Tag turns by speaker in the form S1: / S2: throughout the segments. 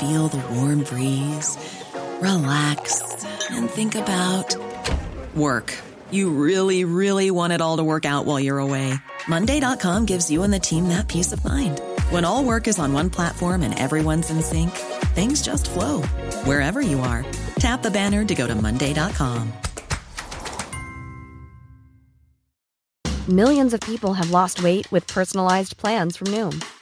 S1: feel the warm breeze, relax, and think about work. You really, really want it all to work out while you're away. Monday.com gives you and the team that peace of mind. When all work is on one platform and everyone's in sync, things just flow wherever you are. Tap the banner to go to Monday.com.
S2: Millions of people have lost weight with personalized plans from Noom,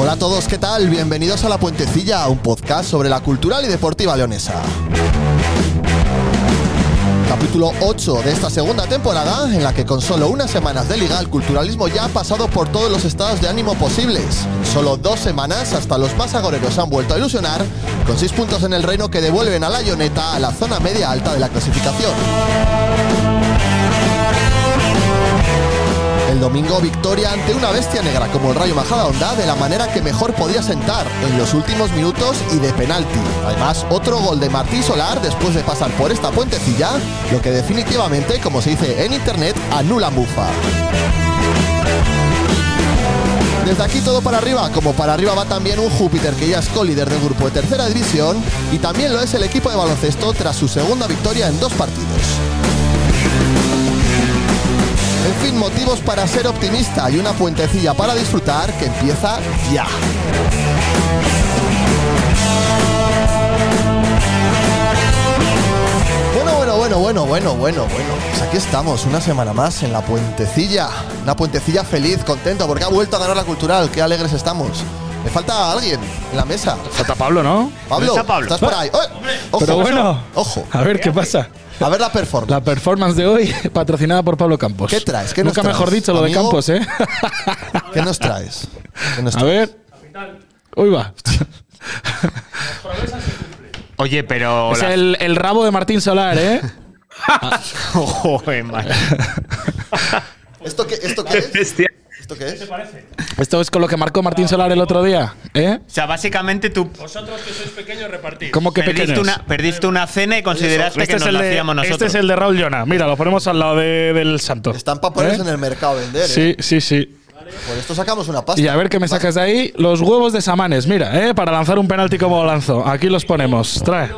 S3: Hola a todos, ¿qué tal? Bienvenidos a La Puentecilla, un podcast sobre la cultural y deportiva leonesa. Capítulo 8 de esta segunda temporada, en la que con solo unas semanas de liga, el culturalismo ya ha pasado por todos los estados de ánimo posibles. En solo dos semanas, hasta los más agoreros han vuelto a ilusionar, con seis puntos en el reino que devuelven a la Ioneta a la zona media alta de la clasificación. El domingo victoria ante una bestia negra como el Rayo Majadahonda de la manera que mejor podía sentar en los últimos minutos y de penalti. Además, otro gol de Martín Solar después de pasar por esta puentecilla, lo que definitivamente, como se dice en internet, anula Mufa. Desde aquí todo para arriba, como para arriba va también un Júpiter que ya es co-líder del grupo de tercera división y también lo es el equipo de baloncesto tras su segunda victoria en dos partidos. En fin, motivos para ser optimista y una puentecilla para disfrutar que empieza ya. Bueno, bueno, bueno, bueno, bueno, bueno, bueno. Pues aquí estamos, una semana más en la puentecilla. Una puentecilla feliz, contento, porque ha vuelto a ganar la cultural. Qué alegres estamos. Me falta alguien en la mesa.
S4: Falta Pablo, ¿no?
S3: Pablo, estás por ahí. ¡Oh! Ojo,
S4: Pero bueno,
S3: ojo.
S4: A ver qué pasa.
S3: A ver la performance.
S4: La performance de hoy patrocinada por Pablo Campos.
S3: ¿Qué traes? ¿Qué nos
S4: Nunca
S3: traes,
S4: mejor dicho lo de
S3: amigo?
S4: Campos, ¿eh?
S3: ¿Qué nos traes? ¿Qué nos
S4: A ver. Uy, va.
S5: Oye, pero.
S4: Es
S5: la-
S4: el, el rabo de Martín Solar, ¿eh?
S5: Joder, macho.
S3: ¿Esto qué, esto qué es?
S6: Bestia.
S3: ¿Esto qué es?
S4: Esto es con lo que marcó Martín Solar el otro día, ¿eh?
S6: O sea, básicamente tú
S4: ¿Cómo que
S6: perdiste
S4: pequeños?
S6: una, perdiste una cena y consideraste que nos la
S4: de,
S6: hacíamos
S4: este
S6: nosotros.
S4: es el de Raúl Llona. Mira, lo ponemos al lado de- del santo.
S3: Están para ponerse
S4: ¿Eh?
S3: en el mercado a vender, ¿eh?
S4: Sí, sí, sí.
S3: Por esto sacamos una pasta.
S4: Y a ver qué me sacas de ahí. Los huevos de Samanes, mira, ¿eh? Para lanzar un penalti como lanzo. Aquí los ponemos. Trae.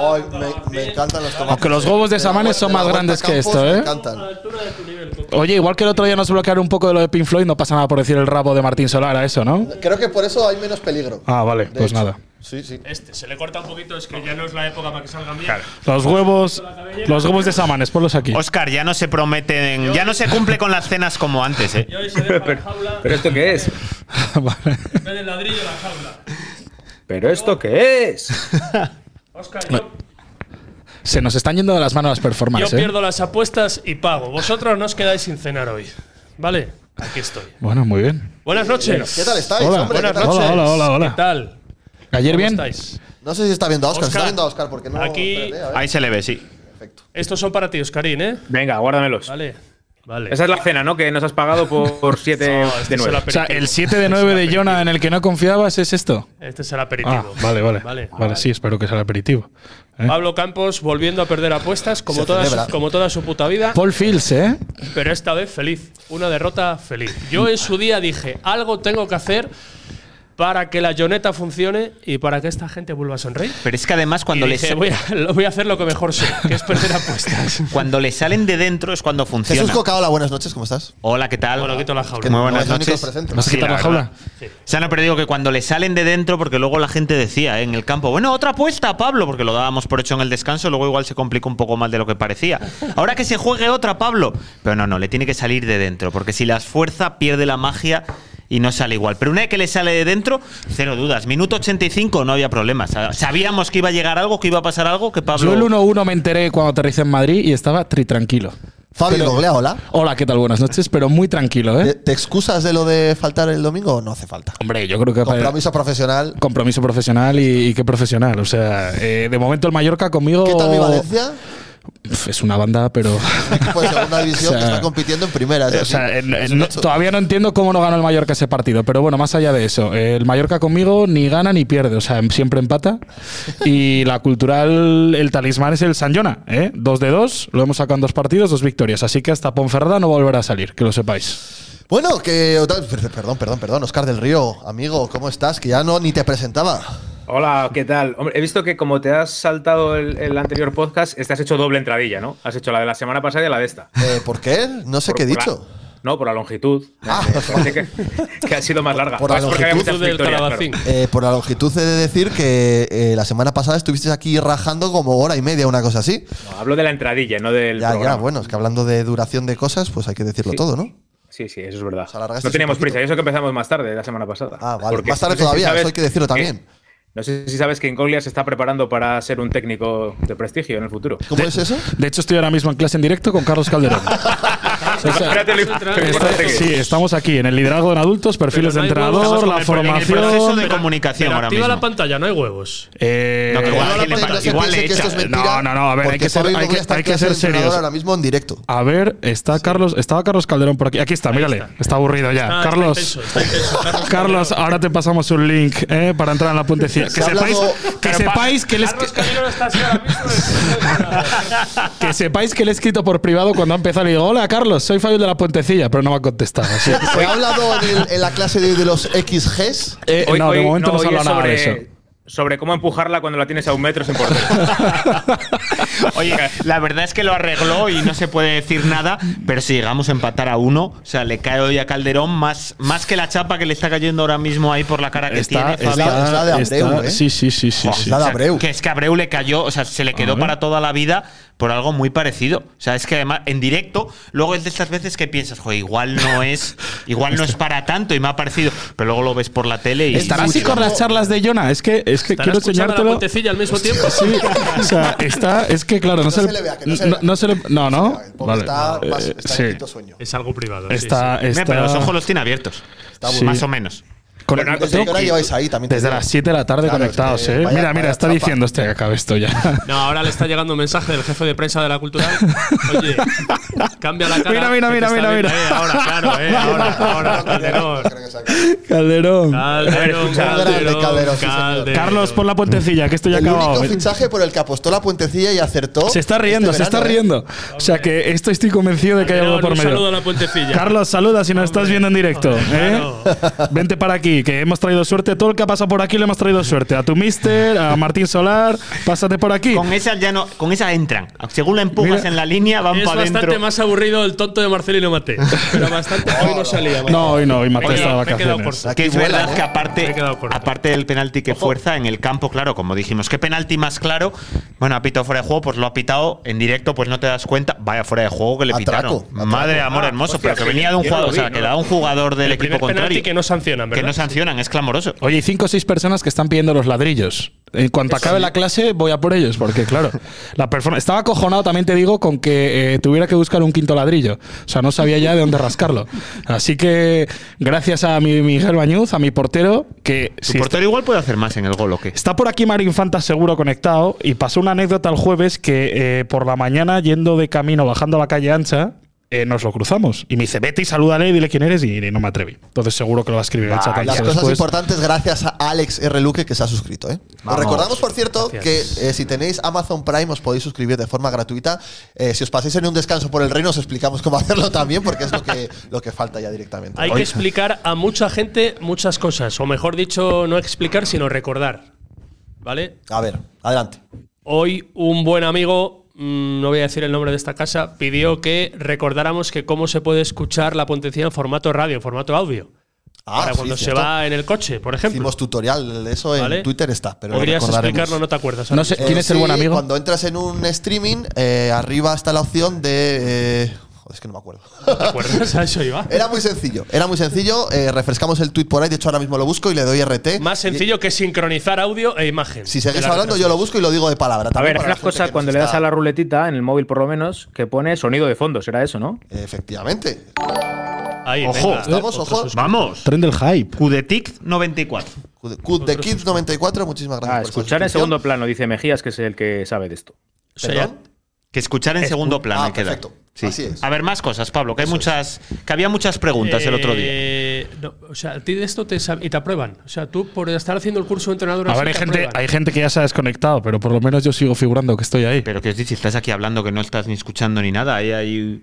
S3: Ay, me, me encantan los tomates.
S4: Aunque los huevos de
S3: la
S4: Samanes
S3: Huerta-
S4: son
S3: de la
S4: más
S3: Huerta
S4: grandes que
S3: Campos
S4: esto,
S3: Me
S4: ¿eh?
S3: encantan.
S4: Oye, igual que el otro día nos bloquearon un poco de lo de Pink Floyd, no pasa nada por decir el rabo de Martín Solar a eso, ¿no?
S3: Creo que por eso hay menos peligro.
S4: Ah, vale,
S3: De
S4: pues
S3: hecho.
S4: nada.
S3: Sí, sí.
S7: Este, se le corta un poquito, es que ya no es la época para que salgan bien.
S4: Los huevos, los huevos de Samanes, ponlos aquí.
S6: Oscar, ya no se prometen, ya no se cumple con las cenas como antes, ¿eh?
S7: Y hoy se deja la jaula,
S8: ¿Pero esto qué es?
S4: Vale.
S7: en vez del ladrillo, la jaula.
S8: ¿Pero esto qué es?
S7: Oscar, yo,
S4: Se nos están yendo de las manos las
S7: yo
S4: performances. ¿eh?
S7: pierdo las apuestas y pago. Vosotros no os quedáis sin cenar hoy. ¿Vale? Aquí estoy.
S4: Bueno, muy bien.
S7: Buenas
S3: ¿Qué
S7: noches.
S3: tal estáis,
S4: Hola,
S3: hombre? ¿Qué
S4: hola,
S3: tal
S4: hola,
S3: estáis?
S4: hola, hola,
S7: ¿Qué tal?
S4: ¿Ayer
S7: ¿Cómo
S4: bien?
S7: estáis?
S3: No sé si está viendo a Oscar.
S7: Oscar.
S3: Está viendo a Oscar porque no.
S7: Aquí-
S3: espérate, a ver.
S6: Ahí se le ve, sí.
S7: Estos son para ti, Oscarín, ¿eh?
S8: Venga, guárdamelos.
S7: Vale. Vale.
S8: Esa es la cena, ¿no? Que nos has pagado por 7
S7: No,
S8: de
S7: este es el
S8: 9.
S4: O sea,
S7: aperitivo.
S4: el 7 de 9 de Jonah en el que no confiabas es esto.
S7: Este es el aperitivo.
S4: Ah, vale, vale.
S7: Vale.
S4: Vale, sí, espero que sea el aperitivo. ¿eh?
S7: Pablo Campos volviendo a perder apuestas como
S3: Se
S7: toda, su,
S3: celebra.
S7: como toda su puta vida,
S4: Paul Fields, ¿eh?
S7: pero esta vez feliz. Una derrota feliz. Yo en su día dije, algo tengo que hacer para que la Joneta funcione y para que esta gente vuelva a sonreír.
S6: Pero es que además cuando
S7: Y
S6: le,
S7: dije,
S6: sa-
S7: voy, a, lo voy a hacer lo que mejor sé, que es perder apuestas.
S6: cuando le salen de dentro es cuando funciona.
S3: Jesús Cocaola, buenas noches, ¿cómo estás?
S6: Hola, ¿qué tal?
S7: Bueno, quito la jaula.
S3: Que
S6: Muy
S3: no
S6: buenas
S3: es el único
S6: noches.
S3: que presento.
S4: ¿Vas a
S6: Sí,
S4: quitar
S6: la
S4: la
S6: verdad.
S4: jaula?
S6: Sano, pero digo que cuando le salen de dentro, porque luego la gente decía ¿eh? en el campo, bueno, otra apuesta, Pablo, porque lo dábamos por hecho en el descanso, luego igual se complicó un poco más de lo que parecía. Ahora que se juegue otra, Pablo. Pero no, no, le tiene que salir de dentro, porque si las fuerza, pierde la magia y no sale igual. Pero una vez que le sale de dentro, cero dudas. Minuto 85 no había problemas. Ah, Sabíamos que iba a llegar algo, que iba a pasar algo, que Pablo.
S4: Yo el 1-1 me enteré cuando aterricé en Madrid y estaba tri tranquilo.
S3: Fabio Goglea, hola.
S4: Hola, ¿qué tal? Buenas noches, pero muy tranquilo,
S3: ¿Te,
S4: ¿eh?
S3: te excusas de lo de faltar el domingo o no hace falta?
S4: Hombre, yo creo que para-
S3: Compromiso profesional.
S4: compromiso profesional y, y qué profesional. O sea, eh, de momento el Mallorca conmigo
S3: ¿Qué tal mi Valencia?
S4: Pf, es una banda, pero
S3: Equipo de segunda división
S4: O sea,
S3: que está compitiendo en primera. es
S4: o
S3: así.
S4: sea, eh,
S3: Es
S4: no-
S3: un
S4: no-
S3: hecho.
S4: todavía no entiendo cómo no ganó el Mallorca ese partido. Pero bueno, más allá de eso, eh, el Mallorca conmigo ni gana ni pierde, o sea, em- siempre empata. Y la cultural, el talismán es el San Jona, ¿eh? dos de dos, lo hemos sacado en dos partidos, dos victorias. Así que hasta Ponferrada no volverá a salir, que lo sepáis.
S3: Bueno, que. Perdón, perdón, perdón. Oscar del Río, amigo, ¿cómo estás? Que ya no ni te presentaba.
S8: Hola, ¿qué tal? Hombre, he visto que como te has saltado el, el anterior podcast, este has hecho doble entradilla, ¿no? Has hecho la de la semana pasada y la de esta.
S3: Eh, ¿Por qué? No sé
S8: Por-
S3: qué he
S8: por la-
S3: dicho.
S8: no, por la longitud.
S3: Ah.
S8: Parece que, que ha sido más larga.
S3: Por la
S8: Es porque había
S3: longitud
S8: muchas
S7: del
S8: victorias, claro.
S7: calabacín.
S3: Eh, por la longitud he de decir que eh, la semana pasada estuvisteis aquí rajando como hora y media, una cosa así.
S8: No, hablo de la entradilla, no del
S3: Ya, ya,
S8: programa.
S3: bueno, es que hablando de duración de cosas, pues hay que decirlo todo, ¿no?
S8: Sí, sí, eso es verdad.
S3: alargasteis
S8: No teníamos
S3: un poquito.
S8: prisa, y eso que empezamos más tarde, la semana pasada.
S3: Ah, vale.
S8: Porque
S3: Más tarde
S8: no sé si
S3: todavía,
S8: sabes
S3: eso hay que decirlo también.
S8: no sé si sabes que Incoglia se está preparando para ser un técnico de prestigio en el futuro.
S3: ¿Cómo es eso?
S4: De hecho, estoy ahora mismo en clase en directo con Carlos Calderón. O sea,
S8: Espérate, Luis, lo
S4: Está-
S8: importante que es.
S4: sí, estamos aquí en el liderazgo en adultos, perfiles
S7: Pero no
S4: de
S7: hay huevos,
S4: entrenador, la
S7: estamos
S6: en
S7: con
S6: el
S4: formación.
S6: proceso de
S7: Pero-
S6: comunicación
S7: pero
S6: ahora
S7: activa
S6: mismo.
S7: la pantalla, no hay huevos.
S4: Eh,
S6: No, que igual
S3: Ahora
S6: le
S3: no
S6: para-
S3: se
S6: igual
S3: piense
S6: le
S3: que esto
S6: echa.
S3: es mentira,
S4: No, no, no, a ver, hay
S3: porque
S4: que ser-
S3: Fabio
S4: hay
S3: Iglesias
S4: que-
S3: está en
S4: hay que
S3: clase
S4: ser
S3: de entrenador
S4: serios.
S3: ahora mismo en directo.
S4: A ver, está Carlos, estaba Carlos Calderón por aquí. Aquí está, mírale. Está, aburrido ya.
S7: Ah, está
S4: Carlos.
S7: intenso, está intenso.
S4: Carlos, ahora te pasamos un link eh, para entrar en la puntecilla. Que
S3: Se ha
S4: sepáis,
S3: hablado-
S4: que, sepáis que, le he
S7: Carlos
S4: escri-
S7: Calero está así ahora mismo.
S4: que sepáis que le he escrito por privado cuando ha empezado. Le digo, hola Carlos, soy Fabio de la puentecilla, pero no me ha contestado. así que-
S3: ¿Se ha hablado en, el- en la clase de, de los XGs?
S4: Eh,
S8: Hoy-
S4: no, de
S8: hoy-
S4: momento no, se
S8: hoy
S4: ha
S8: es
S4: hablado nada de eso.
S8: sobre- Sobre cómo empujarla cuando la tienes a un metro sin portero.
S6: Oye, la verdad es que lo arregló y no se puede decir nada, pero si llegamos a empatar a uno, o sea, le cae hoy a Calderón más, más que la chapa que le está cayendo ahora mismo ahí por la cara que
S4: Está,
S6: tiene. Fabio.
S3: Es la
S4: está,
S3: de Abreu,
S4: está-
S3: ¿eh?
S4: Sí, sí, sí, sí.
S6: Jo,
S4: sí.
S3: es la de
S6: o sea,
S3: Abreu.
S6: Que es que Abreu le cayó, o sea, se le quedó para toda la vida por algo muy parecido. O sea, es que además en directo, luego es de estas veces que piensas, joder, igual no es, igual no es para tanto y me ha parecido, pero luego lo ves por la tele y
S4: Estará así
S6: y-
S4: con las charlas de Jonah. Es que, es que
S7: Estará
S4: quiero
S7: escuchando la
S4: enseñártelo.
S7: puentecilla al mismo tiempo.
S4: Sí, o sea, está. Es que claro, no,
S3: no
S4: se,
S3: se le vea, que no
S4: No,
S3: se le vea.
S4: no se le- no,
S3: No,
S4: no.
S3: el pobre
S4: Vale.
S3: está,
S4: Eh,
S3: más- está
S4: sí.
S3: en quinto sueño.
S7: Es algo privado. sí,
S4: Está,
S7: sí.
S6: Mira,
S4: está-
S6: pero los ojos los tiene abiertos.
S4: Sí.
S6: Más o menos.
S4: con-
S8: Pero una cosa
S3: ¿Desde qué hora
S8: que-
S3: lleváis ahí también? te
S4: desde
S3: digo?
S4: las 7 de la tarde
S3: Claro,
S4: conectados,
S3: es que
S4: ¿eh?
S3: vaya-
S4: mira, mira,
S3: vaya
S4: está
S3: chapa.
S4: diciendo este que acabe esto ya.
S7: No, ahora le está llegando un mensaje del jefe de prensa de la cultural. Oye, cambia la cara.
S4: Mira, mira,
S7: que te
S4: mira, mira,
S7: está viendo,
S4: mira.
S7: eh, ahora, claro, eh, ahora, ahora,
S3: No
S7: Calderón.
S3: creo que sea claro.
S4: Calderón.
S7: Calderón,
S8: escucha,
S7: Calderón,
S3: grande, Calderón, sí, señor.
S7: Calderón.
S4: Carlos, pon la puentecilla, que esto ya ha
S3: El
S4: acabado. eh.
S3: único fichaje por el que apostó la puentecilla y acertó.
S4: Se está riendo,
S3: este
S4: se está
S3: verano, ¿eh?
S4: riendo. O sea que esto estoy convencido de que hay algo
S7: Calderón,
S4: por
S7: un saludo a
S4: medio.
S7: la puentecilla.
S4: Carlos, saluda si nos estás
S7: Hombre,
S4: viendo en directo.
S7: hombre,
S4: ¿eh?
S7: claro.
S4: Vente para aquí, que hemos traído suerte. Todo el que ha pasado por aquí le hemos traído suerte. A tu mister, a Martín Solar, pásate por aquí.
S6: Con esas ya no, con esas entran. Según la empujas
S4: Mira.
S6: en la línea, van
S7: Es
S6: para
S7: bastante
S6: adentro.
S7: más aburrido el tonto de Marcelino Mate. Pero bastante. Hoy no salía. Mate.
S4: No, hoy no, hoy Mateo
S7: Me he
S4: está de
S7: quedado- me he quedado
S4: vacaciones.
S7: corto.
S6: Que es
S3: Aquí vuela,
S6: verdad
S3: ¿eh?
S6: que
S7: Me he
S6: aparte,
S7: quedado corto.
S6: aparte del penalti que fuerza en el campo, claro, como dijimos, qué penalti más claro. Bueno, ha pitado fuera de juego, pues lo ha pitado en directo, pues no te das cuenta. Vaya fuera de juego que le
S3: Atraco,
S6: pitaron.
S3: atraco.
S6: Madre de amor
S8: Ah,
S6: hermoso,
S8: hostia,
S6: pero
S8: que
S6: que venía de un
S8: yo no
S6: jugador,
S8: lo
S6: o
S8: vi,
S6: sea, que
S8: no
S6: le da
S8: lo-
S6: un jugador del
S7: El
S6: equipo
S7: primer penalti
S6: contrario.
S7: que no sancionan, ¿verdad?
S6: Que no sancionan, es clamoroso.
S4: Oye, hay cinco o seis personas que están pidiendo los ladrillos. En cuanto acabe la clase, voy a por ellos, porque claro, la performance. Estaba acojonado, también te digo, con que eh, tuviera que buscar un quinto ladrillo. O sea, no sabía ya de dónde rascarlo. Así que, gracias a mi Miguel Bañuz, a mi portero, que
S6: Su
S4: si
S6: portero igual puede hacer más en el gol, ¿o qué?
S4: Está por aquí Mario Infanta seguro conectado y pasó una anécdota el jueves que eh, por la mañana yendo de camino, bajando a la calle ancha, eh, nos lo cruzamos. Y me dice, vete y salúdale y dile quién eres. Y, no me atreví. Entonces seguro que lo va a escribir en el chat antes
S3: Ah, Las
S4: o
S3: cosas
S4: después.
S3: importantes gracias a Alex R. Luque que se ha suscrito. ¿eh? Os
S6: Vamos.
S3: recordamos, por cierto,
S7: Gracias.
S3: que eh, si tenéis Amazon Prime os podéis suscribir de forma gratuita. Eh, si os paséis en un descanso por el reino os explicamos cómo hacerlo también porque es lo que, lo que falta ya directamente.
S7: Hay
S3: Hoy-
S7: que explicar a mucha gente muchas cosas, o mejor dicho, no explicar, sino recordar. ¿Vale?
S3: A ver, adelante.
S7: Hoy un buen amigo, mm, no voy a decir el nombre de esta casa, pidió que recordáramos que cómo se puede escuchar la Pontecía en formato radio, en formato audio.
S3: Ah,
S7: para
S3: sí,
S7: cuando se
S3: cierto.
S7: va en el coche, por ejemplo.
S3: Hicimos tutorial de eso en
S7: ¿Vale?
S3: Twitter está, pero lo
S7: Podrías
S3: recordaremos.
S7: explicarlo, no te acuerdas.
S4: No sé,
S3: Eh,
S4: ¿quién es el
S3: sí,
S4: buen amigo?
S3: Cuando entras en un streaming, eh, arriba está la opción de. eh, joder, es que no me acuerdo.
S7: ¿Te acuerdas? A eso iba.
S3: Era muy sencillo, era muy sencillo. eh, refrescamos el tweet por ahí, de hecho ahora mismo lo busco y le doy RT.
S7: Más sencillo que sincronizar audio e imagen.
S3: Si
S7: De
S3: seguís
S7: la
S3: hablando, yo lo busco y lo digo de palabra.
S8: A
S3: también
S8: ver,
S3: para
S8: es
S3: la
S8: una
S3: gente que
S8: cosa
S3: nos
S8: cuando le das
S3: está-
S8: a la ruletita, en el móvil por lo menos, que pone sonido de fondo, será eso, ¿no?
S3: Efectivamente.
S7: Ahí,
S6: Ojo,
S7: venga.
S3: estamos,
S7: Otro
S3: ojo.
S7: suscriptor.
S6: Vamos.
S4: Tren del hype.
S6: Cudetic 94.
S3: The Kids 94, muchísimas gracias.
S8: Ah,
S3: por esa
S8: escuchar en
S3: suscripción.
S8: segundo plano, dice Mejías, que es el que sabe de esto.
S7: Pues, O sea, eh, ya-
S3: Perdón.
S6: Que escuchar en segundo plano.
S3: ah,
S6: hay que dar.
S3: perfecto. Así es.
S6: A ver, más cosas, Pablo, que hay muchas. Que había muchas preguntas el otro día.
S7: Eh, no, o sea, a ti de esto te sab- y te aprueban. O sea, tú por estar haciendo el curso de entrenador.
S4: A
S7: así
S4: ver, hay
S7: te
S4: gente,
S7: aprueban.
S4: hay gente que ya se ha desconectado, pero por lo menos yo sigo figurando que estoy ahí.
S6: Pero que os dice, estás aquí hablando que no estás ni escuchando ni nada. Ahí hay.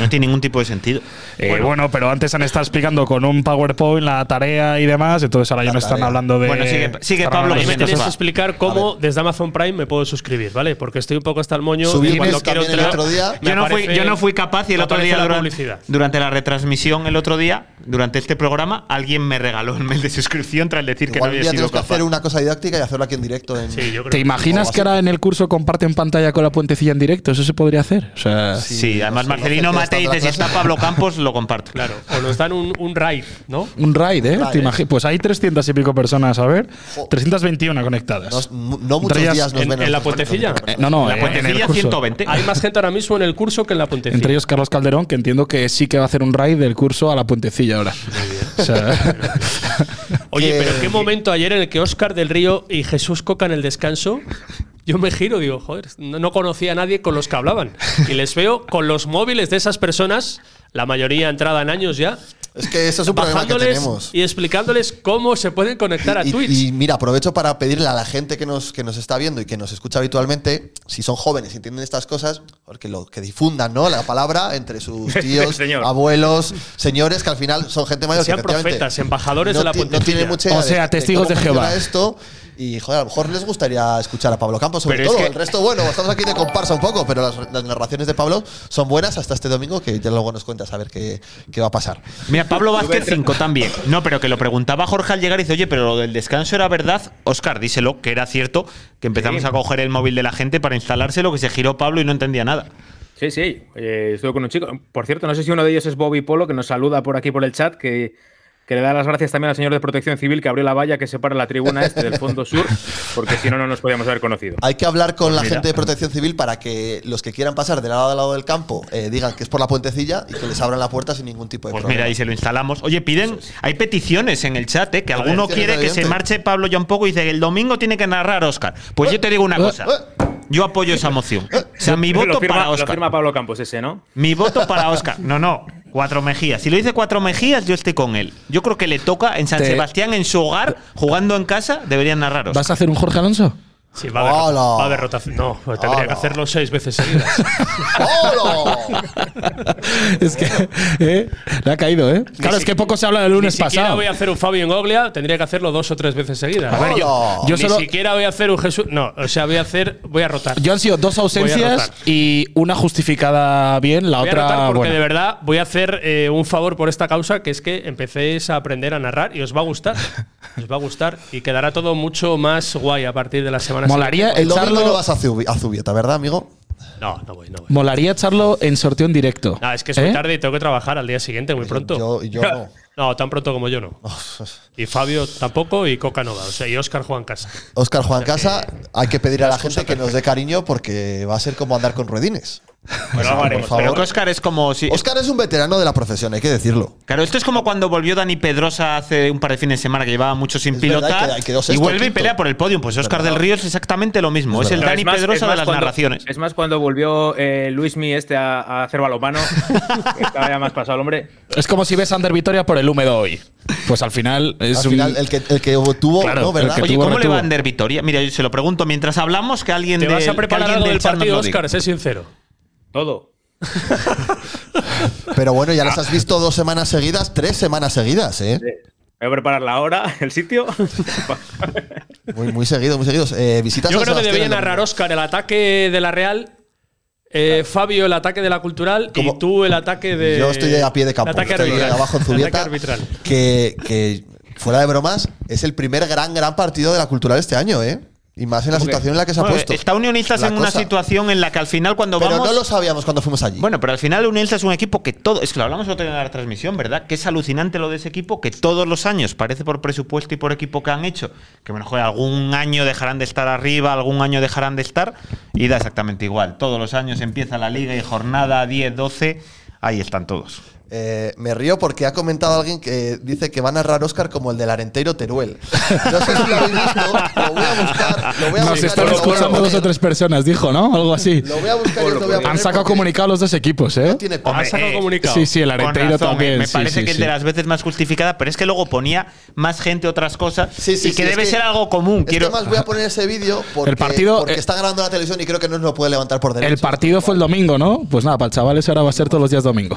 S6: No tiene ningún tipo de sentido.
S4: Eh, bueno. pero antes han estado explicando con un PowerPoint la tarea y demás, entonces ahora ya
S3: La
S4: no están
S3: tarea.
S4: hablando de.
S6: Bueno, sigue- sigue
S4: estarán
S6: Pablo,
S4: hablando
S7: Y me
S4: de-
S6: Esto se
S7: tenéis
S6: va.
S7: que explicar cómo desde Amazon Prime me puedo suscribir, ¿vale? Porque estoy un poco hasta el moño. y
S3: Subimos
S7: cuando quiero
S3: también el
S7: entrar-
S3: otro día.
S7: me
S6: Yo no, fui,
S7: aparece-
S6: yo no fui capaz y el
S7: me
S6: otro día,
S7: aparece la
S6: durante,
S7: publicidad.
S6: durante la retransmisión, el otro día, durante este programa, alguien me regaló el mail de suscripción tras decir que no
S3: Igual un
S6: había
S3: día
S6: sido
S3: tenemos que
S6: capaz.
S3: hacer una cosa didáctica y hacerlo aquí en directo. En,
S7: Sí, yo creo.
S4: ¿Te imaginas que ahora en el curso comparten pantalla con la puentecilla en directo? ¿Eso se podría hacer? O sea,
S6: Sí,
S3: Sí,
S6: además
S3: no sé,
S6: Marcelino
S3: no sé,
S6: Matei
S3: está
S6: dice, si
S3: atrás.
S6: está Pablo Campos, lo comparto.
S7: Claro. O nos dan un, un raid, ¿no?
S4: un raid, ¿eh?
S3: Un raid,
S4: ¿Te
S3: ¿eh?
S4: imagi- Pues hay 300 y pico personas, a ver.
S3: Jo.
S4: 321 conectadas.
S3: Nos- no muchos
S4: Entre ellas-
S3: días nos
S7: en-
S3: ven
S7: en la
S3: nuestros
S7: puentecilla.
S3: amigos.
S4: Eh, no, no,
S6: La
S4: eh, en el
S6: puentecilla
S4: curso.
S6: 120.
S7: Hay más gente ahora mismo en el curso que en la puntecilla.
S4: Entre ellos Carlos Calderón, que entiendo que sí que va a hacer un raid del curso a la puentecilla ahora. O sea,
S7: Oye,
S3: Que-
S7: pero qué momento ayer en el que Óscar del Río y Jesús Coca en el descanso. Yo me giro, digo, joder, no, no conocía a nadie con los que hablaban. Y les veo con los móviles de esas personas, la mayoría entrada en años ya,
S3: Es que eso Este es un problema que
S7: bajándoles
S3: tenemos.
S7: y explicándoles cómo se pueden conectar a
S3: Y-
S7: Twitch.
S3: Y, mira, aprovecho para pedirle a la gente que nos, que nos está viendo y que nos escucha habitualmente, si son jóvenes y entienden estas cosas, porque lo, que difundan ¿no? la palabra entre sus tíos,
S8: Señor.
S3: abuelos, señores, que al final son gente mayor.
S7: sean
S3: efectivamente
S7: profetas, embajadores
S3: no
S7: de la
S3: ti- no
S7: puentecilla.
S3: tienen mucha idea
S4: O sea, testigos
S3: cómo
S4: de Jehová.
S3: funciona esto y, joder, a lo mejor les gustaría escuchar a Pablo Campos, sobre
S6: Pero es
S3: todo.
S6: que-
S3: El resto, bueno, estamos aquí de comparsa un poco, pero las, las narraciones de Pablo son buenas hasta este domingo, que ya luego nos cuentas a ver qué, qué va a pasar.
S6: Mira, Pablo Vázquez 5 también. No, pero que lo preguntaba Jorge al llegar y dice, oye, pero lo del descanso era verdad. Oscar, díselo, que era cierto, que empezamos a coger el móvil de la gente para instalárselo, que se giró Pablo y no entendía nada.
S8: Sí, sí, eh, estuve con un chico. Por cierto, no sé si uno de ellos es Bobby Polo, que nos saluda por aquí por el chat, que, que le da las gracias también al señor de Protección Civil que abrió la valla que separa la tribuna este del fondo sur, porque si no, no nos podíamos haber conocido.
S3: Hay que hablar
S7: Pues
S3: con la
S8: mira.
S3: gente de protección civil para que los que quieran pasar de lado a lado del campo eh, digan que es por la puentecilla y que les abran la puerta sin ningún tipo de
S6: Pues
S3: problema.
S6: mira, ahí se lo instalamos. Oye, piden, hay peticiones en el chat, ¿eh? que alguno
S3: sí,
S6: quiere que se
S3: evidente.
S6: marche Pablo ya un poco y dice el domingo tiene que narrar Oscar. Pues yo te digo una cosa. Yo apoyo esa moción. O sea, mi
S8: Eh, Lo
S6: voto
S8: firma-
S6: para
S8: Lo
S6: Oscar.
S8: firma Pablo Campos ese, ¿no?
S6: Mi voto para Oscar. No, no. Cuatro Mejías. Si lo dice Cuatro Mejías, yo estoy con él. Yo creo que le toca en San
S4: Te-
S6: Sebastián, en su hogar, jugando en casa, deberían narraros.
S4: ¿Vas a hacer un Jorge Alonso?
S7: Sí, va a haber,
S3: ¡Hola!
S7: va a haber rotación. No, pues tendría
S3: ¡Hola!
S7: que hacerlo seis veces seguidas.
S3: ¡Hola!
S4: Es que ¿eh? le ha caído, ¿eh? Claro, es que poco se habla del
S7: Ni
S4: lunes
S7: siquiera
S4: pasado.
S7: voy a hacer un Fabio en Oglia, tendría que hacerlo dos o tres veces seguidas.
S3: ver, yo-
S4: yo
S7: Ni
S4: solo-
S7: siquiera voy a hacer un Jesús. No, o sea, voy a hacer. Voy a rotar.
S4: Yo han sido dos ausencias
S7: rotar.
S4: y una justificada bien, la
S7: voy a
S4: otra
S7: rotar porque
S4: bueno.
S7: de verdad voy a hacer eh, un favor por esta causa, que es que empecéis a aprender a narrar y os va a gustar. os va a gustar y quedará todo mucho más guay a partir de la semana
S4: Molaría
S3: El domingo
S4: echarlo,
S3: no vas a, Zubi- a Zubieta, ¿verdad, amigo?
S7: siguiente. No, no voy, no voy.
S4: molaría echarlo en sorteo en directo.
S7: No, Ah, es que es muy
S4: ¿Eh?
S7: tarde y tengo que trabajar al día siguiente, muy pronto.
S3: Yo, yo no.
S7: No, tan pronto como yo no. Y Fabio tampoco y Coca no va. O sea, y Oscar juega en casa.
S3: Oscar Juan Casa, hay que pedir a la gente que nos dé cariño porque va a ser como andar con ruedines.
S7: Pues
S8: Bueno, algo haremos.
S3: Por
S6: Pero
S3: favor.
S6: que Oscar es como si.
S3: Oscar es un veterano de la profesión, hay que decirlo.
S6: Claro, esto es como cuando volvió Dani Pedrosa hace un par de fines de semana que llevaba mucho sin
S3: Es verdad,
S6: pilotar
S3: queda- quedó
S6: y
S3: sexto,
S6: vuelve y
S3: quinto.
S6: pelea por el podium. Pues Oscar
S3: verdad.
S6: del Río es exactamente lo mismo.
S3: Es
S6: Es, el
S3: verdad.
S6: Dani
S8: Es más-
S6: Pedrosa
S8: es más
S6: de las
S8: cuando-
S6: narraciones.
S8: Es más, cuando volvió eh, Luis Mi este a, a hacer balomano, estaba ya más pasado el hombre.
S4: Es como si ves a Ander Vitoria por el húmedo hoy. Pues al final es
S3: Al
S4: un.
S3: final, el que, el que tuvo,
S4: Claro,
S3: ¿no?
S4: el
S3: ¿Verdad?
S4: que
S6: Oye,
S4: tuvo
S6: ¿cómo le va
S4: retuvo.
S6: a Ander Vitoria? Mira, yo se lo pregunto mientras hablamos que alguien
S7: Te
S6: del-
S7: vas a
S6: que
S7: preparar
S6: alguien
S7: algo del
S6: chat nos
S7: partido,
S6: lo diga.
S7: Oscar, sé sincero.
S8: Todo.
S3: Pero bueno, ya las
S8: Ah.
S3: has visto dos semanas seguidas, tres semanas seguidas, ¿eh?
S8: Voy a preparar la hora, el sitio.
S3: Muy, muy seguido, muy seguidos. Eh, visitas
S7: Yo
S3: a
S7: creo que
S3: Sebastián
S7: debería
S3: el domingo.
S7: narrar Oscar el ataque de la Real, eh, Fabio el ataque de la cultural
S3: Como-
S7: y tú el ataque de.
S3: Yo estoy de a pie de campo.
S7: el Ataque
S3: estoy
S7: arbitral.
S3: abajo en
S7: El ataque
S3: Zubieta.
S7: arbitral.
S3: Que, que, fuera de bromas, es el primer gran, gran partido de la cultural este año, ¿eh? Y más en la situación en la que se ha
S6: Bueno,
S3: puesto.
S6: está Unionistas
S3: La
S6: en una
S3: cosa.
S6: situación en la que al final cuando
S3: Pero
S6: vamos.
S3: no lo sabíamos cuando fuimos allí.
S6: Bueno, pero al final Unionistas es un equipo que todo. Es que lo hablamos otro día en la transmisión, ¿verdad? Que es alucinante lo de ese equipo que todos los años, parece por presupuesto y por equipo que han hecho, que bueno, joder, algún año dejarán de estar arriba, algún año dejarán de estar, y da exactamente igual. Todos los años empieza la liga y jornada 10, 12, ahí están todos.
S3: Eh, me río porque ha comentado alguien que dice que va a narrar Oscar como el del Arenteiro Teruel. No sé si lo habéis visto, lo voy a buscar. Lo voy a
S4: Nos
S3: buscar
S4: están
S3: y os lo voy a
S4: escuchando dos o
S3: poner.
S4: tres personas, dijo, ¿no? Algo así.
S3: Lo voy a buscar y os lo voy a poner
S4: Han sacado
S3: porque
S4: comunicados los dos equipos, ¿eh?
S3: No tiene pena.
S7: Ha sacado
S6: eh,
S7: comunicado.
S4: Sí, sí, el
S6: Con
S4: Arenteiro
S6: razón,
S4: también.
S6: eh. Me
S4: sí,
S6: parece
S4: sí,
S6: que es
S4: sí.
S6: de las veces más justificada, pero es que luego ponía más gente otras cosas
S3: Sí,
S6: y
S3: sí,
S6: que
S3: sí, es
S6: debe
S3: que- este
S6: ser algo común.
S3: Es que
S6: Quiero,
S3: además voy a poner ese vídeo porque,
S4: El partido-
S3: porque
S4: eh,
S3: está grabando la televisión y creo que no nos lo puede levantar por derecho.
S4: El partido fue el domingo, ¿no? Pues nada, para el chaval ese ahora va a ser todos los días domingo.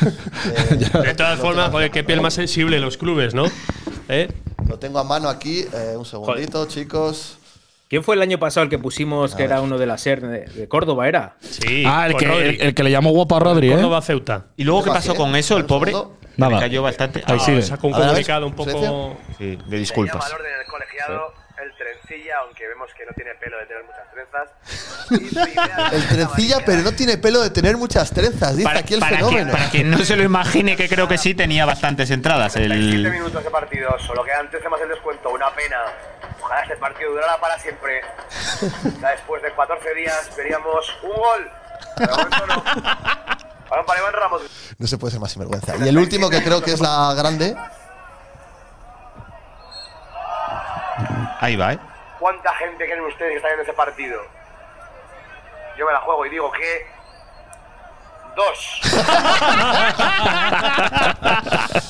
S3: Eh,
S7: De todas formas, joder, qué piel más sensible los clubes, ¿no? ¿Eh?
S3: Lo tengo a mano aquí. eh, un segundito, chicos.
S8: ¿Quién fue el año pasado el que pusimos que era uno de la SER de, de Córdoba? ¿Era?
S7: Sí.
S4: ah, el
S7: con
S4: que,
S7: Rodri.
S4: el, el que le llamó guapo a Rodri, ¿eh?
S7: Córdoba Ceuta.
S6: ¿Y luego qué pasó
S3: ¿eh?
S6: con eso, el
S3: Dame un
S6: pobre?
S3: segundo.
S4: Nada.
S6: Me cayó bastante.
S4: Ahí
S6: Ah,
S4: sigue.
S7: Sacó un
S3: A ver,
S7: comunicado un
S3: Suecia.
S7: poco.
S6: Sí, de disculpas.
S9: orden el colegiado el trencilla, aunque vemos que no tiene pelo de tener muchas trenzas.
S3: El trencilla, pero no tiene pelo de tener muchas trenzas. Dice aquí el
S6: que,
S3: fenómeno.
S6: para quien no se lo imagine, que creo que sí, tenía bastantes entradas. El,
S9: minutos de partido, solo quedan 13 más el descuento, una pena. Ojalá este partido durara para siempre. Ya después de 14 días veríamos un gol. De momento no. Balón para Iván Ramos.
S3: No se puede ser más sinvergüenza. Y el último que creo que es la grande.
S6: ahí va, ¿eh?
S9: ¿Cuánta gente creen ustedes que está en ese partido? Yo me la juego y digo que. Dos.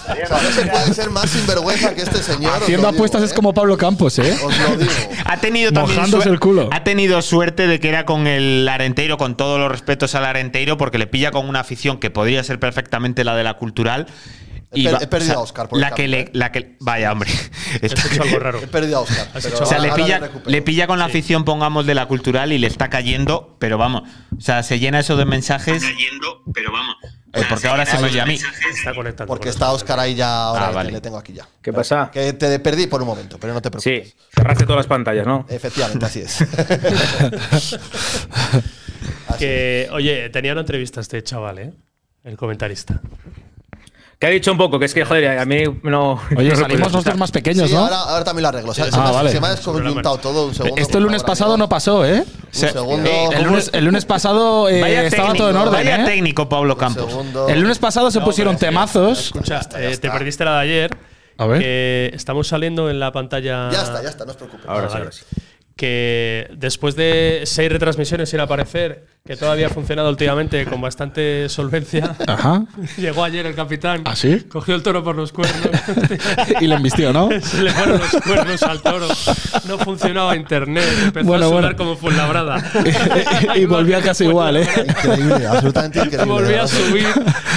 S3: O sea, no se puede ser más sinvergüenza que este señor. os lo
S4: Haciendo
S3: digo,
S4: apuestas es
S3: ¿eh?
S4: como Pablo Campos, ¿eh?
S3: Os lo digo.
S6: Ha tenido también
S4: Mojándose el culo.
S6: Ha tenido suerte de que era con el Arenteiro, con todos los respetos al Arenteiro, porque le pilla con una afición que podría ser perfecamente la de la cultural.
S3: He per- he perdido a Óscar por el
S6: la que
S3: cambio,
S6: le,
S3: ¿eh?
S6: la que, Vaya, hombre.
S7: Has hecho algo raro.
S3: He perdido a Oscar.
S7: hecho
S6: O sea,
S7: mal.
S6: le
S3: ahora
S6: pilla,
S3: lo recupero.
S6: le pilla con la afición, pongamos, de la cultural y le está cayendo, pero vamos. O sea, se llena eso de mensajes. cayendo, pero vamos. porque ahora se me oye a mí.
S7: Está conectado.
S3: Porque está Oscar ahí ya ahora.
S6: Ah, vale.
S3: Le tengo aquí ya.
S8: ¿Qué pasa?
S3: Que te perdí por un momento, pero no te preocupes.
S8: Sí, cerraste todas las pantallas, ¿no?
S3: Efectivamente, así es.
S7: Que, oye, tenía una entrevista este chaval, ¿eh? El comentarista.
S8: Que ha dicho un poco, que es que, joder, a mí no.
S4: Oye,
S8: no
S4: salimos nosotros más pequeños,
S3: Sí,
S4: ¿no?
S3: ahora, ahora también lo arreglo. Se, se
S4: Ah,
S3: me ha-
S4: vale.
S3: se me ha desconjuntado todo un segundo.
S4: Esto
S3: por
S4: el Este lunes
S3: favor,
S4: pasado
S3: amigo.
S4: no pasó, ¿eh?
S3: Un
S6: Se-
S3: segundo.
S6: Eh,
S4: El lunes, el lunes pasado eh,
S6: Vaya
S4: estaba
S6: técnico,
S4: todo en orden,
S6: vaya
S4: ¿eh?
S6: técnico, Pablo
S3: Un
S6: Campos.
S3: segundo.
S4: El lunes pasado se pusieron temazos.
S7: Escucha,
S3: está, ya
S7: eh, te
S3: está.
S7: perdiste la de ayer.
S4: A ver.
S7: que estamos saliendo en la pantalla.
S3: Ya está, ya está, no os preocupéis.
S8: Ahora sí,
S7: Vale.
S8: ahora sí.
S7: Que después de seis retransmisiones sin aparecer, que todavía ha funcionado últimamente con bastante solvencia,
S4: Ajá.
S7: llegó ayer el capitán.
S4: ¿Ah, sí?
S7: Cogió el toro por los cuernos.
S4: Y le embistió, ¿no?
S7: Se le fueron los cuernos al toro. No funcionaba internet. Empezó
S4: Bueno,
S7: a sudar
S4: bueno.
S7: como Fuenlabrada.
S4: Y volvió a casa igual, ¿eh?
S3: Increíble, absolutamente increíble. de
S7: Volví a
S3: verdad.
S7: subir,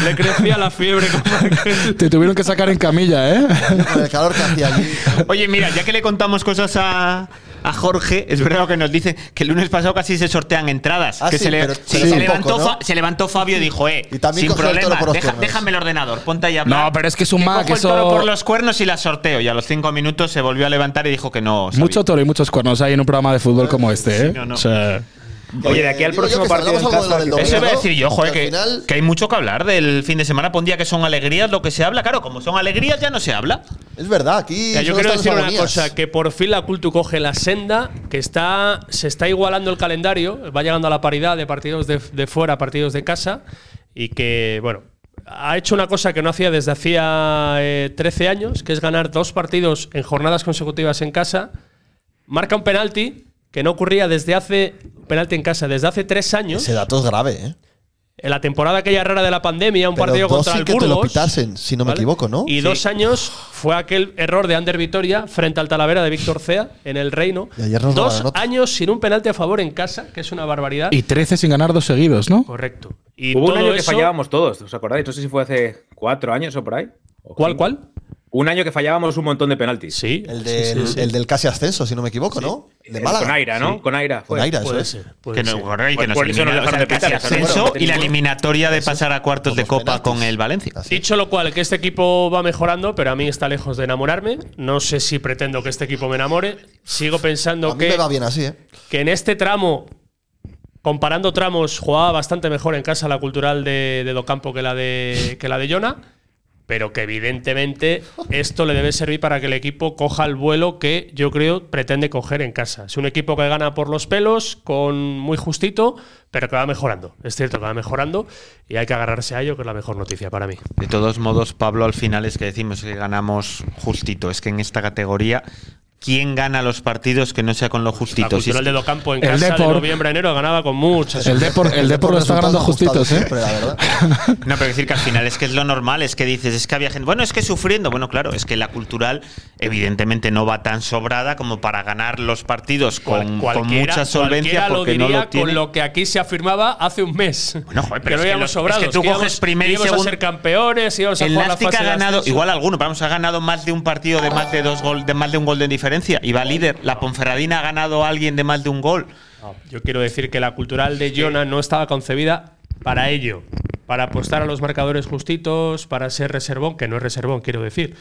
S7: le crecía la fiebre como aquel.
S4: Te tuvieron que sacar en camilla, ¿eh?
S3: Con el calor que hacía allí.
S6: Oye, mira, ya que le contamos cosas a, a Jorge, es verdad lo que nos dice que el lunes pasado casi se sortean entradas.
S3: Ah,
S6: que
S3: sí,
S6: se, le-
S3: pero-
S6: se-
S3: pero
S6: se
S3: tampoco,
S6: levantó,
S3: ¿no?
S6: Fa- se levantó Fabio y dijo, eh,
S3: Y también
S6: sin
S3: cogió el toro
S6: problema,
S3: por los
S6: deja-
S3: cuernos.
S6: déjame el ordenador, ponte ahí a hablar.
S4: No, pero es que es un
S6: Que
S4: Mac,
S6: cojo el
S4: eso-
S6: toro por los cuernos y la sorteo. Y a los cinco minutos se volvió a levantar y dijo que no. sabía.
S4: Mucho toro y muchos cuernos hay en un programa de fútbol como este, ¿eh?
S6: no, no.
S4: O sea,
S8: Oye, de aquí al
S3: Digo
S8: próximo
S3: yo que si
S8: partido en
S3: hablamos algo
S8: casa.
S3: de lo del
S6: Eso iba a
S3: domingo,
S6: decir yo, joder,
S3: que al
S6: que,
S3: final-
S6: que hay mucho que hablar del fin de semana. Pon día que son alegrías lo que se habla. Claro, como son alegrías ya no se habla.
S3: Es verdad, aquí.
S7: O sea, yo
S3: solo
S7: quiero
S3: están
S7: decir
S3: las
S7: una
S3: agonías.
S7: cosa, que por fin la Cultu coge la senda, que está se está igualando el calendario, va llegando a la paridad de partidos de, de fuera, partidos de casa, y que, bueno, ha hecho una cosa que no hacía desde hacía eh, 13 años, que es ganar dos partidos en jornadas consecutivas en casa, marca un penalti que no ocurría desde hace, penalti en casa, desde hace tres años,
S3: Ese dato es grave, ¿eh?
S7: en la temporada aquella rara de la pandemia, un
S3: Pero
S7: partido
S3: dos
S7: contra
S3: sí
S7: el
S3: que te lo
S7: Burgos.
S3: pitasen, si no me equivoco, ¿no?
S7: Y dos años fue aquel error de Ander Vitoria frente al Talavera de Víctor Cea en el Reino.
S3: Y ayer nos daba la
S7: dos
S3: nota.
S7: años sin un penalti a favor en casa, que es una barbaridad.
S4: Y 13 sin ganar dos seguidos, ¿no?
S7: Correcto. Y
S8: Hubo un
S7: todo
S8: año que
S7: eso-
S8: fallábamos todos, ¿os acordáis? No sé si fue hace cuatro años o por ahí. o
S7: ¿Cuál,
S8: cinco.
S7: cuál?
S8: Un año que fallábamos un montón de penaltis.
S7: Sí.
S3: El del, el del casi ascenso, si no me equivoco, ¿no? El de
S8: Eh,
S3: Málaga.
S8: Con Aira, ¿no? Con Aira.
S3: Con
S8: fue.
S3: Aira, eso
S7: Puede
S3: es.
S7: ser. puede
S6: Que no,
S7: ser.
S6: correcto, que
S8: Por-
S6: nos
S8: por eso nos
S6: eliminaron, o
S8: dejaron
S6: sea,
S8: de
S6: casi
S8: pitar,
S3: claro.
S6: ascenso y la
S3: Bueno,
S6: eliminatoria de pasar a cuartos
S3: Con
S6: de
S3: los
S6: Copa
S3: penaltis.
S6: con el Valencia.
S3: Así.
S7: Dicho lo cual, que este equipo va mejorando, pero a mí está lejos de enamorarme. No sé si pretendo que este equipo me enamore. Sigo pensando
S3: A mí
S7: que
S3: me va bien así, ¿eh?
S7: que en este tramo, comparando tramos, jugaba bastante mejor en casa la cultural de, de Docampo que la de, que la de Jona, pero que evidentemente esto le debe servir para que el equipo coja el vuelo que yo creo pretende coger en casa. Es un equipo que gana por los pelos, con muy justito, pero que va mejorando. Es cierto que va mejorando y hay que agarrarse a ello, que es la mejor noticia para mí.
S6: De todos modos, Pablo, al final es que decimos que ganamos justito. Es que en esta categoría, ¿quién gana los partidos que no sea con lo
S7: La
S6: justito? Si es-
S7: cultural de Docampo en
S4: El
S7: casa de
S4: Depor-
S7: noviembre a enero ganaba con muchas.
S4: El Depor, el Depor lo
S3: Resultados
S4: está ganando
S3: ajustados
S4: justitos, ¿eh?
S3: siempre, la verdad.
S6: No, pero decir que al final es que es lo normal, es que dices, es que había gente, bueno, es que sufriendo, bueno, claro, es que la cultural evidentemente no va tan sobrada como para ganar los partidos
S7: Cual-
S6: con, con
S7: cualquiera-
S6: mucha solvencia
S7: cualquiera lo
S6: porque no
S7: diría
S6: lo tiene.
S7: con lo que aquí se afirmaba hace un mes.
S6: Bueno, joder, pero
S7: que
S6: es
S7: no
S6: que
S7: íbamos
S6: lo-
S7: sobrados.
S6: es que tú
S7: íbamos-
S6: coges primer y
S7: íbamos
S6: segundo-
S7: a ser campeones, íbamos a
S6: El
S7: jugar la
S6: Nastic
S7: fase
S6: ha
S7: de
S6: ganado,
S7: ascenso.
S6: igual alguno, vamos, ha ganado más de un partido de más de dos gol, de más de un gol de diferencia y va líder. La Ponferradina ha ganado a alguien de más de un gol.
S7: Yo quiero decir que la cultural de Jona no estaba concebida para ello. Para apostar a los marcadores justitos, para ser reservón, que no es reservón, quiero decir.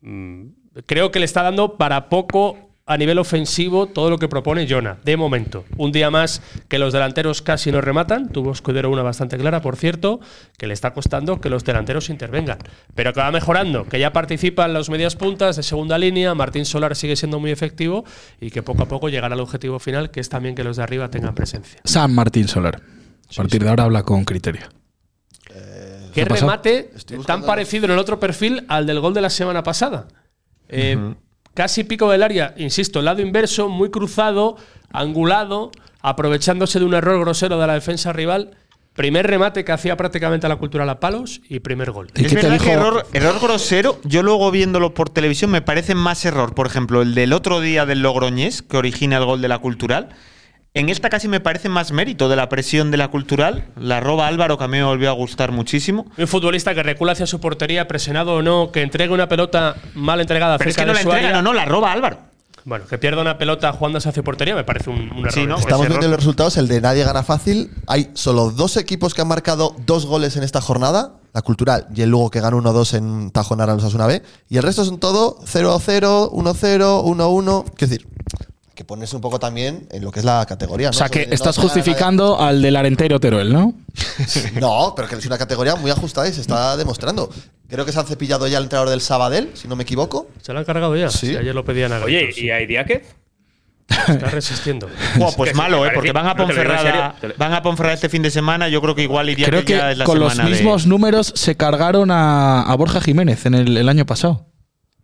S7: Mm, Creo que le está dando para poco a nivel ofensivo todo lo que propone Jona, de momento. Un día más que los delanteros casi no rematan, tuvo Escudero una bastante clara, por cierto, que le está costando que los delanteros intervengan. Pero que va mejorando, que ya participan los medias puntas de segunda línea, Martín Solar sigue siendo muy efectivo y que poco a poco llegará al objetivo final, que es también que los de arriba tengan presencia.
S4: San Martín Solar. A partir de ahora habla con criterio.
S7: Qué
S4: pasó?
S7: remate tan
S3: buscando-
S7: parecido en el otro perfil al del gol de la semana pasada. Eh, Casi pico del área, insisto, lado inverso, muy cruzado, angulado, aprovechándose de un error grosero de la defensa rival. Primer remate que hacía prácticamente a la cultura a palos y primer gol.
S4: ¿Y
S6: es
S4: qué te
S6: verdad
S4: dijo?
S6: que error, error grosero, yo luego viéndolo por televisión me parece más error. Por ejemplo, el del otro día del Logroñés, que origina el gol de la Cultural. En esta casi me parece más mérito de la presión de la Cultural. La roba Álvaro, que a mí me volvió a gustar muchísimo.
S7: Un futbolista que recula hacia su portería, presionado o no, que entregue una pelota mal entregada
S6: Pero es
S7: cerca
S6: que no la
S7: de su
S6: entrega,
S7: área.
S6: no, no, la roba Álvaro.
S7: Bueno, que pierda una pelota jugando hacia su portería me parece un, un error.
S6: Sí, ¿no?
S3: Estamos
S7: Pues
S6: ese error.
S3: viendo los resultados, el de nadie gana fácil. Hay solo dos equipos que han marcado dos goles en esta jornada, la Cultural y el Lugo que gana 1-2 en Tajonar a los Asuna B. Y el resto son todo 0-0, 1-0, 1-1. Quiero decir, hay que ponerse un poco también en lo que es la categoría.
S4: O sea
S3: ¿no?
S4: que
S3: Sobre- no
S4: estás
S3: se gana nadie.
S4: justificando al del Arenteiro Teruel, ¿no?
S3: No, pero que es una categoría muy ajustada y se está demostrando. Creo que se han cepillado ya el entrenador del Sabadell, si no me equivoco.
S7: Se lo han cargado ya.
S3: Sí.
S7: Sí, ayer lo pedían a
S8: Oye,
S7: gritos,
S8: ¿y a Idiáquez?
S7: Está resistiendo.
S6: Buah, pues
S8: que
S6: malo,
S8: me
S6: ¿eh? Porque
S8: parece-
S6: van a
S8: no te lo digo en
S6: Ponferrada,
S8: serio, te lo-
S6: van a Ponferrada este fin de semana. Yo creo que igual iría
S4: Creo
S6: ya
S4: que
S6: es la
S4: con los
S6: semana de-
S4: mismos números se cargaron a, a Borja Jiménez en el, el año pasado.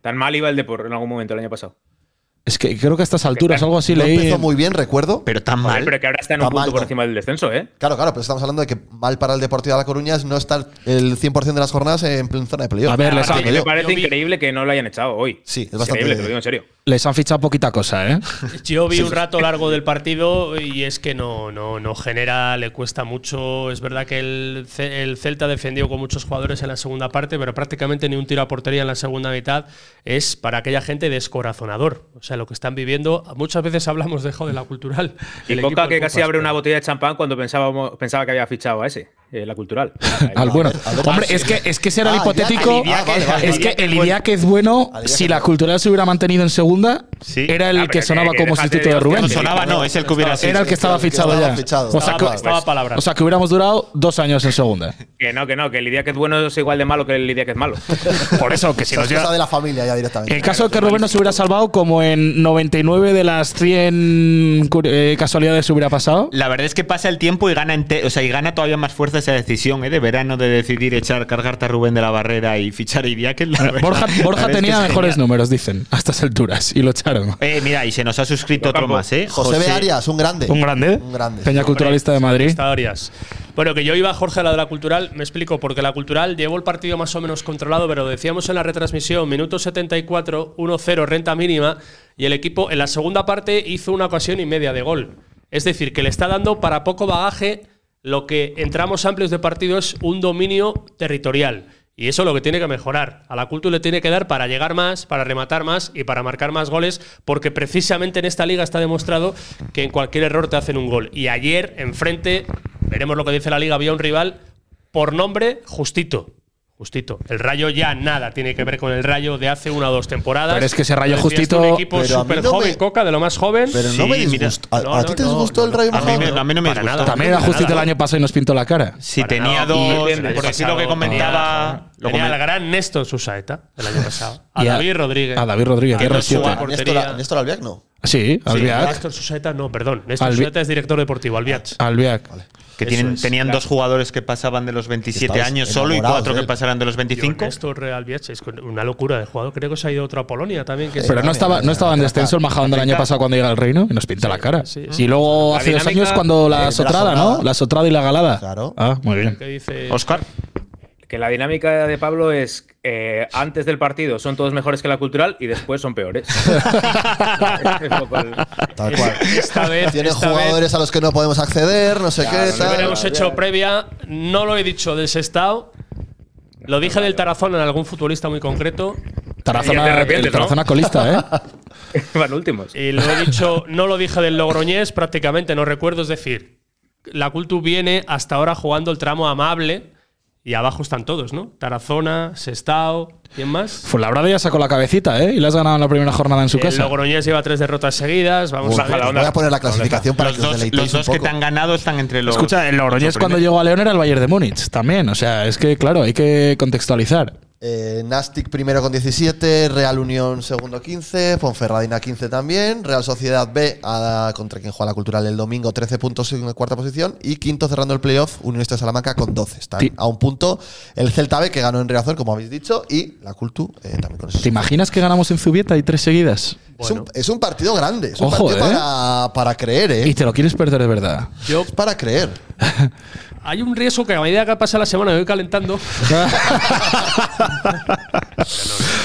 S8: Tan mal iba el Depor en algún momento el año pasado.
S4: Es que creo que a estas alturas, algo así
S3: no
S4: leí.
S3: empezó muy bien, recuerdo.
S6: Pero tan
S8: Joder,
S6: mal.
S8: Pero que ahora está en
S3: Está
S8: un punto
S3: mal,
S8: por
S3: ¿no?
S8: encima del descenso, ¿eh?
S3: Claro, claro, pero estamos hablando de que mal para el Deportivo de La Coruña es no estar el 100% de las jornadas en plena zona de playoff.
S4: A ver,
S3: Ah,
S4: les
S8: Ahora, a
S3: digo
S4: ha-
S8: mí
S3: yo.
S8: me parece
S7: Yo vi-
S8: increíble que no lo hayan echado hoy.
S3: Sí, es bastante-
S8: Increíble, te lo digo en serio.
S4: Les han fichado poquita cosa, ¿eh?
S7: Yo vi un rato largo del partido y es que no, no, no genera, le cuesta mucho. Es verdad que el, Ce- el Celta defendió con muchos jugadores en la segunda parte, pero prácticamente ni un tiro a portería en la segunda mitad. Es para aquella gente descorazonador. O sea, lo que están viviendo, muchas veces hablamos de joder, la cultural.
S8: Y
S7: El
S8: Coca
S7: equipo de
S8: que casi
S7: Copas,
S8: abre una
S7: pero-
S8: botella de champán cuando pensábamos, pensaba que había fichado a ese, eh, la cultural.
S4: Al bueno.
S3: al bueno.
S4: Hombre, es que, es que ese era el
S3: Ah,
S4: hipotético.
S3: Idiáquez. Ah, vale, vale,
S4: Es
S3: vale.
S4: que el Idiáquez bueno,
S3: Al Idiáquez
S4: si la
S3: bueno.
S4: cultural se hubiera mantenido en segunda,
S6: Sí.
S4: era el
S8: Ah,
S4: que
S8: pero
S4: sonaba
S8: que
S4: como
S8: dejaste
S4: sustituto de
S8: Dios que
S4: Rubén.
S6: No sonaba, no, es el que hubiera sido.
S4: Era el que estaba
S3: el que
S4: fichado
S3: estaba
S4: ya.
S3: fichado.
S6: Pues
S4: O sea,
S7: Estaba-
S4: que-
S7: estaba palabra.
S4: o sea, que hubiéramos durado dos años en segunda.
S8: Que no, que no, que el idea que es bueno es igual de malo que el idea que es malo.
S4: Por eso, que si
S3: Esa
S4: nos
S3: es cosa
S4: llega.
S3: de la familia ya directamente.
S4: En caso de que Rubén no se hubiera salvado, como en 99 de las 100 cu- eh, casualidades hubiera pasado.
S6: La verdad es que pasa el tiempo y gana, ente- o sea, y gana todavía más fuerza esa decisión ¿eh? de verano de decidir echar, cargarte a Rubén de la Barrera y fichar a Idiáquez. la verdad.
S4: Borja,
S6: La
S4: Borja
S6: verdad es que
S4: tenía
S6: es
S4: mejores
S6: genial.
S4: números, dicen, a estas alturas, y lo echaron.
S6: Eh, mira, y se nos ha suscrito otro
S8: Campo.
S6: más, ¿eh?
S3: José, B. Arias, un grande.
S4: Un grande,
S3: Un grande.
S4: Peña Culturalista de Madrid.
S7: Estadorias. Bueno, que yo iba, Jorge, a la de la cultural. Me explico, porque la cultural llevó el partido más o menos controlado, pero decíamos en la retransmisión, minuto 74, 1-0, renta mínima, y el equipo en la segunda parte hizo una ocasión y media de gol. Es decir, que le está dando para poco bagaje lo que entramos amplios de partido es un dominio territorial. Y eso es lo que tiene que mejorar. A la cultura le tiene que dar para llegar más, para rematar más y para marcar más goles, porque precisamente en esta liga está demostrado que en cualquier error te hacen un gol. Y ayer, enfrente, veremos lo que dice la liga, había un rival por nombre justito. Justito. El rayo ya nada tiene que ver con el rayo de hace una o dos temporadas.
S4: Pero es que ese Rayo
S7: Decías tú,
S4: Justito-
S7: Un equipo
S3: Pero a mí
S7: súper
S3: no
S7: joven,
S3: me-
S7: Coca, de lo más joven.
S3: Pero no
S6: Sí,
S3: me
S6: mira.
S3: disgustó. ¿A, a
S7: No,
S3: ti
S7: no,
S3: te
S7: no,
S3: disgustó
S7: no.
S3: el Rayo
S6: A mí, me-
S3: Majadahonda?
S6: a mí no me
S7: Para
S6: disgustó.
S7: nada.
S4: También era
S7: Nada,
S4: justito el
S7: nada.
S4: año pasado y nos pintó la cara.
S6: Si
S7: Para
S6: tenía
S7: nada.
S6: dos,
S8: Y-
S6: por decir lo que comentaba. lo
S7: Lo tenía
S6: comen-
S7: al gran Néstor Susaeta el año pasado. A
S4: Y
S7: David Rodríguez.
S4: A David Rodríguez,
S7: Que
S4: que
S7: no
S4: R7.
S7: suba.
S3: A Néstor,
S7: portería.
S3: a Néstor Albiac no.
S4: Sí, Albiac.
S7: Néstor Susaeta, no, perdón. Néstor
S4: Albi-
S7: Susaeta es director deportivo, Albiach.
S6: Ah,
S4: Albiac.
S6: que tienen-
S7: Eso es.
S6: tenían dos jugadores que pasaban de los 27
S3: Estabas
S6: años solo y
S3: enamorados
S6: cuatro
S3: de
S6: que
S3: él.
S6: pasaran de los 25.
S7: Néstor eh, Albiach es una locura de jugador. Creo que se ha ido otro a Polonia también. Que es-
S4: Pero no estaba, no estaba en descenso el majadón del año pasado cuando llega al reino y nos pinta la cara.
S7: sí,
S4: Y luego
S8: La
S4: hace dos
S8: dinámica
S4: años cuando
S3: Eh, de
S4: la
S3: la
S4: sotrada,
S3: jornada.
S4: ¿no? La sotrada y la galada.
S3: Claro.
S4: Ah, muy bien.
S7: que dice
S6: Oscar.
S8: Que la dinámica de Pablo es eh, antes del partido son todos mejores que la cultural y después son peores. Es un poco el-
S3: Tal cual.
S7: esta vez.
S3: Tiene
S7: esta
S3: jugadores
S7: vez,
S3: a los que no podemos acceder, no sé qué,
S7: lo
S3: tal.
S7: hubiéramos hecho previa. No lo he dicho del Sestao. Lo dije del Tarazona en algún futbolista muy concreto.
S8: Ya te
S4: Tarazona,
S8: arrepientes,
S4: el Tarazona
S8: ¿no?
S4: colista, ¿eh?
S8: Van últimos.
S7: Y Eh, lo he dicho, no lo dije del Logroñés, prácticamente no recuerdo. Es decir, la Cultu viene hasta ahora jugando el tramo amable y abajo están todos, ¿no? Tarazona, Sestao, ¿quién más?
S4: Fuenlabrada ya sacó Pues la cabecita, ¿eh? Y la has ganado en la primera jornada en su
S7: El
S4: casa.
S7: Logroñés lleva tres derrotas seguidas. Vamos
S3: Uf,
S7: a ver.
S8: la onda.
S3: voy a poner la clasificación para
S6: Los
S3: que os
S6: dos, los
S3: deleitéis un
S6: dos que
S3: poco.
S6: te han ganado están entre los.
S4: Escucha, el Logroñés
S6: los
S4: cuando
S6: primeros.
S4: llegó a León era el Bayern de Múnich también. O sea, es que, claro, hay que contextualizar.
S3: Eh, Nastic primero con 17, Real Unión segundo 15, Ponferradina 15 también, Real Sociedad B a- contra quien juega la Cultural el domingo 13 puntos en cuarta posición y quinto cerrando el playoff Unionistas de Salamanca con 12. Están
S4: Ti-
S3: a un punto el Celta B que ganó en Riazor como habéis dicho y la Cultu eh, también con eso.
S4: ¿Te imaginas que ganamos en Zubieta y tres seguidas?
S3: Es, un, es un partido grande, es un
S4: Ojo,
S3: partido
S4: ¿eh?
S3: para, para creer, ¿eh?
S4: Y te lo quieres perder de verdad.
S7: Yo-
S3: Es para creer.
S7: hay un riesgo que a medida que pasa la semana me voy calentando.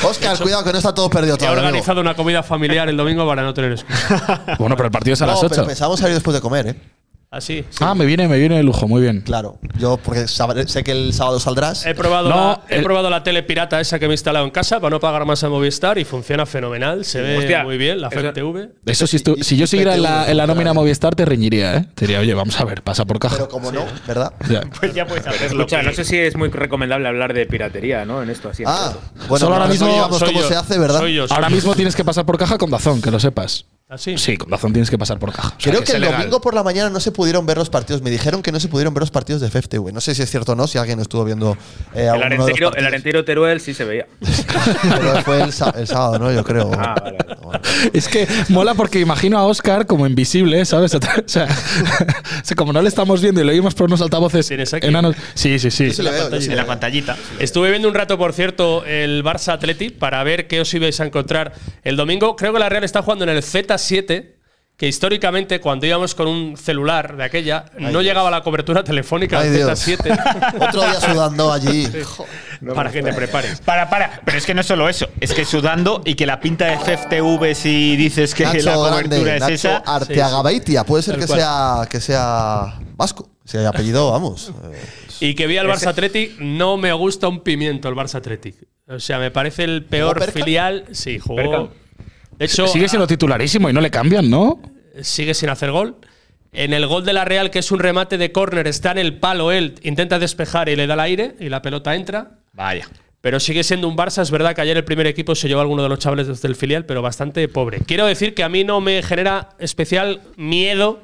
S3: Oscar, cuidado que no está todo perdido
S7: He
S3: todavía. amigo.
S7: organizado una comida familiar el domingo para no tener excusa.
S4: bueno, pero el partido es a las
S3: No, pero
S4: 8.
S3: pensábamos salir después de comer, ¿eh?
S7: Así. sí.
S4: Ah, me viene, me viene de lujo, muy bien.
S3: Claro. Yo, porque sabré- sé que el sábado saldrás.
S7: He probado,
S4: No,
S7: la, he
S4: el-
S7: probado la tele pirata esa que me he instalado en casa para no pagar más a Movistar y funciona fenomenal. Se ve
S8: Hostia,
S7: muy bien la
S8: eso-
S7: FTV.
S4: Eso si, estu-
S3: Y-
S4: si yo
S3: y
S4: siguiera en la,
S3: PTV,
S4: en la nómina
S3: claro.
S4: Movistar te reñiría, ¿eh? Te diría, oye, vamos a ver, pasa por caja.
S3: Pero como
S7: ¿eh?
S3: no, ¿verdad?
S4: Ya.
S6: Pues ya puedes hacerlo.
S8: Escucha, no sé si es muy recomendable hablar de piratería, ¿no? En esto así. en
S3: Ah,
S8: corto.
S3: bueno,
S4: Solo ahora
S3: no
S4: mismo
S3: sabíamos
S7: soy
S3: cómo
S7: yo.
S3: se hace, ¿verdad?
S7: Soy yo. Ah,
S4: Ahora mismo tienes que pasar por caja con Dazón, que lo sepas.
S7: Así.
S4: Sí, con Dazón tienes que pasar por caja. O sea,
S3: Creo que
S4: es
S3: el
S4: legal.
S3: domingo por la mañana no se pudieron ver los partidos. Me dijeron que no se pudieron ver los partidos de FFTV. No sé si es cierto o no, si alguien estuvo viendo eh,
S8: El
S3: alguno de los
S8: arentero, el
S3: partidos.
S8: arentero Teruel sí se veía.
S3: Pero fue el, sa- el sábado, ¿no? Yo creo.
S8: Ah, vale, vale.
S3: Bueno.
S4: Es que mola porque imagino a Oscar como invisible, ¿sabes? O sea, o sea, como no le estamos viendo y lo oímos por unos altavoces
S7: ¿Tienes aquí?
S4: enanos. Sí, sí, sí.
S3: Yo sí le veo, yo sí
S6: En
S3: le
S6: la
S3: veo.
S6: pantallita.
S7: Estuve viendo un rato, por cierto, el Barça Atleti para ver qué os ibais a encontrar el domingo. Creo que la Real está jugando en el Z7, que históricamente cuando íbamos con un celular de aquella, no llegaba la cobertura telefónica
S3: Ay,
S7: del
S3: Dios.
S7: Z7
S3: Otro día sudando allí.
S7: para que te prepares.
S6: Para, para. Pero es que no es solo eso. Es que sudando y que la pinta de FFTV, si dices que la
S3: Nacho
S6: cobertura
S3: Grande,
S6: es
S3: Nacho
S6: esa.
S3: Arteagabeitia. Puede ser
S7: Tal
S3: que
S7: cual.
S3: sea, que sea vasco. Si hay apellido, vamos. Eh,
S7: Y que vi al Barça Atleti, no me gusta un pimiento el Barça Atleti. O sea, me parece el peor
S3: Perkan?
S7: filial. Sí, jugó.
S8: Perkan.
S7: De hecho, ah,
S4: Sigue siendo titularísimo y no le cambian, ¿no?
S7: sigue sin hacer gol. En el gol de la Real, que es un remate de córner, está en el palo él, intenta despejar y le da el aire y la pelota entra.
S6: Vaya.
S7: Pero sigue siendo un Barça. Es verdad que ayer el primer equipo se llevó a alguno de los chavales desde el filial, pero bastante pobre. Quiero decir que a mí no me genera especial miedo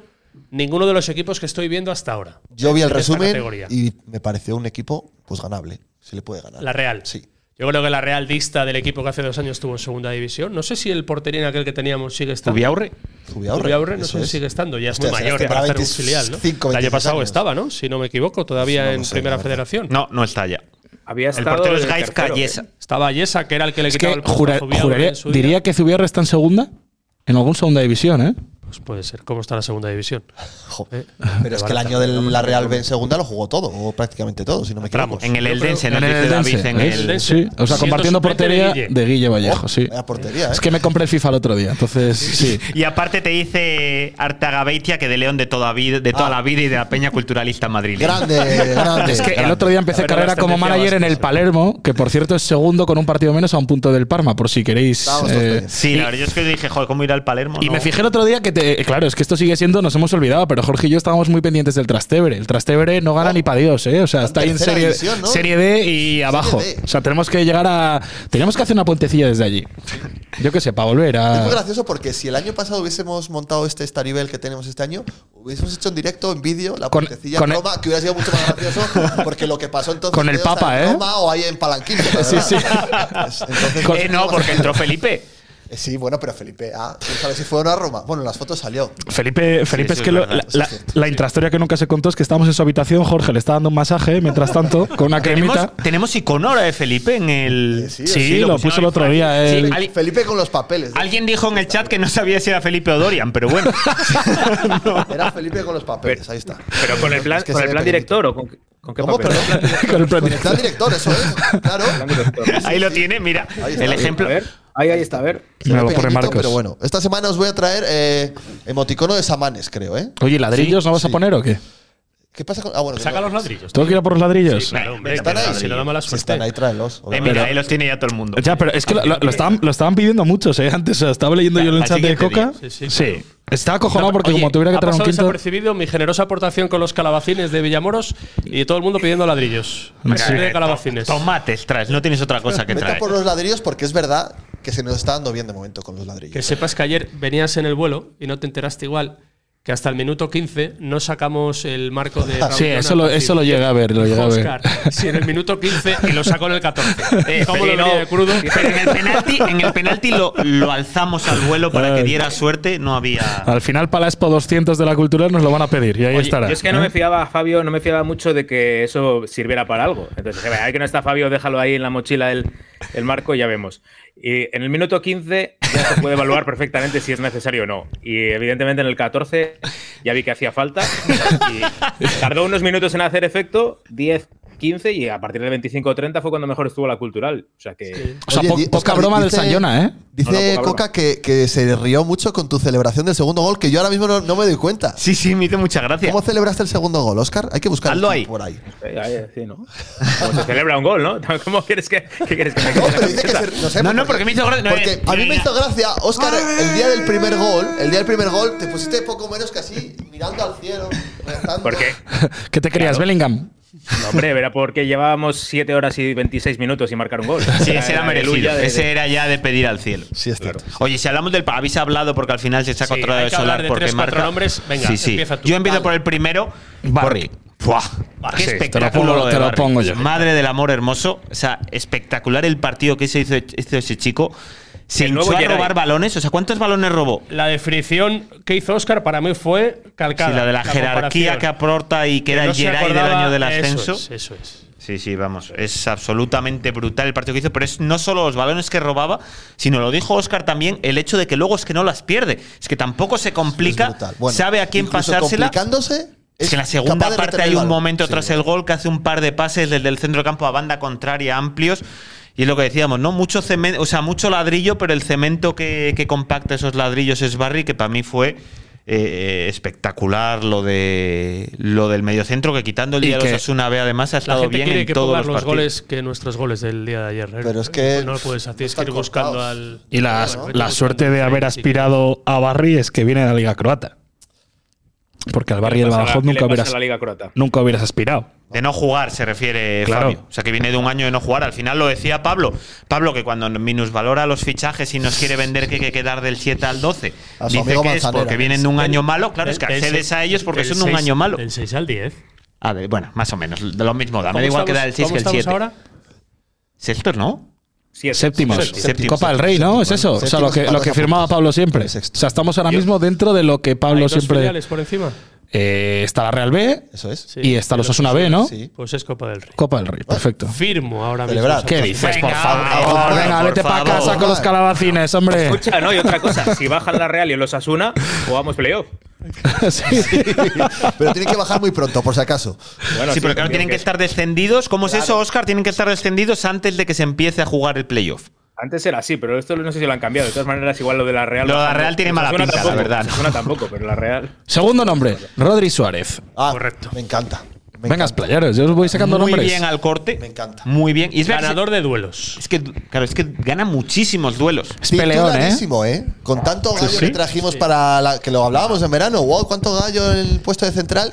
S7: ninguno de los equipos que estoy viendo hasta ahora.
S3: Yo vi el
S7: En esta
S3: resumen
S7: categoría.
S3: y me pareció un equipo pues ganable. Se le puede ganar.
S7: La Real.
S3: Sí.
S7: Yo creo que la Real dista del equipo que hace dos años estuvo en segunda división. No sé si el porterín aquel que teníamos sigue estando.
S6: Zubiaurre.
S3: Zubiaurre.
S7: Zubiaurre, no
S3: eso
S7: sé si
S3: es.
S7: sigue estando. Ya
S3: Hostia,
S7: es muy
S3: será
S7: mayor para
S3: temporada
S7: hacer un filial, ¿no?
S3: 25,
S7: el año
S3: 26
S7: pasado
S3: años.
S7: estaba, ¿no? Si no me equivoco, todavía
S3: No lo
S7: en
S3: sé,
S7: Primera
S3: la verdad.
S7: Federación.
S6: No, no está ya.
S8: Había
S6: El
S8: estado
S6: portero es
S8: el
S6: Gaif
S8: tercero,
S6: Callesa.
S7: Estaba Yesa, que era el que le
S4: Es
S7: quitaba
S4: que
S7: el puesto a
S4: jura-
S7: Zubiaurre
S4: juraría-
S7: en su día.
S4: diría que Zubiarra está en segunda, en algún segunda división, ¿eh?
S7: Pues puede ser. ¿Cómo está la segunda división?
S3: Jo.
S7: Eh,
S3: Pero es que el año de la Real B en segunda lo jugó todo, o prácticamente todo, si no me equivoco.
S6: Ramos. En el Eldense, nos
S4: En el
S6: dice David.
S4: Eldense,
S6: En
S4: ¿ves?
S6: el.
S4: Sí, o sea, compartiendo
S7: Siendo
S4: portería
S7: suplente de Guille.
S4: de Guille Vallejo, sí.
S3: Vaya portería, ¿eh?
S4: Es que me compré el FIFA el otro día, entonces sí.
S6: Y aparte te dice Artaga Beitia que de León de toda, vida, de toda
S3: Ah.
S6: la vida y de la peña culturalista madrileña.
S3: Grande, grande.
S4: Es que el
S3: grande.
S4: otro día empecé
S7: Pero la
S4: carrera como
S7: estrategia
S4: manager en
S7: vasca,
S4: el
S7: sí.
S4: Palermo, que por cierto es segundo con un partido menos a un punto del Parma, por si queréis.
S3: Estábamos
S4: eh,
S3: todos pendientes.
S6: Sí, la verdad, yo es que dije, joder, ¿cómo irá al Palermo?
S4: Y
S6: No.
S4: me fijé el otro día que, te, eh, claro, es que esto sigue siendo, nos hemos olvidado, pero Jorge y yo estábamos muy pendientes del Trastevere. El Trastevere no gana ni para Dios, ¿eh? O sea, está ahí en
S3: tercera
S4: serie,
S3: división, ¿no?
S4: serie D y abajo.
S3: D.
S4: O sea, tenemos que llegar a. Tenemos que hacer una puentecilla desde allí. Yo qué sé, para volver
S3: Es muy
S4: a.
S3: gracioso porque si el año pasado hubiésemos montado este Starivel que tenemos este año, hubiésemos hecho en directo, en vídeo, la
S4: Con-
S3: puentecilla
S4: con
S3: en
S4: el-
S3: Roma, que hubiera sido mucho más gracioso, porque lo que pasó entonces.
S4: Con el
S3: debe estar
S4: Papa,
S3: en
S4: ¿eh?
S3: Roma o ahí en Palanquín. la
S4: Sí,
S3: verdad.
S4: sí.
S3: Entonces,
S6: Eh, no, porque entró Felipe.
S3: Eh, Sí, bueno, pero Felipe, ah, ¿tú sabes si fue o no a Roma? Bueno, en las fotos salió.
S4: Felipe, Felipe
S6: sí,
S4: es
S6: es
S4: que lo-
S6: verdad,
S4: la,
S6: sí,
S4: la- la intrahistoria que nunca se contó es que estábamos en su habitación, Jorge le está dando un masaje, mientras tanto, con una cremita.
S6: Tenemos, tenemos icono ahora de Felipe en el.
S3: Eh, sí,
S4: Sí, lo puso el otro día, eh.
S6: Sí,
S4: el-
S6: al-
S3: Felipe con los papeles. ¿no?
S6: alguien dijo en el chat que no sabía si era Felipe o Dorian, pero bueno.
S3: Era Felipe con los papeles, ahí está.
S8: Pero con el plan,
S3: Es que
S8: con
S3: se
S8: el
S3: ve
S8: plan
S3: pequeñito.
S8: director o con, con qué
S3: ¿Cómo?
S8: papel.
S3: Pero el plan director.
S4: Con el plan
S3: Con el
S4: director.
S3: plan director, eso es. Claro.
S6: Ahí lo tiene, mira.
S3: Ahí está,
S6: El
S3: ahí.
S6: ejemplo. eh,
S8: A ver, ahí, ahí está, a ver.
S3: Se ve
S4: Me lo pone
S3: pequeñito,
S4: Marcos.
S3: Pero bueno, esta semana os voy a traer eh, emoticono de Samanes, creo, ¿eh?
S4: Oye, ¿ladrillos no vas a
S3: sí.
S4: poner o qué?
S3: ¿Qué pasa con.? Ah, bueno,
S7: Saca los ladrillos.
S4: ¿Tengo que ir a por los ladrillos?
S7: Sí, claro, hombre,
S3: ¿Están
S7: que
S3: ahí?
S7: Si no da mala
S3: Si
S7: suerte.
S3: están ahí, tráelos.
S6: Eh,
S3: obviamente.
S6: mira, ahí los tiene ya todo el mundo.
S4: Ya, pero es que lo, lo- lo estaban, lo estaban pidiendo muchos, ¿eh? Antes, o sea, estaba leyendo yo en el
S6: al
S4: chat de
S6: siguiente
S4: Coca.
S7: día. Sí, sí,
S4: Sí. Estaba acojonado porque
S7: Oye,
S4: como tuviera que
S7: ha
S4: traer un
S7: pasado
S4: quinto.
S7: desapercibido mi generosa aportación con los calabacines de Villamoros y todo el mundo pidiendo ladrillos.
S4: Hombre,
S7: Ladrillo de
S6: Eh,
S7: calabacines.
S6: to- Tomates traes, no tienes otra cosa que
S3: Vete a
S6: traer.
S3: por los ladrillos porque es verdad que se nos está dando bien de momento con los ladrillos.
S7: Que sepas que ayer venías en el vuelo y no te enteraste igual que hasta el minuto 15 no sacamos el marco de. Raúl
S4: Sí, eso
S7: Jonathan.
S4: lo, eso lo llega a ver, lo llega a ver.
S7: Oscar, si en el minuto 15 y lo sacó en el 14.
S6: Eh, pero
S7: ¿Cómo lo venía
S6: no,
S7: de crudo?
S6: Pero en el penalti, en el penalti lo, lo alzamos al vuelo para que
S4: Ay. Ah.
S6: diera suerte. No había.
S4: Al final, para la Expo 200 de la cultura nos lo van a pedir y ahí
S6: Oye,
S4: estará.
S8: Yo es que no
S4: ¿eh?
S8: me fiaba, Fabio, no me fiaba mucho de que eso sirviera para algo. Entonces, dije, "Venga, ahí que no está Fabio, déjalo ahí en la mochila el, el marco y ya vemos. Y en el minuto 15 ya se puede evaluar perfectamente si es necesario o no. Y evidentemente en el 14 ya vi que hacía falta. Y tardó unos minutos en hacer efecto, 10, 15 y a partir del 25 o 30 fue cuando mejor estuvo la cultural. O sea que...
S4: O sea,
S3: Oye,
S4: po-
S3: di-
S4: poca
S3: Oscar,
S4: broma del
S3: dice-
S4: Sanyona, ¿eh?
S3: Dice
S8: No, no, poca
S3: Coca que, que se rió mucho con tu celebración del segundo gol, que yo ahora mismo no, no me doy cuenta.
S6: Sí, sí, me hizo mucha gracia.
S3: ¿Cómo celebraste el segundo gol, Oscar? Hay que buscarlo
S6: Hazlo ahí.
S3: por ahí.
S8: eh, ahí, sí, ¿no? Como se celebra un gol, ¿no? ¿Cómo quieres que, qué quieres que me
S3: No,
S8: quite la
S3: pero dice que
S8: camiseta?
S3: se, no, sé,
S6: No, no, porque me hizo gracia. No,
S3: Porque
S6: eh,
S3: a mí me
S6: mira.
S3: hizo gracia, Oscar, el día del primer gol, el día del primer gol, te pusiste poco menos que así, mirando al cielo, rezando.
S8: Porque
S4: ¿Qué te creías, Bellingham?
S8: No, hombre, era porque llevábamos 7 horas y 26 minutos sin marcar un gol.
S6: Sí, ese era merecido.
S8: aleluya de-
S6: Ese era ya de pedir al cielo.
S3: Sí, es cierto.
S6: Oye, si hablamos del. pa- Habéis hablado porque al final se saca
S7: Sí,
S6: otro de
S7: hay que
S6: solar
S7: hablar de
S6: porque
S7: tres, cuatro
S6: marca-
S7: nombres. Venga,
S6: Sí, sí.
S7: empieza tú.
S6: Yo empiezo por el primero. Barry. ¡Buah! ¡Qué
S4: Sí, te lo
S6: espectáculo!
S4: pongo-
S6: lo de
S4: te lo
S6: Barry.
S4: pongo yo.
S6: Madre del amor hermoso. O sea, espectacular el partido que se hizo, hizo ese chico. Se
S8: El nuevo
S6: hinchó a
S8: Gerrard.
S6: robar balones. O sea, ¿cuántos balones robó?
S7: La definición que hizo Oscar para mí fue calcada.
S6: Sí, la de la, jerarquía
S7: comparación.
S6: que aporta y que
S7: Que
S6: era
S7: no
S6: el
S7: se
S6: Geray del
S7: acordaba-
S6: año del
S7: eso
S6: ascenso.
S7: es, Eso es.
S6: Sí, sí, vamos. Es absolutamente brutal el partido que hizo, pero es no solo los balones que robaba, sino lo dijo Oscar también, el hecho de que luego es que no las pierde. Es que tampoco se
S3: Es
S6: complica,
S3: brutal. Bueno,
S6: sabe a quién
S3: incluso
S6: pasársela.
S3: Complicándose.
S6: Es
S3: es
S6: que en la
S3: capaz
S6: segunda
S3: de
S6: parte
S3: retener
S6: hay
S3: el
S6: un
S3: balón.
S6: momento
S3: Sí.
S6: tras el gol que hace un par de pases desde el centro campo a banda contraria amplios. Y es lo que decíamos, ¿no? Mucho cemento, o sea, mucho ladrillo, pero el cemento que, que compacta esos ladrillos es Barry, que para mí fue eh, espectacular lo de lo del mediocentro, que quitando el
S4: Y
S6: día de
S4: que-
S6: los Asuna B además ha
S7: La
S6: estado
S7: gente
S6: bien
S7: quiere
S6: en
S7: que
S6: todos los,
S7: pongas los,
S6: partidos.
S7: goles que nuestros goles del día de ayer. ¿eh?
S3: Pero es que-
S7: No lo puedes hacer, es que
S3: están
S7: ir buscando
S3: cortados.
S7: al.
S4: Y la,
S7: Bueno,
S4: la
S7: vete
S4: suerte
S7: buscando
S4: de
S7: al
S4: haber
S7: Frenkie.
S4: aspirado a Barry es que viene de la Liga Croata. Porque al
S8: ¿Qué
S4: barrio
S8: le
S4: del
S8: pasa a la-
S4: Badajoz
S8: qué le
S4: nunca
S8: pasa
S4: hubieras,
S8: a la Liga Croata.
S4: nunca hubieras aspirado.
S6: De no jugar se refiere
S4: Claro.
S6: Fabio. O sea, que viene de un año de no jugar. Al final lo decía Pablo. Pablo, que cuando minusvalora los fichajes y nos quiere vender que hay que quedar del 7 al 12,
S3: A su
S6: dice
S3: amigo
S6: que es
S3: Manzanera.
S6: porque vienen de un año malo. Claro, es que
S7: Del- del
S6: accedes
S7: seis-
S6: a ellos porque
S7: del
S6: son de un
S7: seis-
S6: año malo.
S7: Del 6 al 10.
S6: A ver, bueno, más o menos. De lo mismo da. Me
S7: ¿Cómo
S6: da igual
S7: estamos-
S6: que da el 6
S7: cómo
S6: que el
S7: estamos
S6: 7.
S7: ahora?
S6: Sextos, ¿no?
S8: Siete.
S4: Séptimos.
S8: Séptimo.
S6: Séptimos.
S4: Copa del Rey, ¿no? Es eso. o sea, lo
S3: Séptimos,
S4: que, lo que
S3: palos
S4: firmaba
S3: apuntos.
S4: Pablo siempre. O
S3: Sexto.
S4: sea, estamos ahora mismo dentro de lo que
S7: Hay
S4: Pablo
S7: dos
S4: siempre.
S7: filiales por encima.
S4: Eh, está la Real B
S3: Eso es.
S4: y está los Osuna B, ¿no?
S3: Sí.
S7: Pues es Copa del Rey.
S4: Copa del Rey, perfecto.
S7: Firmo ahora mismo.
S3: Celebrar.
S7: esa
S4: ¿Qué
S7: cosa.
S4: dices,
S6: Pues Venga,
S4: por favor?
S6: hombre,
S4: venga,
S6: por
S4: vete para
S6: favor.
S4: casa con los calabacines, hombre.
S8: Escucha, no, y otra cosa, si bajan la Real y los Asuna, jugamos playoff.
S4: Sí.
S3: Pero tienen que bajar muy pronto, por si acaso.
S8: Bueno,
S6: sí, pero claro,
S8: también
S6: tienen que estar descendidos. ¿Cómo es eso, Oscar? Tienen que estar descendidos antes de que se empiece a jugar el playoff.
S8: Antes era así, pero esto no sé si lo han cambiado. De todas maneras, igual lo de la Real.
S6: Lo de la Real tiene mala
S8: Osasuna
S6: pinta, la
S8: tampoco,
S6: verdad.
S8: Osasuna tampoco, pero la Real.
S4: Segundo nombre, Rodri Suárez.
S3: Ah,
S7: Correcto.
S3: Me encanta. Me
S4: Vengas,
S3: encanta.
S4: playeros, yo os voy sacando
S6: Muy
S4: nombres.
S6: bien al corte.
S3: Me encanta.
S6: Muy bien. Y es verdad que se-
S7: Ganador de duelos.
S6: Es que, claro, es que gana muchísimos duelos.
S4: Es peleón, ¿eh?
S3: Titularísimo, ¿eh? Con tanto gallo
S4: Sí, sí.
S3: que trajimos para la, que lo hablábamos en verano. Wow, cuánto gallo en el puesto de central.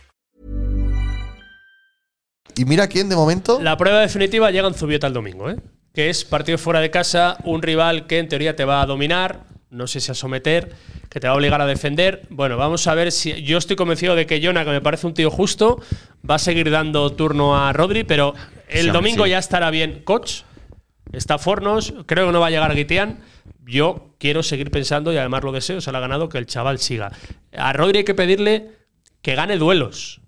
S3: Y mira quién de momento.
S7: La prueba definitiva llega en Zubieta el domingo, ¿eh? Que es partido fuera de casa, un rival que en teoría te va a dominar, no sé si a someter, que te va a obligar a defender. Bueno, vamos a ver si. Yo estoy convencido de que Jonah, que me parece un tío justo, va a seguir dando turno a Rodri, pero el
S6: Sí, hombre,
S7: domingo
S6: sí.
S7: ya estará bien Koch, está Fornos, creo que no va a llegar Guitián. Yo quiero seguir pensando, y además lo deseo, se lo ha ganado, que el chaval siga. A Rodri hay que pedirle que gane duelos.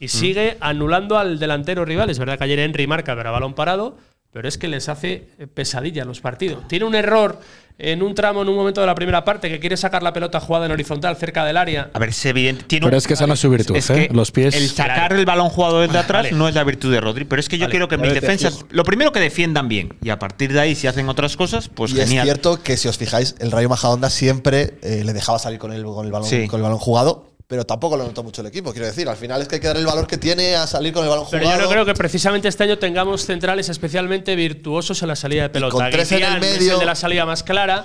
S7: Y sigue anulando al delantero rival. Es verdad que ayer Henry marca, pero a balón parado. Pero es que les hace eh, pesadilla los partidos. Tiene un error en un tramo, en un momento de la primera parte, que quiere sacar la pelota jugada en horizontal cerca del área.
S6: A ver, es evidente. Tiene
S4: Pero
S6: un-
S4: es que esa no es su virtud,
S6: Es
S4: ¿eh?
S6: que
S4: Los pies.
S6: El sacar el balón jugado desde atrás
S7: Vale.
S6: no es la virtud de Rodri, pero es que yo
S7: Vale,
S6: quiero que mis
S8: muévete,
S6: defensas.
S8: fijo.
S6: Lo primero que defiendan bien. Y a partir de ahí, si hacen otras cosas, pues
S3: y es
S6: genial.
S3: cierto que si os fijáis, el Rayo Majadonda siempre eh, le dejaba salir con el, con, el balón,
S6: Sí.
S3: con el balón jugado, pero tampoco lo notó mucho el equipo. Quiero decir, al final es que hay que dar el valor que tiene a salir con el balón
S7: Pero
S3: jugado.
S7: yo no creo que precisamente este año tengamos centrales especialmente virtuosos en la salida de pelota.
S3: con tres en el
S7: Guitián es
S3: medio.
S7: de la salida más clara.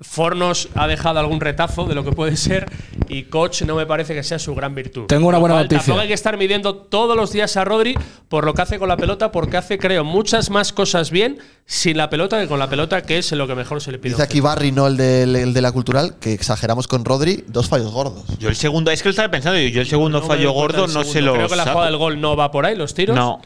S7: Fornos ha dejado algún retazo de lo que puede ser y Koch no me parece que sea su gran virtud.
S4: Tengo una
S7: Lo
S4: buena
S7: cual,
S4: noticia.
S7: Tampoco hay que estar midiendo todos los días a Rodri por lo que hace con la pelota, porque hace, creo, muchas más cosas bien sin la pelota que con la pelota, que es lo que mejor se le pide. a
S3: Dice
S7: un
S3: aquí Barry, no el de, el de la cultural, que exageramos con Rodri, dos fallos gordos.
S6: Yo el segundo. Es que lo estaba pensando. Yo el segundo
S7: centro. No me
S6: fallo
S7: importa
S6: gordo
S7: el
S6: no
S7: segundo.
S6: se lo.
S7: Creo que la
S6: saco.
S7: jugada del gol no va por ahí, los tiros.
S6: No.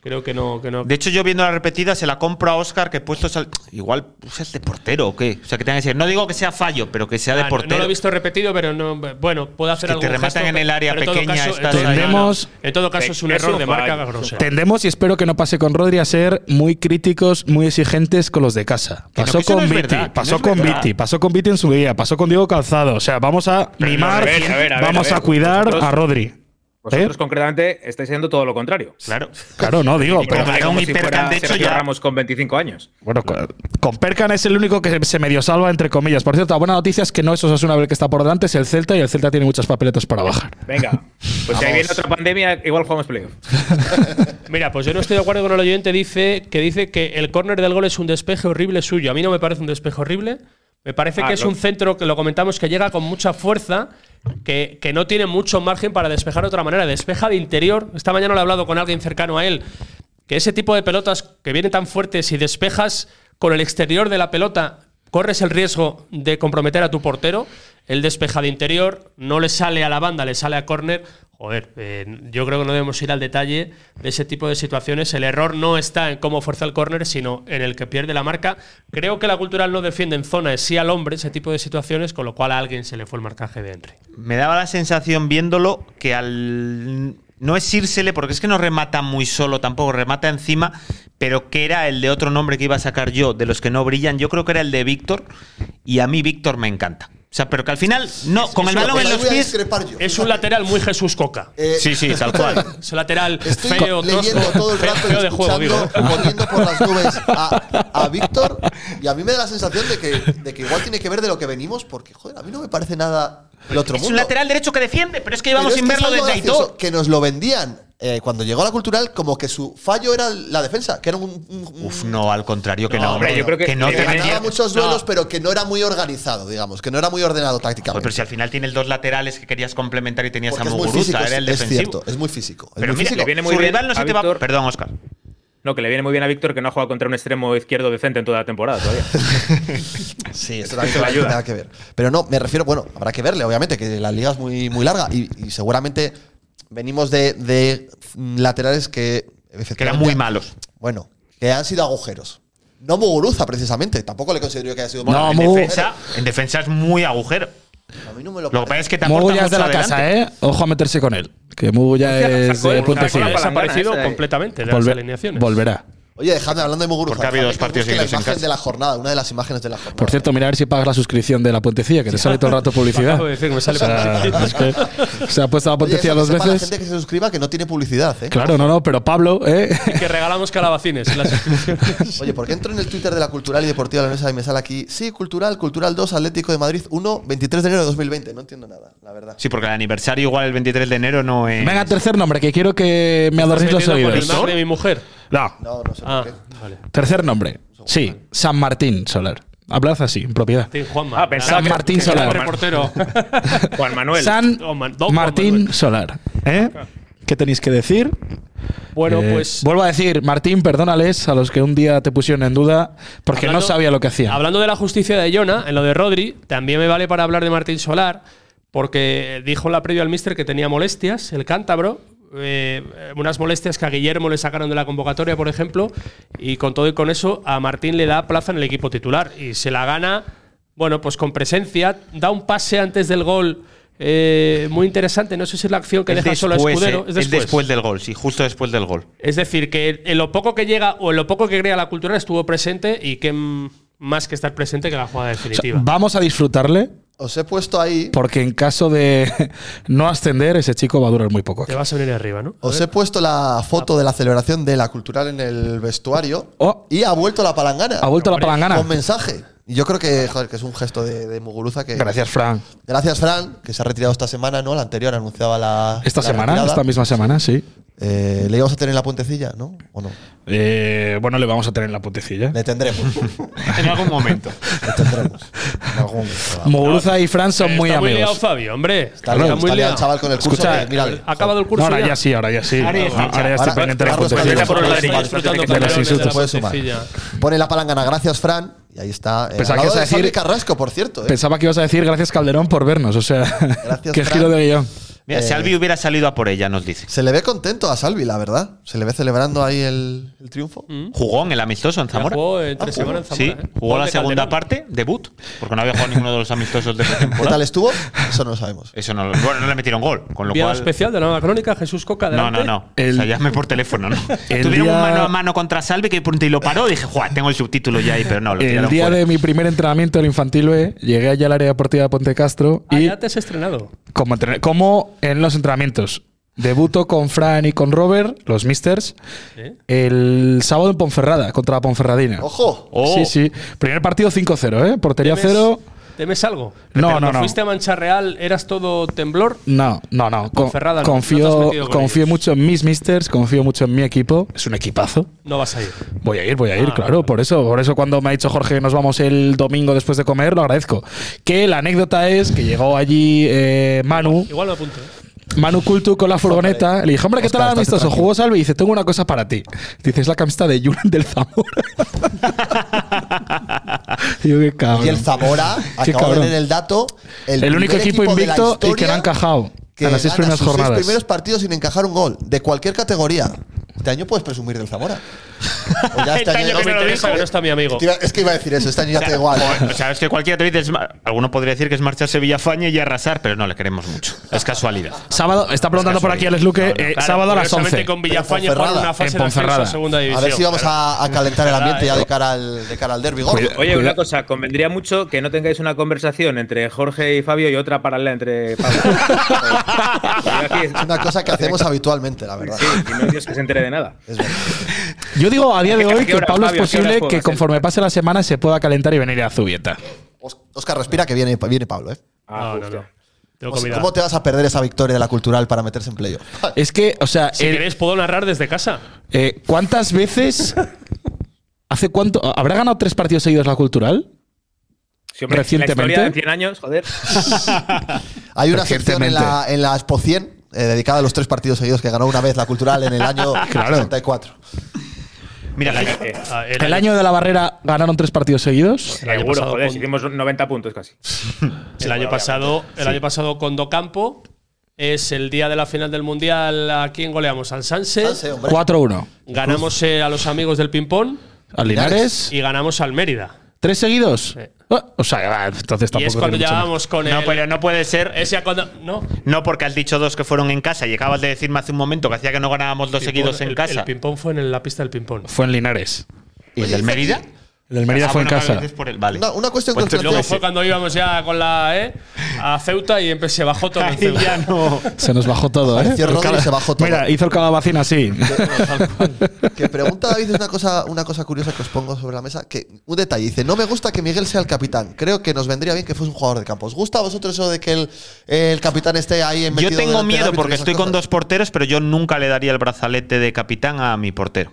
S7: Creo que no. Que no.
S6: De hecho, yo viendo la repetida, se la compro a Oscar que puesto. sal- Igual pues, es de portero o qué. O sea, que tenga que ser. No digo que sea fallo, pero que sea
S7: Ah,
S6: de
S7: no-
S6: portero.
S7: No lo he visto repetido, pero no. Bueno, puedo hacer
S6: que
S7: algo.
S6: te rematan en el área pequeña, estás
S4: ahí. Tendemos-
S7: En todo caso, es un
S8: Es
S7: error
S8: un
S7: de marca
S8: fallo.
S7: grosera.
S4: Tendemos, y espero que no pase con Rodri, a ser muy críticos, muy exigentes con los de casa.
S6: Que no,
S4: Pasó
S6: que eso no
S4: con
S6: es
S4: Viti,
S6: verdad, que no
S4: pasó
S6: es
S4: con
S6: verdad.
S4: Viti, pasó con Viti en su día, pasó con Diego Calzado. O sea, vamos a
S8: Pero no,
S4: mimar,
S8: a ver, a ver, a ver,
S4: vamos
S8: a ver.
S4: a cuidar
S8: Vosotros-
S4: a Rodri.
S8: Vosotros,
S4: ¿Eh?
S8: concretamente, estáis haciendo todo lo contrario.
S6: Claro.
S4: Claro, no digo,
S8: Y
S4: pero
S8: como-
S6: Varón
S8: como
S6: y
S8: si
S6: Perkan,
S8: fuera
S6: de hecho,
S8: Sergio
S6: ya-
S8: Ramos con 25 años.
S4: Bueno, con, con Perkan es el único que se medio salva, entre comillas. Por cierto, la buena noticia es que no es Osasuna el que está por delante, es el Celta, y el Celta tiene muchas papeletas para bajar.
S8: Venga, pues si ahí viene otra pandemia, igual jugamos playoff.
S7: Mira, pues yo no estoy de acuerdo con el oyente dice, que dice que el córner del gol es un despeje horrible suyo. A mí no me parece un despeje horrible. Me parece
S8: Ah,
S7: que es
S8: lo-
S7: un centro que lo comentamos que llega con mucha fuerza, que, que no tiene mucho margen para despejar de otra manera. Despeja de interior. Esta mañana lo he hablado con alguien cercano a él. Que ese tipo de pelotas que vienen tan fuertes y despejas con el exterior de la pelota, corres el riesgo de comprometer a tu portero. Él despeja de interior, no le sale a la banda, le sale a córner. Joder, eh, yo creo que no debemos ir al detalle de ese tipo de situaciones. El error no está en cómo fuerza el córner, sino en el que pierde la marca. Creo que la cultural no defiende en zona, es sí al hombre ese tipo de situaciones, con lo cual a alguien se le fue el marcaje de Henry.
S6: Me daba la sensación viéndolo que al. No es írsele, porque es que no remata muy solo tampoco, remata encima, pero que era el de otro nombre que iba a sacar yo, de los que no brillan. Yo creo que era el de Víctor, y a mí Víctor me encanta. O sea, pero que al final, no, con el
S3: Mira,
S6: balón
S3: pues
S6: en
S3: ahí
S6: los
S3: voy a
S6: pies.
S3: discrepar yo.
S7: Es un lateral muy Jesús Coca.
S3: Eh,
S6: Sí, sí, tal cual.
S7: Es un lateral
S3: Estoy
S7: feo,
S3: leyendo
S7: tosco,
S3: todo el
S7: feo,
S3: rato,
S7: feo de juego, digo.
S3: escuchando, poniendo por las nubes a, a Víctor. Y a mí me da la sensación de que, de que igual tiene que ver de lo que venimos, porque, joder, a mí no me parece nada el otro
S6: Es
S3: mundo.
S6: un lateral derecho que defiende, pero es que
S3: Pero
S6: llevamos
S3: es
S6: sin
S3: que es
S6: verlo
S3: algo
S6: desde
S3: gracioso,
S6: Aitor.
S3: Que nos lo vendían eh, cuando llegó a la cultural como que su fallo era la defensa, que era un. un- un-
S6: Uf, no, al contrario que no,
S3: hombre,
S6: hombre.
S3: yo creo
S8: que-
S6: no
S8: que
S6: te
S8: ganaba
S3: ganaba
S6: metieras.
S3: muchos
S6: No.
S3: duelos, pero que no era muy organizado, digamos, que no era muy ordenado
S6: Joder,
S3: tácticamente.
S6: pero si al final tienes dos laterales que querías complementar y tenías
S3: porque
S6: a
S3: es muy
S6: Muguruza,
S3: físico,
S6: era el
S3: es, es
S6: defensivo.
S3: cierto, es muy físico. es
S6: pero
S3: muy
S6: mira,
S3: físico.
S8: le viene muy
S6: su
S8: bien
S6: rival no
S8: a
S6: se te va.
S8: Víctor.
S6: Perdón, Oscar.
S8: No, que le viene muy bien a Víctor que no ha jugado contra un extremo izquierdo decente en toda la temporada todavía.
S3: Sí, eso también
S8: Eso le
S3: no tiene
S8: ayuda.
S3: nada que ver. Pero no, me refiero, bueno, habrá que verle, obviamente, que la liga es muy, muy larga y, y seguramente venimos de, de laterales que.
S6: Que eran muy malos.
S3: Bueno, que han sido agujeros. No Muguruza, precisamente. Tampoco le considero yo que haya sido
S4: No,
S6: en,
S4: Mugu-
S6: defensa, en defensa es muy agujero.
S3: A mí no me lo
S6: Lo que pasa es que te
S4: Mugu
S6: aporta
S4: ya es de
S6: mucho
S4: la casa,
S6: adelante.
S4: ¿eh? Ojo a meterse con él. Que Mugu ya es eh,
S8: sacó
S4: de
S8: el-
S4: punta
S8: sacó la
S4: ciega.
S8: palangana
S7: Desaparecido
S8: esa, eh.
S7: completamente de
S4: Volver-
S7: las alineaciones.
S4: volverá.
S3: Oye, dejadme hablando de Muguruza.
S6: Porque ha habido
S3: dejadme
S6: dos
S3: que
S6: partidos
S3: busque la
S6: seguidos en
S3: imagen
S6: casa.
S3: de la jornada, una de las imágenes de la jornada.
S4: Por cierto, mira a ver si pagas la suscripción de la Puentecilla, que te sale todo el rato publicidad.
S7: Acabo de decir que me sale
S4: O sea,
S7: publicidad.
S4: es que se ha puesto la
S3: Oye, eso
S4: Puentecilla
S3: que
S4: dos
S3: sepa La
S4: veces.
S3: gente que se suscriba que no tiene publicidad, ¿eh?
S4: Claro, no, no, pero Pablo, ¿eh?
S7: Que regalamos calabacines en las inscripciones.
S3: Oye, ¿por qué entro en el Twitter de la Cultural y Deportiva de la Mesa y me sale aquí? Sí, Cultural, Cultural 2, Atlético de Madrid 1, 23 de enero de 2020. No entiendo nada, la verdad.
S6: Sí, porque el aniversario igual el 23 de enero no es.
S4: Venga, tercer nombre, que quiero que me adornéis los
S7: Metiendo con el
S4: oídos.
S7: nombre de mi mujer.
S4: No.
S3: No, no sé
S7: Ah,
S3: por qué.
S7: vale.
S4: Tercer nombre. Sí, San Martín Soler. Hablad así, en propiedad.
S7: Martín Juanma.
S8: Ah, pensaba
S4: San
S8: que-
S4: Martín
S8: que
S4: Solar.
S8: era
S7: reportero.
S8: Juan Manuel.
S4: San
S7: Oh, Don Man- Don Juan
S4: Martín
S7: Manuel.
S4: Solar. ¿eh? ¿Qué tenéis que decir?
S7: Bueno,
S4: Eh,
S7: pues
S4: Vuelvo a decir, Martín, perdónales a los que un día te pusieron en duda porque no
S7: Hablando-
S4: sabía lo que hacía.
S7: Hablando de la justicia de Jonah, en lo de Rodri, también me vale para hablar de Martín Solar, porque dijo en la previa al míster que tenía molestias, el cántabro. eh, unas molestias que a Guillermo le sacaron de la convocatoria, por ejemplo, y con todo y con eso a Martín le da plaza en el equipo titular y se la gana, bueno, pues con presencia, da un pase antes del gol eh, muy interesante, no sé si es la acción que
S6: Es
S7: deja solo a
S6: después,
S7: Escudero,
S6: eh, es después. del gol, sí, justo después del gol.
S7: es decir, que en lo poco que llega o en lo poco que crea la cultura estuvo presente y que mm, más que estar presente que la jugada
S4: O sea,
S7: definitiva.
S4: vamos a disfrutarle
S3: Os he puesto ahí.
S4: porque en caso de no ascender, ese chico va a durar muy poco. aquí.
S7: Te vas a venir arriba, ¿no?
S3: Os he puesto la foto de la celebración de la cultural en el vestuario
S4: Ah. Oh.
S3: y ha vuelto la palangana.
S4: Ha vuelto la palangana.
S3: Con mensaje. Y yo creo que, joder, que es un gesto de, de Muguruza que.
S4: Gracias, Fran.
S3: Gracias, Fran, que se ha retirado esta semana, ¿no? La anterior anunciaba la.
S4: Esta
S3: la
S4: semana,
S3: retirada.
S4: esta misma semana, sí.
S3: Eh, le íbamos a tener en la puentecilla, ¿no? ¿O no?
S4: Eh, bueno, le vamos a tener en la putecilla.
S3: Le tendremos.
S6: En algún momento.
S3: le tendremos. En algún momento.
S4: Moguruza y Fran son
S7: Eh,
S4: muy
S7: está muy liado,
S4: amigos.
S7: Fabio, hombre.
S3: Está, liado,
S7: muy
S3: está liado
S7: liado.
S3: el chaval con el curso.
S4: Escucha,
S3: eh, mírale.
S7: Ha acabado el
S4: No,
S7: curso.
S4: ahora
S7: ya.
S4: ya sí, ahora ya sí. Ahora,
S6: ya está.
S4: ya estoy
S3: Ahora-
S4: pendiente de la
S3: Carlos,
S4: putecilla.
S3: vete por los ladrillos,
S7: disfrutando
S4: De los
S7: cañones
S4: insultos.
S7: de la
S3: Puede sumar.
S7: puentecilla.
S3: Pone la palangana, gracias, Fran. Y ahí está. Eh,
S4: Pensaba
S3: al lado
S4: que ibas a
S3: de Javi
S4: decir-
S3: Carrasco, por cierto. eh.
S4: Pensaba que ibas a decir gracias Calderón por vernos, o sea,
S3: Gracias,
S4: qué
S3: Fran.
S4: giro de guión.
S6: Mira, si
S3: Eh.
S6: Albi hubiera salido a por ella, nos dice.
S3: Se le ve contento a Salvi, la verdad. Se le ve celebrando ahí el, el triunfo.
S6: Jugó en el amistoso en
S7: Ya
S6: Zamora.
S7: Jugó en tres
S3: Ah, jugó.
S7: semanas en
S6: Sí,
S7: Zamora, ¿eh?
S6: jugó
S7: Gol
S6: la
S7: de
S6: segunda
S7: Calderón.
S6: parte, debut, porque no había jugado ninguno de los amistosos de
S3: ¿Qué tal
S6: pretemporada.
S3: estuvo? Eso no lo sabemos.
S4: Eh,
S6: Eso no, lo- bueno, no le metieron gol, con lo
S7: Enviado
S6: cual
S7: especial de la nueva crónica, Jesús Coca.
S6: No, no,
S7: adelante.
S6: no.
S4: El-
S6: o sea, llame por teléfono, ¿no?
S4: El
S6: Tuvieron un
S4: día-
S6: mano a mano contra Salve que y lo paró. Dije, "Juá, tengo el subtítulo ya ahí", pero no, lo
S4: El
S6: tiraron
S4: día
S6: fuera.
S4: de mi primer entrenamiento del infantil B, llegué allá al área deportiva de Ponte Castro
S7: Ah,
S4: y
S7: ya te has estrenado.
S4: como, entrena- como en los entrenamientos. Debuto con Fran y con Robert, los Misters, el sábado en Ponferrada, contra la Ponferradina.
S3: ¡Ojo!
S6: Oh.
S4: Sí, sí. Primer partido 5-0, ¿eh? Portería
S7: ¿Temes-
S4: 0.
S7: ¿Temes algo?
S4: No,
S7: Pero
S4: no,
S7: cuando
S4: no.
S7: fuiste a Mancha Real, ¿eras todo temblor?
S4: No, no, no. Con-
S7: Ponferrada no, no te has
S4: confío
S7: metido con
S4: confío
S7: ellos.
S4: mucho en mis misters, confío mucho en mi equipo. Es un equipazo.
S7: No vas a ir.
S4: Voy a ir, voy a
S7: Ah,
S4: ir, claro. Por eso, por eso cuando me ha dicho Jorge nos vamos el domingo después de comer, lo agradezco. Que la anécdota es que llegó allí eh, Manu.
S7: Igual me apunto. ¿eh?
S4: Manu Kultu con la furgoneta. Le dije, hombre, ¿qué
S10: Oscar,
S4: tal
S10: estate
S4: amistoso?
S10: tranquilo.
S4: Jugó Salve y dice, tengo una cosa para ti. Dice, es la camiseta de Julen del Zamora. Y yo, qué cabrón.
S3: Y el Zamora, acabo
S4: Qué
S3: de
S4: cabrón.
S3: leer el dato, el,
S4: El único
S3: primer
S4: equipo
S3: de la
S4: invicto y que
S3: historia
S4: no ha encajado
S3: que
S4: en las seis
S3: gana
S4: primeras
S3: sus seis
S4: jornadas.
S3: primeros partidos sin encajar un gol, de cualquier categoría. Este año puedes presumir del Zamora. O ya
S6: Este año que
S3: ya
S7: No me
S6: lo
S7: interesa,
S6: dijo.
S7: que no está mi amigo.
S3: Te iba- Es que iba a decir eso, este año ya te da igual.
S6: O sea, es que cualquiera te dice, es ma- alguno podría decir que es marcharse Villafañe y arrasar, pero no le queremos mucho. Es casualidad.
S4: Sábado, está preguntando por aquí Alex Luque, eh,
S7: Claro,
S4: sábado a las
S7: curiosamente
S4: 11.
S7: con Villafaña
S3: Ponferrada,
S7: jugar una
S4: en
S7: fase de ascenso
S4: Ponferrada.
S7: a segunda
S3: A
S7: división.
S3: ver si vamos
S7: Claro.
S3: a, a calentar el ambiente ya de cara al, de cara al derbi gordo.
S4: Cuida-
S8: Oye,
S4: cuida-
S8: una cosa, convendría mucho que no tengáis una conversación entre Jorge y Fabio y otra paralela entre Pablo. Yo aquí-
S3: Es una cosa que hacemos habitualmente, la verdad.
S8: Sí, y no hay Dios que se entere de nada.
S3: Es verdad.
S4: Yo digo a día de
S8: ¿A qué- a
S4: hoy
S8: qué
S4: que
S8: hora,
S4: Pablo es
S8: Fabio, a qué hora
S4: posible
S8: juegas,
S4: que
S8: eh?
S4: conforme pase la semana se pueda calentar y venir a Zubieta.
S3: Os- Oscar, respira que viene, viene Pablo, ¿eh?
S8: Ah, justo.
S7: Tengo
S3: O sea,
S7: comida.
S3: ¿Cómo te vas a perder esa victoria de la cultural para meterse en playoff?
S4: Es que, o sea,
S7: Si
S4: el-
S7: queréis, puedo narrar desde casa.
S4: eh, ¿cuántas veces? ¿Hace cuánto? ¿Habrá ganado tres partidos seguidos la cultural?
S8: Sí, hombre,
S4: Recientemente.
S8: La historia de 100 años, joder.
S3: Hay una sección en la, en la Expo 100 eh, dedicada a los tres partidos seguidos que ganó una vez la cultural en el año
S4: Claro.
S3: 64.
S6: Mira, la-
S8: Eh,
S7: Ah,
S4: El año de la barrera ganaron tres partidos seguidos.
S7: el año
S8: seguro,
S7: pasado
S8: joder,
S7: con-
S8: si hicimos 90 puntos casi.
S7: El año pasado, el año pasado con Docampo es el día de la final del mundial. ¿A quién goleamos? Al
S3: Sanse,
S7: Sanse.
S3: hombre.
S4: 4-1.
S7: Ganamos eh, a los amigos del ping-pong
S4: Al Linares.
S7: y ganamos al Mérida.
S4: ¿Tres seguidos? Ah, O sea, ah, entonces tampoco.
S7: y es cuando
S4: tiene mucho
S7: llegábamos con
S6: no,
S7: el.
S6: pero no puede ser.
S7: es ya cuando. No.
S6: No, porque has dicho dos que fueron en casa y acabas de decirme hace un momento que hacía que no ganábamos dos seguidos
S7: El-
S6: en casa.
S7: El ping-pong fue en el- la pista del ping-pong.
S4: más. Fue en Linares.
S6: ¿Y el del Mérida?
S4: El del Mérida
S6: Ah,
S4: fue
S6: bueno,
S4: en
S6: claro,
S4: casa.
S6: dices por el- vale.
S3: Una, una cuestión
S6: Pues
S3: que
S6: entonces
S3: os
S7: Luego
S3: planteo.
S6: ese.
S7: fue cuando íbamos ya con la. ¿eh? A Ceuta y empe- se bajó todo. en Ceuta.
S4: Se nos bajó todo, ¿eh?
S3: Apareció
S4: El
S3: Rodri y
S4: cala-
S3: se bajó todo.
S4: Mira, hizo el calabacín así.
S3: Que pregunta David es una cosa, una cosa curiosa que os pongo sobre la mesa. Que, un detalle, dice, no me gusta que Miguel sea el capitán. Creo que nos vendría bien que fuese un jugador de campo. ¿Os gusta a vosotros eso de que el, el capitán esté ahí en
S6: Yo tengo miedo porque estoy con dos porteros, pero yo nunca le daría el brazalete de capitán a mi portero.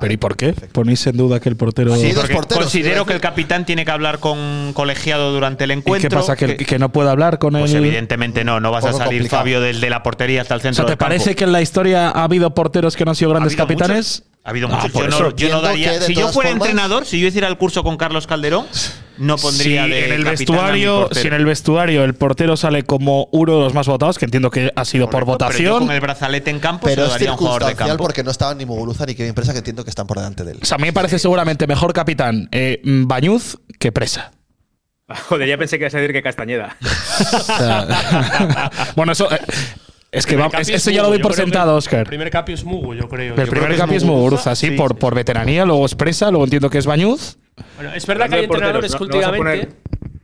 S4: ¿Pero y por qué? Ponéis en duda que el portero.
S3: Sí, dos
S6: Porque
S3: porteros.
S6: considero
S3: iba
S6: que
S3: a
S6: el capitán tiene que hablar con un colegiado durante el
S4: ¿Y
S6: encuentro.
S4: qué pasa? ¿Que,
S6: que-
S4: que no puede hablar con
S6: pues
S4: el.
S6: evidentemente no, no vas a
S3: Poco
S6: salir
S3: complicado.
S6: Fabio del de la portería hasta el
S4: O
S6: centro.
S4: sea, ¿te
S6: del campo.
S4: parece que en la historia ha habido porteros que no han sido grandes
S6: habido
S4: capitanes?
S6: muchos. ha habido
S4: Ah,
S6: muchos.
S4: por
S6: yo,
S4: eso.
S6: no, yo no
S3: Entiendo que,
S6: daría.
S3: de
S6: Si yo
S3: todas
S6: fuera
S3: formas-
S6: entrenador, si yo hiciera el curso con Carlos Calderón, no pondría
S4: si
S6: de
S4: en el
S6: capitán a mi
S4: vestuario,
S6: portero.
S4: si en el vestuario el portero sale como uno de los más votados, que entiendo que ha sido por
S6: Correcto, pero yo
S4: votación.
S6: con el brazalete en campo se
S3: Pero
S6: lo
S3: es
S6: daría a un jugador de
S3: circunstancial
S6: campo.
S3: porque no estaban ni Muguruza ni Kevin Impresa, que entiendo que están por delante de él.
S4: O sea, a mí me parece seguramente mejor capitán eh, Bañuz que Presa.
S8: Joder, ya pensé que ibas a decir que Castañeda.
S4: O sea, bueno, eso eh, es que
S7: El
S4: va-
S7: primer
S4: es-
S7: capi es
S4: eso ya lo
S7: Mugu,
S4: doy
S7: yo
S4: por
S7: creo que-
S4: sentado,
S7: El
S4: Oscar.
S7: primer capio es Mugu, yo creo.
S4: El
S7: Yo
S4: primer
S7: creo que
S4: capi es Muguruza, sí, por, por veteranía, luego es Presa, luego entiendo que es Bañuz.
S7: Bueno, es verdad que hay
S8: Hablando de
S7: entrenadores que,
S8: porteros, no- no vas a
S7: últimamente,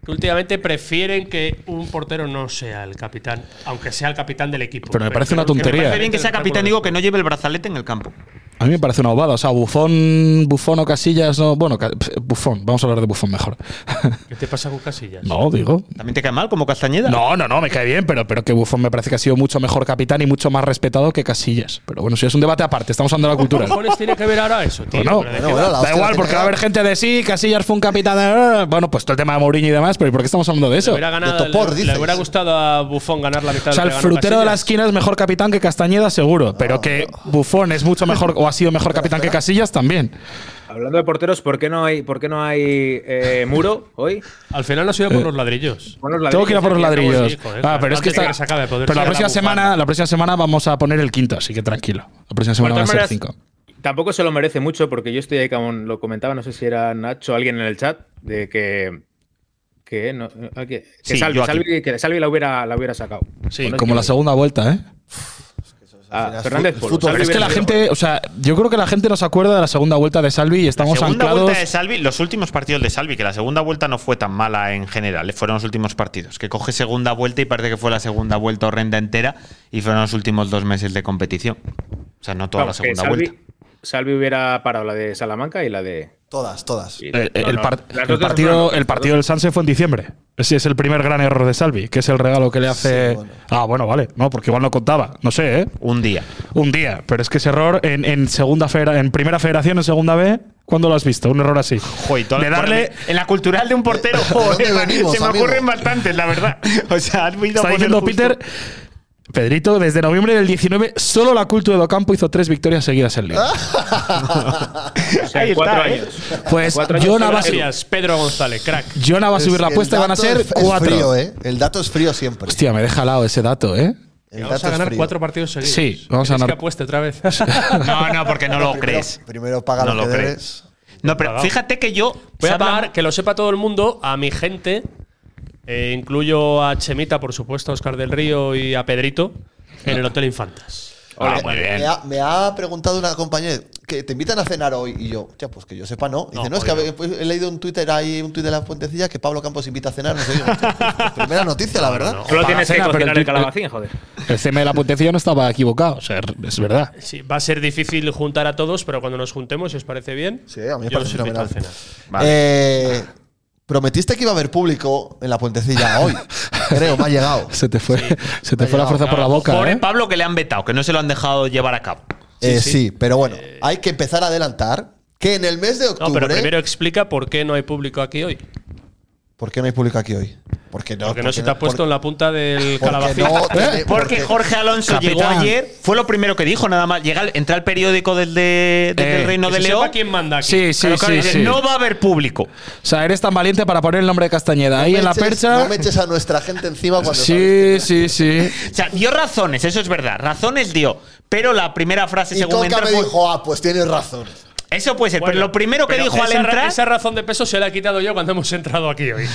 S7: que últimamente prefieren que un portero no sea el capitán, aunque sea el capitán del equipo.
S4: Pero me parece una
S7: creo que-
S4: tontería.
S6: Me parece bien que sea capitán, digo que no lleve el brazalete en el campo.
S4: A mí me parece una bobada. O sea, Bufón, Bufón o Casillas, no. Bueno, Ca- Bufón, vamos a hablar de Bufón mejor.
S7: ¿Qué te pasa con Casillas?
S4: no, digo.
S6: ¿También te cae mal como Castañeda?
S4: No, no, no, me cae bien, pero, pero que Bufón me parece que ha sido mucho mejor capitán y mucho más respetado que Casillas. Pero bueno, si es un debate aparte, estamos hablando de la
S7: ¿Qué
S4: cultura.
S7: cojones tiene que ver ahora eso, tío?
S4: Bueno,
S7: Pero de-
S3: Bueno, bueno, la hostia
S4: da
S3: que
S4: igual,
S3: te
S4: porque va
S3: pega.
S4: a haber gente de sí, Casillas fue un capitán de. Bueno, pues todo el tema de Mourinho y demás, pero ¿y por qué estamos hablando de
S7: le
S4: eso?
S7: hubiera ganado-
S3: de Topor,
S7: le- le,
S3: dices.
S7: hubiera gustado a Bufón ganar la mitad
S4: O sea,
S7: de
S4: el
S7: lo que ganó
S4: frutero de la
S7: Casillas.
S4: esquina es mejor capitán que Castañeda, seguro, pero que Bufón es mucho mejor o ha sido mejor capitán que Casillas también.
S8: Hablando de porteros, ¿por qué no hay, por qué no hay eh, muro hoy?
S7: Al final no ha
S4: Eh,
S7: sido por los ladrillos.
S8: Pon los
S4: Tengo que ir a por los
S8: ladrillos.
S4: ladrillos.
S7: sí, joder,
S4: ah, pero es que
S7: antes
S4: está.
S7: de que se acabe de poder
S4: pero la
S7: sacar la
S4: próxima semana,
S7: bufanda.
S4: la próxima semana vamos a poner el quinto, así que tranquilo. La próxima semana van a
S8: todas
S4: ser
S8: maneras,
S4: cinco.
S8: Tampoco se lo merece mucho, porque yo estoy ahí, como lo comentaba, no sé si era Nacho o alguien en el chat, de que. Que, no, que, que
S6: Sí,
S8: Salvi-
S6: yo aquí.
S8: Salvi- que Salvi la hubiera, la hubiera sacado.
S4: Sí,
S8: Bueno,
S4: Pues como
S8: es
S4: la
S8: que-
S4: segunda vuelta, ¿eh?
S8: Ah, Fernández
S3: pues,
S8: Polo.
S3: Fut- fútbol.
S8: Salvi
S4: Es que la
S8: hubiera-
S4: gente, o sea, yo creo que la gente no se acuerda de la segunda vuelta de Salvi y estamos
S6: segunda
S4: anclados.
S6: vuelta de Salvi, los últimos partidos de Salvi, que la segunda vuelta no fue tan mala en general, eh, fueron los últimos partidos, que coge segunda vuelta y parece que fue la segunda vuelta horrenda entera y fueron los últimos dos meses de competición. O sea, no toda
S8: Vamos,
S6: la
S8: que
S6: segunda
S8: Salvi-
S6: vuelta.
S8: Salvi hubiera parado la de Salamanca y la de.
S3: Todas, todas.
S4: Eh, eh,
S8: No,
S4: el,
S8: no,
S4: par-
S8: las
S4: el
S8: dos
S4: partido,
S8: fueron-
S4: el partido del Sanse fue en diciembre. Ese es el primer gran error de Salvi, que es el regalo que le hace.
S3: Sí, bueno.
S4: Ah, bueno, vale. No, porque igual no contaba. No sé, ¿eh?
S6: Un día.
S4: Un día. Pero es que ese error en, en segunda federa- en primera federación, en segunda B, ¿Cuándo lo has visto? Un error así.
S6: Joder, todas
S4: de
S6: las-
S4: darle.
S6: en la cultural de un portero, joder,
S3: dónde venimos,
S6: se me
S3: amigo?
S6: ocurren bastantes, la verdad. O sea, has venido a
S4: Está
S6: poner
S4: diciendo
S6: justo-
S4: Peter. Pedrito, desde noviembre del 19, solo la cultura de Ocampo hizo tres victorias seguidas en Liga.
S8: O sea,
S6: Ahí está,
S8: cuatro
S6: ¿eh?
S8: años.
S4: Pues
S8: Cuatro años
S4: Jonah va, a subir-
S7: Gracias, Pedro González, crack.
S4: Jonah va a subir la
S3: El
S4: apuesta y van a
S3: dato
S4: ser
S3: es-
S4: cuatro.
S3: Es frío, ¿eh? El dato es frío siempre.
S4: Hostia, me deja al lado ese dato, ¿eh?
S3: El
S7: Vamos
S3: dato
S7: a
S3: es
S7: ganar
S3: frío.
S7: cuatro partidos seguidos.
S4: Sí, vamos a
S7: ¿Queréis
S4: ganar-
S7: que apueste otra vez.
S6: No, no, porque no lo crees.
S3: Primero paga
S6: No
S3: lo que
S6: lo crees.
S3: debes.
S6: No, pero fíjate que yo
S7: Voy a
S6: estaba-
S7: pagar, que lo sepa todo el mundo, a mi gente. eh, incluyo a Chemita, por supuesto, a Oscar del Río y a Pedrito en el Hotel Infantas.
S6: Hola,
S3: Ah, Me-
S6: muy
S3: Me
S6: bien.
S3: ha, me ha preguntado una compañera que te invitan a cenar hoy y yo, ya, pues que yo sepa, no. Y dice, no, es que habe- pues, he leído un Twitter ahí, un tuit de la puentecilla que Pablo Campos invita a cenar. No sé, digo, hostia, pues, pues, primera noticia,
S7: Ah,
S3: la verdad.
S8: Tú lo tienes ahí
S4: Pero
S8: cocinar
S4: tú-
S8: el calabacín, joder.
S4: El CM de la Puentecilla no estaba equivocado, o sea, es verdad.
S7: Sí, va a ser difícil juntar a todos, pero cuando nos juntemos, si os parece bien,
S3: Sí, a mí me
S7: yo
S3: parece
S7: os invito a
S3: fenomenal.
S7: cenar.
S3: Eh, prometiste que iba a haber público en la puentecilla hoy. Creo, me ha llegado.
S4: Se te fue, se te fue la
S3: llegado.
S4: fuerza por la boca.
S6: Pobre
S4: ¿eh?
S6: Pablo que le han vetado, que no se lo han dejado llevar a cabo.
S3: Eh, sí, pero bueno, hay que empezar a adelantar que en el mes de
S7: No,
S3: octubre.
S7: pero primero explica por qué no hay público aquí hoy.
S3: ¿Por qué no hay público aquí hoy? Porque no,
S7: Porque no se te ha
S3: por-
S7: puesto en la ¿Eh? punta del
S3: porque
S7: calabacín.
S3: no tiene-
S6: Porque Jorge Alonso
S4: Capitán.
S6: llegó ayer, fue lo primero que dijo, nada más. Llega, entra al periódico del, de- del
S4: Eh,
S6: Reino
S7: Que
S6: de
S7: se
S6: León.
S7: sepa quién manda aquí.
S4: Sí, sí,
S6: Claro, claro,
S4: sí,
S6: dice,
S4: sí.
S6: No va a haber público.
S4: O sea, eres tan valiente para poner el nombre de Castañeda ahí
S3: me
S4: en la
S3: eches-
S4: percha.
S3: No me eches a nuestra gente encima cuando. sabes.
S4: sí, sí, sí.
S6: O sea, dio razones, eso es verdad. Razones dio. Pero la primera frase,
S3: Y
S6: según
S3: Coca
S6: entra,
S3: me
S6: fue-
S3: dijo, ah, pues tienes razón.
S6: Eso puede ser,
S7: Bueno,
S6: pero lo primero que
S7: pero
S6: dijo al
S7: esa ra-
S6: entrar.
S7: Esa razón de peso se la he quitado yo cuando hemos entrado aquí hoy.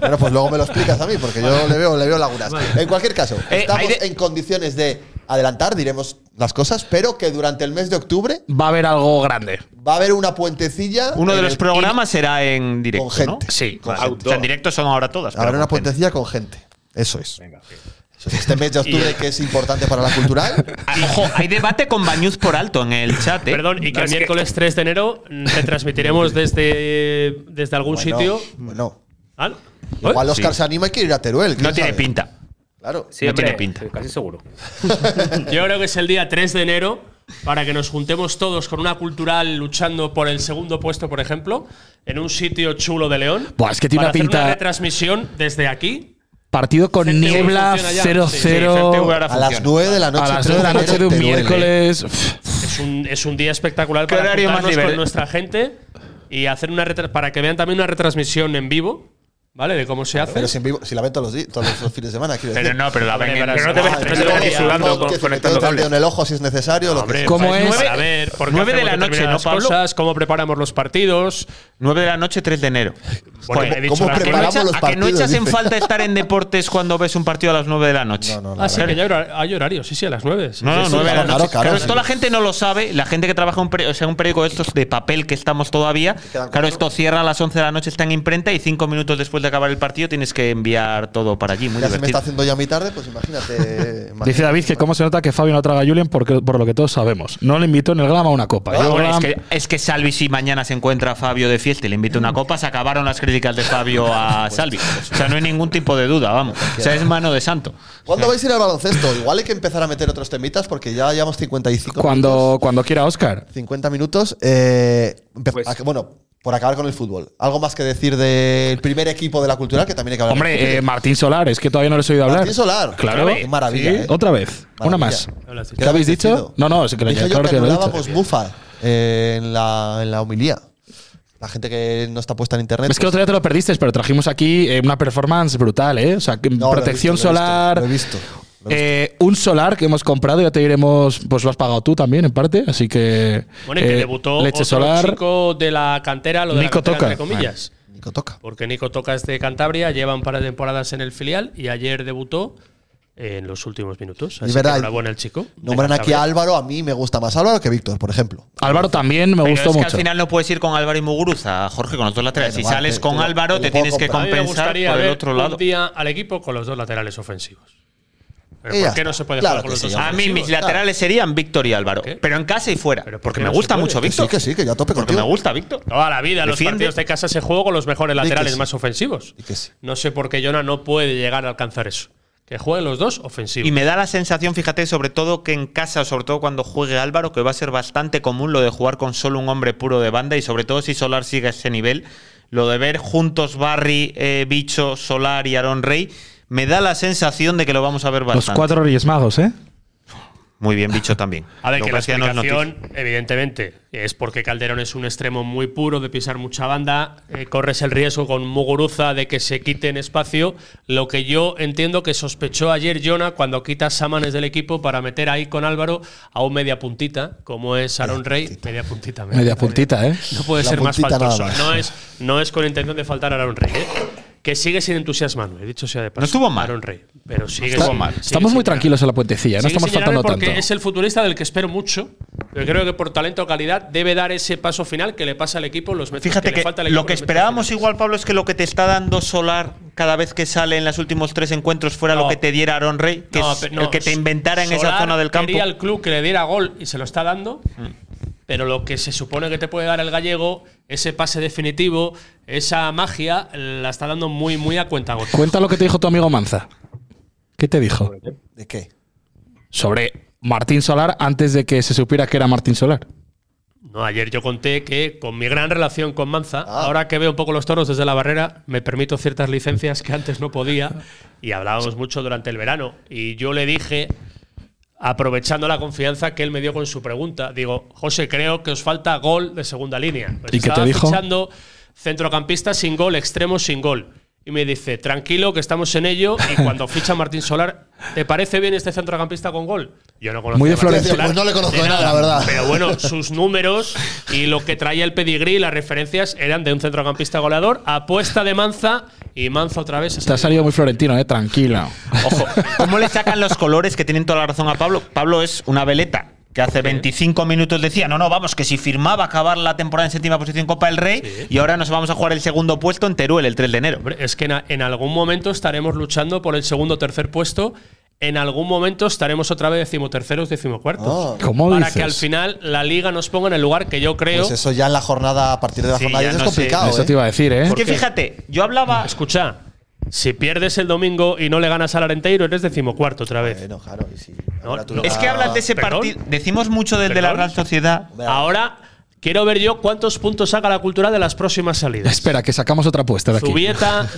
S3: Bueno, pues luego me lo explicas a mí, porque yo le veo, le veo lagunas. En cualquier caso,
S6: Eh,
S3: estamos
S6: hay de-
S3: en condiciones de adelantar, diremos las cosas, pero que durante el mes de octubre
S4: Va a haber algo grande.
S3: va a haber una puentecilla.
S6: Uno de
S3: en
S6: los
S3: el-
S6: programas será en directo.
S3: Con gente.
S6: ¿no? Sí, con
S3: Con
S6: gente. O sea, en directo son ahora todas. pero
S3: Habrá una
S6: con gente.
S3: puentecilla con gente. Eso es. Eso es. Este mes de octubre que es importante para la cultural.
S6: Ah, Ojo, hay debate con Bañuz por alto en el chat. ¿eh?
S7: Perdón, y que el miércoles 3 de enero retransmitiremos desde, desde algún
S3: Bueno,
S7: sitio.
S3: Bueno.
S7: ¿Ah, no? ¿Eh?
S3: Igual Oscar se anima y quiere ir a Teruel.
S6: No
S3: ¿quién
S6: tiene
S3: sabe?
S6: pinta.
S3: Claro.
S8: Sí,
S6: No
S8: hombre,
S6: tiene pinta.
S8: Casi seguro.
S7: Yo creo que es el día 3 de enero para que nos juntemos todos con una cultural luchando por el segundo puesto, por ejemplo, en un sitio chulo de León.
S4: Buah, es que tiene
S7: para
S4: una pinta-
S7: Hacer una retransmisión desde aquí.
S4: Partido con
S7: CTV
S4: niebla,
S7: funciona ya.
S4: 0-0.
S7: Sí, sí,
S6: CTV ahora
S3: A las
S6: funciona.
S3: 9 de la noche.
S4: a las
S3: 3
S4: 9 de la
S3: enero
S4: noche de
S3: en
S4: un
S3: Teruel. ¿eh?
S4: miércoles. Uf,
S7: Es un, es un día espectacular
S6: ¿Qué
S7: para
S6: horario más
S7: juntarnos
S6: libre?
S7: con nuestra gente y hacer una retra- para que vean también una retransmisión en vivo, ¿vale? De cómo se hace.
S3: Pero si, en vivo- si la ven todos los, di- todos los fines de semana, quiero decir.
S6: Pero no, pero la ven en
S7: Pero no
S8: te ves- no
S3: Ah, el
S8: te ves
S3: micrófono,
S8: sudando
S3: el micrófono,
S8: con-
S3: que se
S8: conectando
S3: mete un
S8: cables.
S3: dedo en el ojo si es necesario. lo que
S6: pues,
S3: sea.
S4: ¿Cómo es?
S7: Para ver, por qué
S6: nueve de
S7: hacemos
S6: la noche,
S7: determinadas
S6: ¿no, Pablo?
S7: cosas, cómo preparamos los partidos.
S6: 9 de la noche, 3 de enero.
S7: Bueno, he dicho
S3: cómo
S7: la-
S6: ¿A pues, que, no
S3: Preparamos
S6: echa-
S3: los
S6: a que no
S3: partidos,
S6: echas en
S3: dice.
S6: falta estar en deportes cuando ves un partido a las 9 de la noche?
S3: No, no, la
S7: Ah, sí,
S3: verdad.
S7: que ya hay hora- hay horario, sí, sí, a las 9.
S6: No, no,
S3: sí,
S6: nueve de la
S3: claro,
S6: noche.
S3: claro, claro.
S6: Claro, esto la gente no lo sabe. La gente que trabaja en un, peri- o sea, en un periódico de estos de papel que estamos todavía.
S3: quedan
S6: Claro,
S3: cuatro.
S6: esto cierra a las 11 de la noche, está en imprenta y cinco minutos después de acabar el partido tienes que enviar todo para allí. Muy
S3: Ya se me está
S6: divertido.
S3: haciendo ya muy tarde, pues imagínate.
S4: Dice David que cómo se nota que Fabio no traga a Julien porque, por lo que todos sabemos. No le invitó en el Glam a una copa.
S6: Ah,
S4: Yo
S6: bueno, es,
S4: Glam-
S6: que, es que Salvi, si mañana se encuentra a Fabio de fiesta y le invita una copa, se acabaron las críticas de Fabio a Salvi. O sea, no hay ningún tipo de duda, vamos. O sea, es mano de santo.
S3: ¿Cuándo vais a ir al baloncesto? Igual hay que empezar a meter otros temitas porque ya llevamos 55 minutos.
S4: cuando, cuando quiera Oscar.
S3: 50 minutos. eh, empe-
S8: Pues-
S3: a- bueno, por acabar con el fútbol. ¿Algo más que decir del primer equipo de la cultural que también hay que hablar?
S4: Hombre, eh, Martín Solar, es que todavía no les he oído hablar.
S3: Martín Solar.
S4: Claro.
S3: Qué maravilla. eh.
S4: Otra vez. Una
S3: Maravilla.
S4: más.
S7: Hablas, sí.
S4: ¿Qué habéis dicho?
S3: decidido?
S4: No, no, es que lo
S3: Dije yo
S4: claro
S3: que
S4: que lo he dicho.
S3: anulábamos Mufa eh, en la, en la homilía. La gente que no está puesta en internet.
S4: Es que el
S3: pues,
S4: otro día te lo perdiste, pero trajimos aquí eh, una performance brutal, ¿eh? O sea, que
S3: No, lo he
S4: protección
S3: visto, lo he visto,
S4: solar.
S3: lo he visto, lo he visto.
S4: eh, un solar que hemos comprado, ya te diremos, pues lo has pagado tú también, en parte, así que.
S7: Bueno, y que
S4: eh,
S7: debutó
S4: Leche
S7: otro
S4: solar.
S7: chico de la cantera, lo de la
S4: Nico
S7: cantera,
S4: Toca.
S7: entre comillas.
S3: Nico pues, toca.
S7: Porque Nico Toca es de Cantabria, lleva un par de temporadas en el filial y ayer debutó en los últimos minutos. Así
S3: Es verdad.
S7: que enhorabuena el chico. de
S3: Nombran aquí a
S7: Cantabria.
S3: Álvaro. A mí me gusta más Álvaro que Víctor, por ejemplo.
S4: Álvaro también me
S6: Pero
S4: gustó
S6: es que
S4: mucho.
S6: al final no puedes ir con Álvaro y Muguruza, Jorge, con los dos laterales.
S3: Bueno,
S6: si
S3: va,
S6: sales
S3: te-
S6: con
S3: te lo-
S6: Álvaro,
S3: te lo
S6: te
S3: puedo
S6: tienes que
S7: A mí me
S6: compensar por
S7: gustaría
S6: el
S7: ver
S6: otro lado.
S7: un día al equipo con los dos laterales ofensivos. Pero
S3: Y ya
S7: ¿Por qué
S3: está.
S7: no se puede
S3: Claro
S7: jugar con
S3: que
S7: los
S3: sí,
S7: dos
S6: A mí mis
S7: ofensivos?
S6: laterales serían Víctor y Álvaro,
S7: ¿Por qué?
S6: pero en casa y fuera,
S7: ¿Pero por
S6: porque
S7: qué
S6: me
S7: no
S6: gusta
S7: se puede?
S6: mucho
S3: Que sí,
S6: Víctor.
S3: que sí, que yo a tope
S6: Porque me
S3: contigo.
S6: gusta Víctor.
S7: Ah, Toda la vida, los
S6: Defiende.
S7: partidos de casa se juega con los mejores
S3: que
S7: laterales
S3: sí.
S7: más ofensivos.
S3: Y que sí.
S7: No sé por qué Jonah no puede llegar a alcanzar eso. Que jueguen los dos ofensivos.
S6: Y me da la sensación, fíjate, sobre todo que en casa, sobre todo cuando juegue Álvaro, que va a ser bastante común lo de jugar con solo un hombre puro de banda y sobre todo si Solar sigue a ese nivel, lo de ver juntos Barry, eh, Bicho, Solar y Aaron Rey, me da la sensación de que lo vamos a ver
S4: Los
S6: bastante.
S4: cuatro Reyes Magos, ¿eh?
S6: Muy bien, Bicho también.
S7: A ver,
S6: Lo
S7: que la
S6: hacía no es noticia.
S7: explicación, evidentemente, es porque Calderón es un extremo muy puro de pisar mucha banda. eh, corres el riesgo con Muguruza de que se quiten espacio. Lo que yo entiendo que sospechó ayer Jonah cuando quita Samanes del equipo para meter ahí con Álvaro a un media puntita, como es Aaron Rey. Media puntita,
S4: Media puntita, ¿eh?
S7: No puede
S3: La
S7: ser más
S3: puntita nada
S7: faltoso.
S3: más.
S7: No es, no es con intención de faltar a Aaron Rey. ¿eh? Que sigue sin entusiasmarme, dicho sea de paso.
S6: No estuvo mal.
S7: Aaron Rey, pero sigue
S6: estuvo
S7: sin-
S6: mal.
S7: sigue
S4: Estamos
S7: sin
S4: muy
S7: llegar.
S4: tranquilos en la puentecilla, no
S7: Sigue
S4: estamos
S7: sin llenarme
S4: faltando
S7: porque
S4: tanto.
S7: es el futurista del que espero mucho, pero creo que por talento o calidad debe dar ese paso final que le pasa al equipo los metros
S6: Fíjate
S7: le
S6: que,
S7: falta al equipo
S6: lo
S7: en
S6: que
S7: los metros
S6: esperábamos
S7: finales.
S6: igual, Pablo, es que lo que te está dando Solar cada vez que sale en los últimos tres encuentros fuera
S7: No.
S6: lo que te diera Aaron Rey, que
S7: No,
S6: es
S7: pero no,
S6: el que te inventara en esa
S7: Solar
S6: zona del campo. Mm.
S7: Quería al club que le diera gol y se lo está dando. Pero lo que se supone que te puede dar el gallego, ese pase definitivo, esa magia, la está dando muy, muy a cuenta
S4: Cuenta lo que te dijo tu amigo Manza. ¿Qué te dijo?
S3: ¿De qué?
S4: Sobre Martín Solar antes de que se supiera que era Martín Solar.
S7: No, ayer yo conté que con mi gran relación con Manza,
S3: Ah.
S7: ahora que veo un poco los toros desde la barrera, me permito ciertas licencias que antes no podía y hablábamos mucho durante el verano. Y yo le dije, aprovechando la confianza que él me dio con su pregunta, digo, José, creo que os falta gol de segunda línea. Pues
S4: ¿Y qué te
S7: estaba
S4: dijo?
S7: fichando centrocampista sin gol, extremo sin gol. Y me dice, tranquilo, que estamos en ello. Y cuando ficha Martín Solar, ¿te parece bien este centrocampista con gol? Yo no conocía
S4: Muy de
S7: a Martín
S4: Florencio.
S7: Solar
S3: Pues no le conozco
S7: de
S3: de nada, la verdad.
S7: Pero bueno, sus números y lo que traía el pedigrí y las referencias eran de un centrocampista goleador, apuesta de Manza y Manza otra vez.
S4: Te ha salido muy florentino, ¿eh? Tranquilo.
S6: Ojo, ¿cómo le sacan los colores que tienen toda la razón a Pablo? Pablo es una veleta que hace 25 minutos decía, no, no, vamos, que si firmaba acabar la temporada en séptima posición en Copa del Rey y ahora nos vamos a jugar el segundo puesto en Teruel el 3 de enero.
S7: Hombre, es que en, a- en algún momento estaremos luchando por el segundo o tercer puesto. En algún momento estaremos otra vez decimoterceros,
S6: Pues
S7: decimocuartos.
S4: Oh, ¿Cómo
S7: para
S4: dices?
S7: que al final la liga nos ponga en el lugar que yo creo.
S3: Pues eso ya en la jornada, a partir de la
S6: Sí,
S3: jornada
S6: ya
S3: 10 es
S6: no sé.
S3: complicado.
S4: Eso
S3: ¿eh?
S4: te iba a decir, ¿eh?
S6: Es que fíjate, yo hablaba
S7: Escucha, si pierdes el domingo y no le ganas al Arenteiro, eres decimocuarto otra vez.
S3: Bueno, claro, y si-
S7: No,
S3: ahora tú-
S7: no,
S6: Es que hablas de ese
S7: ¿Perdón?
S6: partido. Decimos mucho desde la
S7: ¿Perdón?
S6: Real Sociedad.
S7: Ahora quiero ver yo cuántos puntos saca la cultura de las próximas salidas.
S4: Espera, que sacamos otra apuesta de aquí.
S7: Zubieta,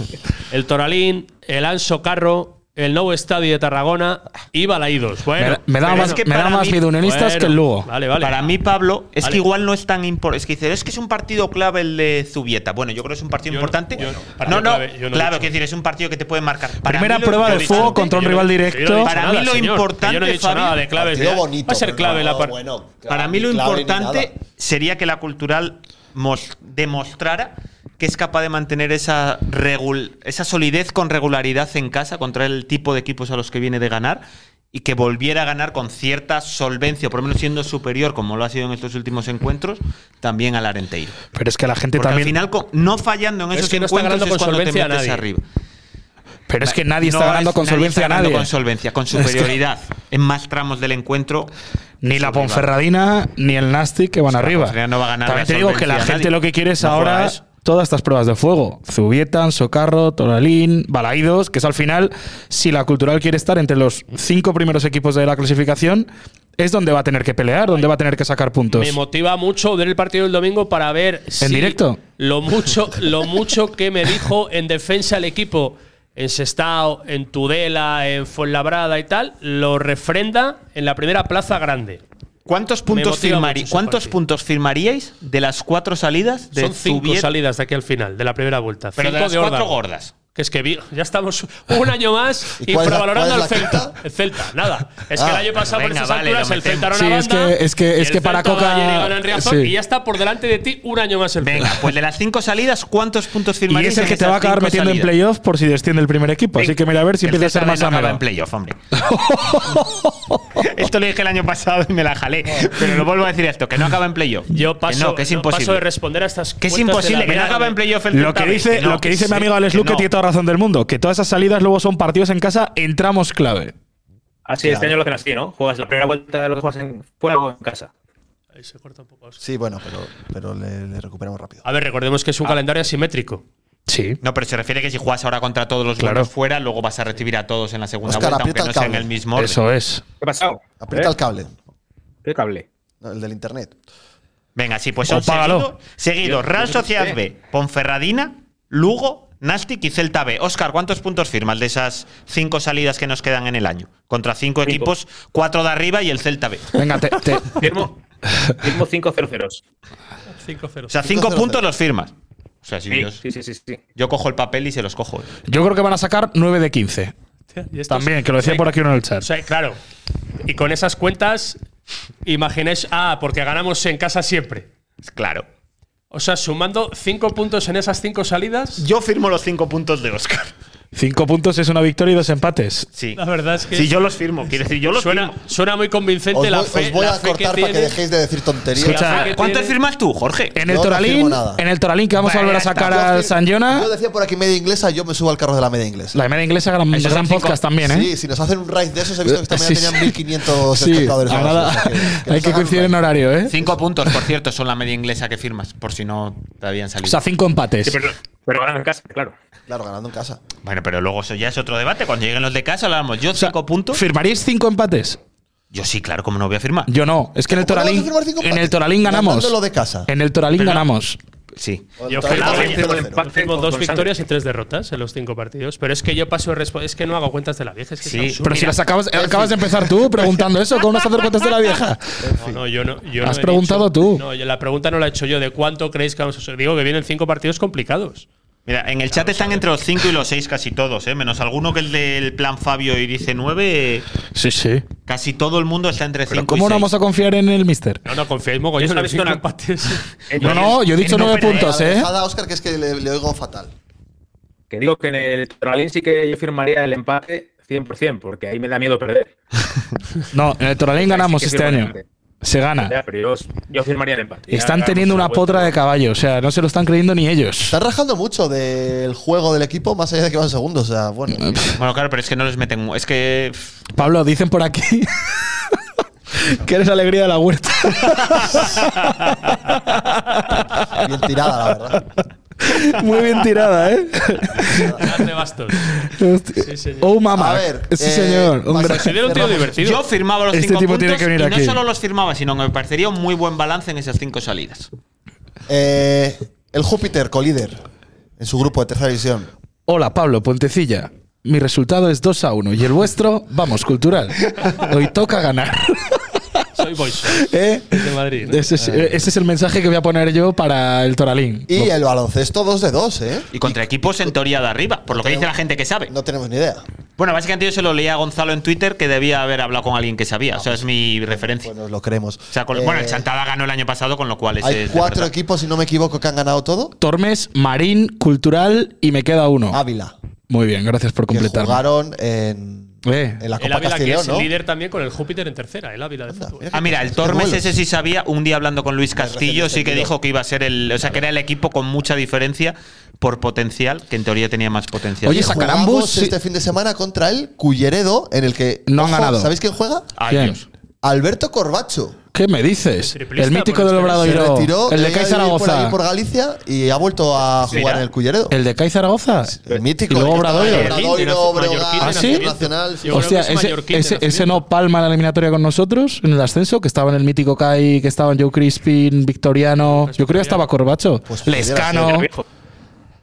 S7: el Toralín, el Anso Carro, el Nou Estadio de Tarragona y Balaídos. Bueno,
S4: me, me da
S7: pero
S4: más,
S7: es que
S4: me da
S6: para
S4: más
S6: mí-
S4: miedo unionistas
S7: bueno,
S4: que el Lugo.
S7: Vale, vale.
S6: Para mí, Pablo, es
S7: Vale.
S6: que igual no es tan importante. Es que dice, es que es un partido clave el de Zubieta. Bueno, yo creo que es un partido
S7: Yo no-
S6: importante.
S7: yo no.
S6: no,
S7: Partido
S6: no,
S7: clave, yo no he
S6: claro,
S7: dicho.
S6: quiero decir, es un partido que te puede marcar. Para
S4: Primera
S6: mí lo-
S4: prueba
S6: yo
S4: de
S6: lo he
S4: fuego
S6: dicho
S4: contra un
S6: antes.
S4: rival
S7: Yo no he
S4: directo.
S7: dicho
S6: Para mí lo
S7: señor, que
S6: importante,
S7: Yo no he dicho
S6: Fabio,
S7: nada de claves.
S3: partido
S7: ya.
S3: bonito,
S7: Va a ser
S3: pero
S7: clave
S3: no,
S7: la par-
S3: bueno,
S6: Para mí lo
S3: ni clave ni
S6: importante
S3: nada.
S6: sería que la cultural mos- demostrara que es capaz de mantener esa, regul- esa solidez con regularidad en casa contra el tipo de equipos a los que viene de ganar y que volviera a ganar con cierta solvencia, o por lo menos siendo superior, como lo ha sido en estos últimos encuentros, también al Arenteiro.
S4: Pero es que la gente
S6: Porque al
S4: también.
S6: final, co- no fallando en
S7: Es
S6: esos
S7: que no está
S6: encuentros,
S7: ganando
S6: es
S7: con
S6: cuando te
S7: solvencia a
S6: metes
S7: nadie.
S6: arriba.
S4: pero es que nadie
S6: No
S4: está ganando
S6: es-
S4: con solvencia a
S6: está ganando
S4: nadie.
S6: con solvencia, con superioridad, en más tramos del encuentro.
S4: Ni la
S6: Rival.
S4: Ponferradina ni el Nastic que van
S6: O sea,
S4: arriba.
S6: Ponferradina no va a ganar
S4: También
S6: la
S4: te digo que la
S6: solvencia a
S4: gente
S6: nadie.
S4: lo que quiere es
S6: No juega a
S4: ahora
S6: eso.
S4: todas estas pruebas de fuego. Zubietan, Socarro, Toralín, Balaídos, que es al final, si la Cultural quiere estar entre los cinco primeros equipos de la clasificación, es donde va a tener que pelear, donde va a tener que sacar puntos.
S7: Me motiva mucho ver el partido del domingo para ver si
S4: directo?
S7: lo mucho, lo mucho que me dijo en defensa el equipo en Sestao, en Tudela, en Fuenlabrada y tal, lo refrenda en la primera plaza grande.
S6: ¿Cuántos puntos,
S7: motiva
S6: firmari-
S7: mucho ese
S6: ¿cuántos
S7: partido.
S6: puntos firmaríais de las cuatro salidas? De
S7: Son cinco
S6: Zubieta?
S7: salidas de aquí al final, de la primera vuelta.
S6: Pero de
S7: Cinco
S6: las cuatro
S7: órdago.
S6: gordas.
S7: Que es que vi- ya estamos un año más
S3: ¿Y cuál es la-
S7: infravalorando
S3: cuál
S7: al
S3: es la
S7: Celta.
S3: quinta?
S7: El Celta, nada. Es que
S3: Ah,
S7: el año pasado
S6: venga,
S7: por esas
S6: vale,
S7: alturas
S6: lo
S7: el Celta era
S6: metemos.
S7: una
S4: Sí, es
S7: banda,
S4: que- es que-
S7: y
S4: es
S7: el
S4: que para
S7: Celta va
S4: Coca-
S7: ayer y gana en Riazor,
S4: sí.
S7: Y ya está por delante de ti un año más el Celta.
S6: Venga, pues de las cinco salidas, ¿cuántos puntos
S4: y
S6: firmaríais?
S4: es el
S6: en
S4: que te
S6: esas
S4: va a acabar
S6: cinco
S4: metiendo
S6: salidas?
S4: en playoff por si desciende el primer equipo. Así que mira a ver si
S6: El
S4: empieza a ser
S6: Celta
S4: más
S6: no acaba
S4: ameno.
S6: en playoff, hombre. esto lo dije el año pasado y me la jalé. Pero lo vuelvo a decir esto, que no acaba en playoff.
S7: Yo paso,
S6: que no, que es
S7: no, paso de
S6: imposible.
S7: responder a estas
S6: Que es
S7: cuentas de
S6: imposible,
S7: la
S6: que no
S7: vida
S6: acaba
S7: de-
S6: en playoff el
S4: Lo
S6: Celta
S4: que
S6: B.
S4: dice,
S6: no,
S4: lo que dice
S6: sí,
S4: mi amigo Alex
S6: que
S4: Luque
S6: no.
S4: tiene toda razón del mundo, que todas esas salidas luego son partidos en casa, entramos clave.
S8: Así, este año lo hacen así, ¿no? Juegas la primera vuelta de los juegas en fuera o en casa.
S7: Ahí se corta un poco.
S3: Sí, bueno, pero, pero le, le recuperamos rápido.
S6: Ah.
S7: A ver, recordemos que es un calendario asimétrico.
S4: Sí.
S6: No, pero se refiere que si juegas ahora contra todos los
S4: Claro.
S6: buenos fuera, luego vas a recibir a todos en la segunda
S3: Óscar,
S6: vuelta, aunque
S3: aprieta
S6: no
S3: el
S6: sea en
S3: cable.
S6: el mismo orden.
S4: Eso es.
S8: ¿Qué ha pasado?
S3: Aprieta
S8: ¿Eh?
S3: el cable,
S8: ¿Qué cable?
S3: no, el del internet.
S6: Venga, sí, pues
S4: O
S6: son
S4: págalo.
S6: seguidos. Seguido, Real Sociedad B,
S4: Eh.
S6: Ponferradina, Lugo, Nastic y Celta B. Oscar, ¿cuántos puntos firmas de esas cinco salidas que nos quedan en el año? Contra cinco, equipos, cuatro de arriba y el Celta B.
S4: Venga, te, te-
S8: Firmo, firmo 5 0 0
S6: O
S7: 5-0.
S6: sea, cinco
S3: Entonces,
S6: puntos los firmas. O sea, si yo,
S8: Sí, sí, sí, sí.
S6: yo cojo el papel y se los cojo.
S4: yo creo que van a sacar 9 de 15.
S7: Y esto es-
S4: También, que lo decía por aquí uno en el chat.
S7: O sea, claro. Y con esas cuentas, imagináis, ah, porque ganamos en casa siempre.
S6: Claro.
S7: O sea, sumando 5 puntos en esas 5 salidas.
S6: Yo firmo los cinco puntos de Oscar.
S4: 5 puntos es una victoria y dos empates.
S6: Sí.
S7: La verdad es que
S6: Sí, yo los firmo. Quiero decir, yo los
S7: suena,
S6: firmo.
S7: suena muy convincente
S3: Os voy,
S7: la fe.
S3: os voy
S7: la
S3: a
S7: fe que
S3: cortar para que
S7: tiene.
S3: dejéis de decir tonterías.
S4: Escucha,
S7: La fe que
S6: ¿Cuántos
S7: tiene-
S6: firmas tú, Jorge?
S4: En
S3: Yo
S4: el
S3: no
S4: Toralín,
S3: firmo nada.
S4: en el Toralín que vamos a volver a sacar
S3: Yo
S4: al
S3: decía-
S4: San Jona.
S3: Yo decía por aquí media inglesa, yo me subo al carro de la media inglesa.
S4: La de media inglesa, gran,
S6: Esos son
S4: gran
S6: cinco-
S4: podcast también, ¿eh?
S3: Sí, pues si nos hacen un raid de esos, he visto que esta
S4: Sí,
S3: mañana
S4: sí.
S3: tenían 1500 espectadores.
S4: ahora
S3: más, o sea, nos
S4: hay que
S3: hagan
S4: coincidir
S3: un
S4: en
S3: raid.
S4: horario, ¿eh?
S6: Cinco puntos, por cierto, son la media inglesa que firmas, por si no te habían salido.
S4: O sea, cinco empates.
S8: Sí, pero, pero ganan en casa, claro.
S3: Claro, ganando en casa.
S6: Bueno, pero luego eso ya es otro debate. Cuando lleguen los de casa, hablamos. Yo cinco puntos.
S4: ¿Firmaríais cinco empates?
S6: Yo sí, claro, como no voy a firmar.
S4: Yo no. Es que en el
S3: ¿Cómo no vas
S4: Toralín,
S3: a firmar cinco
S4: en el
S3: empates?
S4: Toralín ganamos.
S3: Mandándolo de casa.
S4: En el Toralín
S6: Pero-
S4: ganamos.
S6: Sí.
S7: Yo
S3: Toralín, Toralín,
S7: firmo- yo firmo
S3: cero, cero.
S8: empate.
S7: Firmo dos
S8: Con sangre.
S7: victorias y tres derrotas en los cinco partidos. Pero es que yo paso a respo- Es que no hago cuentas de la vieja. Es que
S6: Sí,
S7: es absurdo.
S4: Pero si las acabas, acabas de empezar tú preguntando eso, ¿cómo no hacer cuentas de la vieja?
S7: No, no, yo no. yo
S4: Has
S7: no he
S4: preguntado
S7: dicho-
S4: tú.
S7: No, yo- la pregunta no la he hecho yo. ¿De cuánto creéis que vamos a ser? Digo que vienen cinco partidos complicados.
S6: Mira, en el chat están entre los cinco y los seis casi todos, ¿eh? Menos alguno que el del plan Fabio y dice nueve. eh,
S4: Sí, sí.
S6: Casi todo el mundo está entre
S4: Pero
S6: cinco
S4: ¿cómo
S6: y
S4: no
S6: seis.
S4: vamos a confiar en el mister?
S7: No, no, confiáis mogollón
S8: Eso
S7: en
S8: ha
S7: los
S8: visto
S7: cinco
S8: la-
S7: empates.
S4: No, no, yo he dicho
S6: No,
S4: nueve
S6: pero, eh,
S4: puntos,
S3: La
S4: ¿eh?
S3: dejada a Oscar, que es que le, le oigo fatal.
S8: Que digo que en el Toralín sí que yo firmaría el empate 100%, porque ahí me da miedo perder.
S4: No, en el Toralín ganamos
S8: Sí que
S4: este
S8: firmo el
S4: año.
S8: empate.
S4: Se
S8: Ya,
S4: gana.
S8: Eh, pero yo, yo firmaría el empate. Ya
S4: Están
S8: ganamos
S4: teniendo una
S8: vuelta.
S4: potra de caballo, o sea, no se lo están creyendo ni ellos.
S3: Están rajando mucho del juego del equipo, más allá de que van segundos. O sea, bueno.
S6: Bueno, claro, pero es que no les meten. Es que. pff,
S4: Pablo, dicen por aquí que eres alegría de la huerta.
S3: Bien tirada, la verdad.
S4: Muy bien tirada, ¿eh?
S7: Haz de bastos.
S4: Hostia.
S7: Sí, señor.
S4: oh, mamá.
S3: A ver,
S4: Sí,
S3: eh,
S4: señor. Un
S3: vas a
S4: gran-
S7: Se dieron un tío
S3: Cerramos.
S7: divertido.
S6: Yo firmaba los
S4: Este
S6: cinco
S4: tipo
S6: puntos
S4: tiene que venir
S6: y no
S4: aquí.
S6: solo los firmaba, sino que me parecería un muy buen balance en esas cinco salidas.
S3: Eh, el Júpiter, colíder, en su grupo de tercera división.
S4: Hola, Pablo Puentecilla. Mi resultado es 2 a 1 y el vuestro, vamos, cultural. Hoy toca ganar.
S7: Soy Boys.
S4: ¿Eh?
S7: De Madrid. ¿no? Ah.
S4: Ese es, ese es el mensaje que voy a poner yo para el Toralín.
S3: Y el baloncesto 2 de 2, ¿eh?
S6: Y contra equipos en teoría de arriba, por lo que dice la gente que sabe.
S3: No tenemos ni idea.
S6: Bueno, básicamente yo se lo leía a Gonzalo en Twitter que debía haber hablado con alguien que sabía. O sea, es mi referencia.
S3: Pues nos lo creemos.
S6: O sea, con-
S3: Eh,
S6: bueno, el Chantada ganó el año pasado, con lo cual ese
S3: Hay
S6: es de
S3: cuatro
S6: verdad.
S3: equipos, si no me equivoco, que han ganado todo.
S4: Tormes, Marín, Cultural y me queda uno.
S3: Ávila,
S4: Muy bien, gracias por
S3: que
S4: completar.
S3: jugaron en,
S4: Eh.
S3: en la
S7: El
S3: Copa
S7: Ávila, que
S3: Castellón,
S7: es
S3: ¿no?
S7: líder también con el Júpiter en tercera, el Ávila de
S3: Anda,
S7: fútbol.
S3: mira qué
S6: Ah, mira,
S3: cosas,
S6: el
S3: qué
S6: Tormes
S3: duelos.
S6: ese sí sabía, un día hablando con Luis Castillo, sí que
S3: entendido.
S6: dijo que iba a ser el, o sea, que era el equipo con mucha diferencia por potencial, que en teoría tenía más potencial.
S4: Oye,
S3: Jugamos
S4: sacarán bus. sí.
S3: este fin de semana contra el Culleredo, en el que
S4: No han ganado.
S3: ¿Sabéis quién juega?
S4: Bien.
S6: adiós.
S3: Alberto Corbacho.
S4: ¿Qué me dices?
S7: Triplista,
S4: El mítico
S7: por
S4: del
S7: este-
S3: Se
S4: Obradoiro.
S3: retiró,
S4: Oh, El
S3: le
S4: de Kai
S3: iba a vivir por ahí,
S4: Zaragoza.
S3: por Galicia y ha vuelto a jugar
S6: Mira.
S3: en el Culleredo.
S4: El de Kai Zaragoza.
S3: El mítico.
S4: Y luego
S3: el que estaba en
S4: Obradoiro.
S3: Obradoiro, Breogán,
S4: ¿Ah, sí?
S3: Nacional.
S7: Yo creo
S4: Hostia,
S7: que es
S4: ese,
S7: mallorquín de
S4: ese- ese
S7: nacimiento.
S4: no palma en la eliminatoria con nosotros en el ascenso, que estaba en el mítico Kai, que estaban Joe Crispin, Victoriano.
S7: Pues
S4: Yo creo que estaba Corbacho.
S3: Pues pudiera
S4: Lescano.
S3: ser.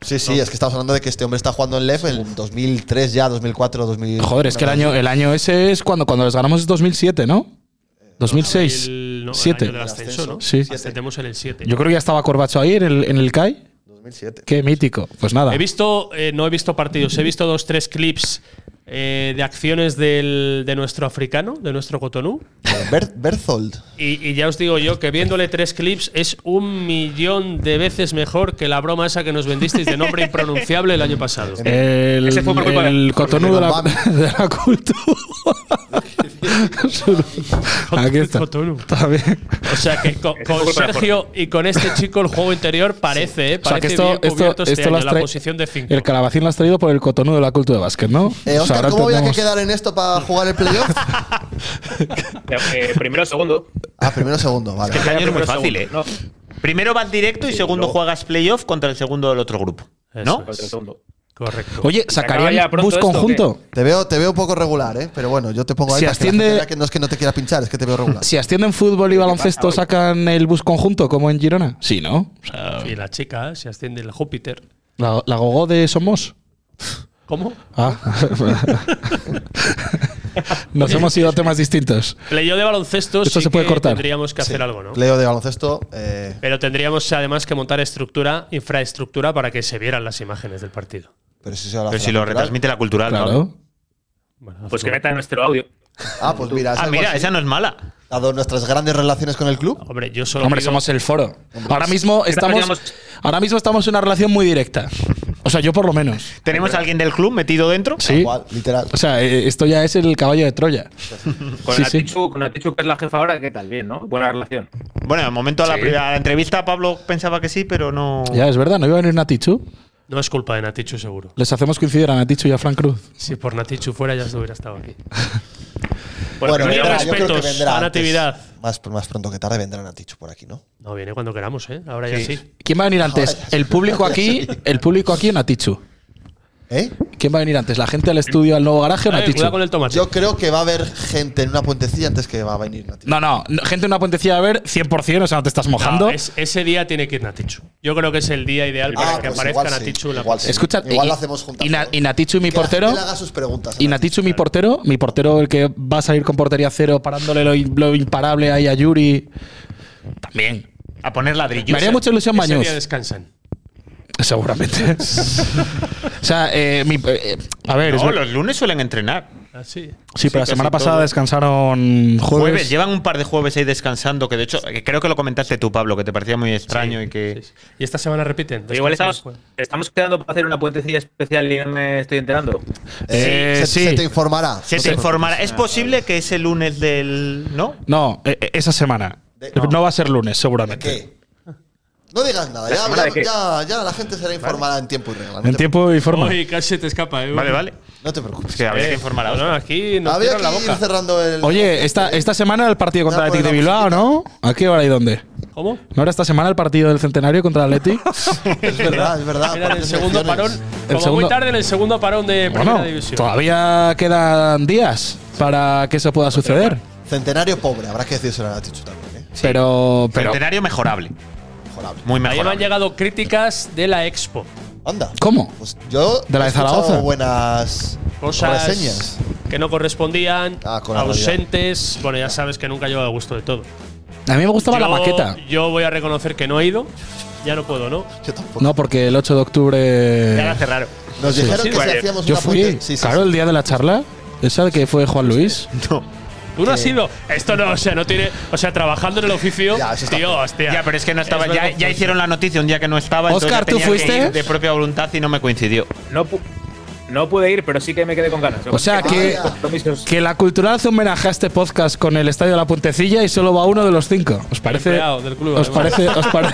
S3: Sí, sí, es que estamos hablando de que este hombre está jugando en LEF en 2003 ya, 2004, 2000.
S4: Joder, es que el año, el año ese es cuando, cuando les ganamos es 2007, ¿no? 2006.
S7: El- no, el año
S4: 7.
S7: del ascenso, ¿no?
S4: Sí.
S7: Ascendemos en el 7.
S4: Yo creo que ya estaba Corbacho ahí en el, en el CAI.
S3: 2007.
S4: Qué mítico. Pues nada.
S7: He visto, eh, no he visto partidos, he visto dos, tres clips eh, de acciones del- de nuestro africano, de nuestro Cotonou.
S3: Eh, Ber- Berthold.
S7: Y, y ya os digo yo que viéndole tres clips es un millón de veces mejor que la broma esa que nos vendisteis de nombre impronunciable el año pasado.
S4: El,
S8: Ese fue por culpa
S4: el Cotonou de la,
S3: Bam.
S4: de la cultura. Aquí está.
S7: Cotonou.
S4: Está bien.
S7: O sea que con, con
S8: culpa de
S7: Sergio y con este chico el juego interior parece, eh,
S4: O sea,
S7: parece
S4: que esto,
S7: bien
S4: esto,
S7: cubierto este
S4: esto lo
S7: año,
S4: has
S7: la
S4: traído-
S7: posición de 5.
S4: El calabacín lo has traído por el cotonudo de la cultura de básquet, ¿no?
S3: Eh,
S4: O sea,
S3: Oscar,
S4: ahora
S3: ¿cómo voy a
S4: tenemos-
S3: quedar en esto para jugar el playoff?
S8: Eh, primero, segundo.
S3: ah, primero, segundo, vale.
S6: Este ¿No?
S8: Contra el segundo.
S7: Correcto.
S4: Oye,
S8: acaba ya
S4: ¿sacarían
S8: pronto
S4: bus
S8: esto,
S4: conjunto?
S3: Te veo, te veo un poco regular, ¿eh? Pero bueno, yo te pongo ahí
S4: Si
S3: para que la
S4: asciende-
S3: gente vea que no es que no te quiera pinchar, es que te veo regular.
S4: Si ascienden fútbol y baloncesto, ¿sacan el bus conjunto como en Girona? Sí, ¿no? O sea,
S7: Y la chica ¿eh? se asciende el Júpiter.
S4: la, la gogó de Somos.
S7: ¿Cómo?
S4: Ah. Nos hemos ido a temas distintos.
S7: Leyó de baloncesto.
S4: Esto
S7: sí
S4: se puede
S7: que
S4: cortar.
S7: Tendríamos que hacer algo, ¿no?
S3: Leo de baloncesto. eh,
S7: Pero tendríamos además que montar estructura, infraestructura para que se vieran las imágenes del partido.
S3: pero si, se habla
S6: Pero
S3: de
S6: si lo
S3: cultural.
S6: retransmite la cultural, ¿no?
S4: Claro.
S7: Bueno,
S8: Pues que meta nuestro audio.
S3: Ah, pues mira, es
S6: Ah,
S3: algo
S6: mira,
S3: así,
S6: esa no es mala.
S3: dado nuestras grandes relaciones con el club.
S7: hombre, yo solo
S4: Hombre,
S7: digo-
S4: somos el foro. Ahora mismo estamos,
S8: digamos-
S4: ahora mismo estamos en una relación muy directa. O sea, yo por lo menos.
S6: ¿Tenemos a alguien del club metido dentro?
S4: Sí.
S3: Igual, literal.
S4: O
S7: Pues,
S4: sea, eh, esto ya es el caballo de Troya.
S8: Con,
S4: Sí, sí.
S8: Atichu, con Atichu, que es la jefa ahora, ¿qué tal? Bien, ¿no? Buena relación.
S6: Bueno, de momento a la, pri- a la entrevista Pablo pensaba que sí, pero no.
S4: Ya, es verdad, no iba a venir Natichu.
S7: No es culpa de Natichu, seguro.
S4: Les hacemos coincidir a Natichu y a Frank Cruz.
S7: Si por Natichu fuera, ya hubiera estado aquí.
S3: Bueno,
S7: Bueno, mis
S3: vendrá, yo creo que
S7: pues, respetos
S3: vendrá
S7: a
S3: antes.
S7: Natividad.
S3: Más, más pronto que tarde vendrán a Tichu por aquí, ¿no?
S7: No, viene cuando queramos, ¿eh? Ahora ya sí.
S4: ¿Quién va a venir antes? ¿El público aquí? ¿El público aquí o Natichu?
S3: ¿Eh?
S4: ¿Quién va a venir antes? ¿La gente al estudio, al nuevo garaje o
S7: Eh,
S4: Natichu?
S7: cuidado con el tomate.
S3: Yo creo que va a haber gente en una puentecilla antes que va a venir Natichu.
S4: No, no, no, gente en una puentecilla a ver, 100%, o sea, no te estás
S7: No,
S4: mojando.
S7: es- ese día tiene que ir Natichu. Yo creo que es el día ideal para
S3: Ah,
S7: que
S3: pues
S7: aparezca
S3: igual sí,
S7: Natichu en la
S3: igual
S7: pantalla.
S3: sí.
S4: Escucha,
S3: Igual
S4: y-
S3: lo hacemos juntas.
S4: y, Na-
S3: ¿no?
S4: y Natichu, mi
S3: Que la
S4: portero.
S3: gente le haga sus preguntas. a
S4: Y Natichu, mi portero, mi portero, el que va a salir con portería cero, parándole lo, in- lo imparable ahí a Yuri. También.
S6: A poner
S4: Me
S6: ladrillos.
S4: haría mucha ilusión
S7: Ese
S4: Mañuz.
S7: día descansan.
S4: Seguramente. o sea, eh, mi- eh, a ver, es
S6: No,
S4: ver-
S6: los lunes suelen entrenar.
S7: Así.
S4: sí, pero la
S6: casi
S4: semana pasada
S6: todo.
S4: descansaron jueves.
S6: Jueves. llevan un par de jueves ahí descansando, que de hecho, que creo que lo comentaste tú, Pablo, que te parecía muy extraño y que.
S7: Sí, sí. Y esta semana repiten.
S8: Oye, Igual
S7: descansan
S8: estamos, estamos quedando para hacer una puentecilla especial y no me estoy enterando. Ah,
S4: Eh,
S3: se,
S4: sí.
S3: se te informará.
S6: Se
S3: No
S6: te
S3: te-
S6: informará. ¿Es posible que ese lunes del. ¿No?
S4: No, eh, eh, esa semana.
S3: De-
S4: no. va a ser lunes, seguramente.
S3: ¿Qué? No digas nada,
S8: ¿La
S3: ya,
S8: semana
S3: ya,
S8: de qué?
S3: ya- ya la gente será informada en tiempo y regla. No,
S4: En
S3: te,
S4: tiempo y
S7: jueves.
S4: forma.
S7: Uy, casi te escapa, ¿eh?
S6: Vale, vale.
S3: no te preocupes.
S6: Es que habría que informar a
S7: No,
S6: Oscar.
S7: no, aquí nos
S3: Había
S7: cierran la
S3: que ir
S7: boca.
S3: cerrando el.
S4: Oye, esta, esta semana el partido
S3: Voy
S4: contra
S3: a
S4: el Athletic de
S3: poner la
S4: Bilbao, ¿no? ¿A qué hora y dónde?
S7: ¿Cómo?
S4: ¿No era esta semana el partido del Centenario contra el Athletic?
S3: Es verdad, es verdad.
S7: Era en el
S3: aparte
S7: segundo parón.
S3: selecciones.
S7: Como
S4: segundo-
S7: muy tarde en el segundo parón de Primera
S4: bueno,
S7: División.
S4: todavía quedan días para que eso pueda suceder.
S3: Centenario pobre, habrá que decírselo a Natichu también, ¿eh?
S4: Pero, pero
S6: Centenario mejorable.
S3: Mejorable.
S6: Muy
S7: Ayer me han
S6: mejorable.
S7: llegado críticas de la Expo.
S3: Anda.
S4: ¿cómo?
S3: Pues yo.
S4: ¿De la
S3: he
S4: de Zaragoza?
S3: escuchado buenas
S7: Cosas
S3: reseñas.
S7: que no correspondían,
S3: Ah, con la
S7: ausentes. Bueno, ya sabes que nunca llevo a gusto de todo.
S4: A mí me gustaba la
S7: Yo-
S4: maqueta.
S7: Yo voy a reconocer que no he ido. Ya no puedo, ¿no?
S3: Yo tampoco.
S4: No, porque el 8 de
S6: Ya la
S4: octubre.
S6: cerraron.
S3: Nos
S4: Sí.
S3: dijeron que
S8: Bueno,
S3: si hacíamos
S4: Yo
S3: una
S4: fui.
S3: puente- sí, sí,
S4: claro,
S3: sí.
S4: el día de la charla. Esa de que fue Juan Luis.
S6: No.
S7: Tú no has ido. Esto no, o sea, no tiene. O sea, trabajando en el oficio.
S3: Ya, eso está
S7: tío,
S3: feo.
S7: hostia.
S6: Ya, pero es que no estaba.
S7: Es
S6: ya,
S7: vergonzoso.
S6: ya hicieron la noticia un día que no estaba. entonces
S4: Oscar,
S6: ya
S4: ¿tú
S6: tenía que
S4: fuiste?
S6: ir De propia voluntad y no me coincidió.
S8: No, pu- no pude ir, pero sí que me quedé con ganas.
S4: O sea que,
S8: Compromisos.
S4: que la cultural hace homenaje a este podcast con el Estadio de la Puentecilla y solo va uno de los cinco. ¿Os parece?
S7: empleado del club,
S4: ¿Os
S7: además.
S4: parece? Os pare-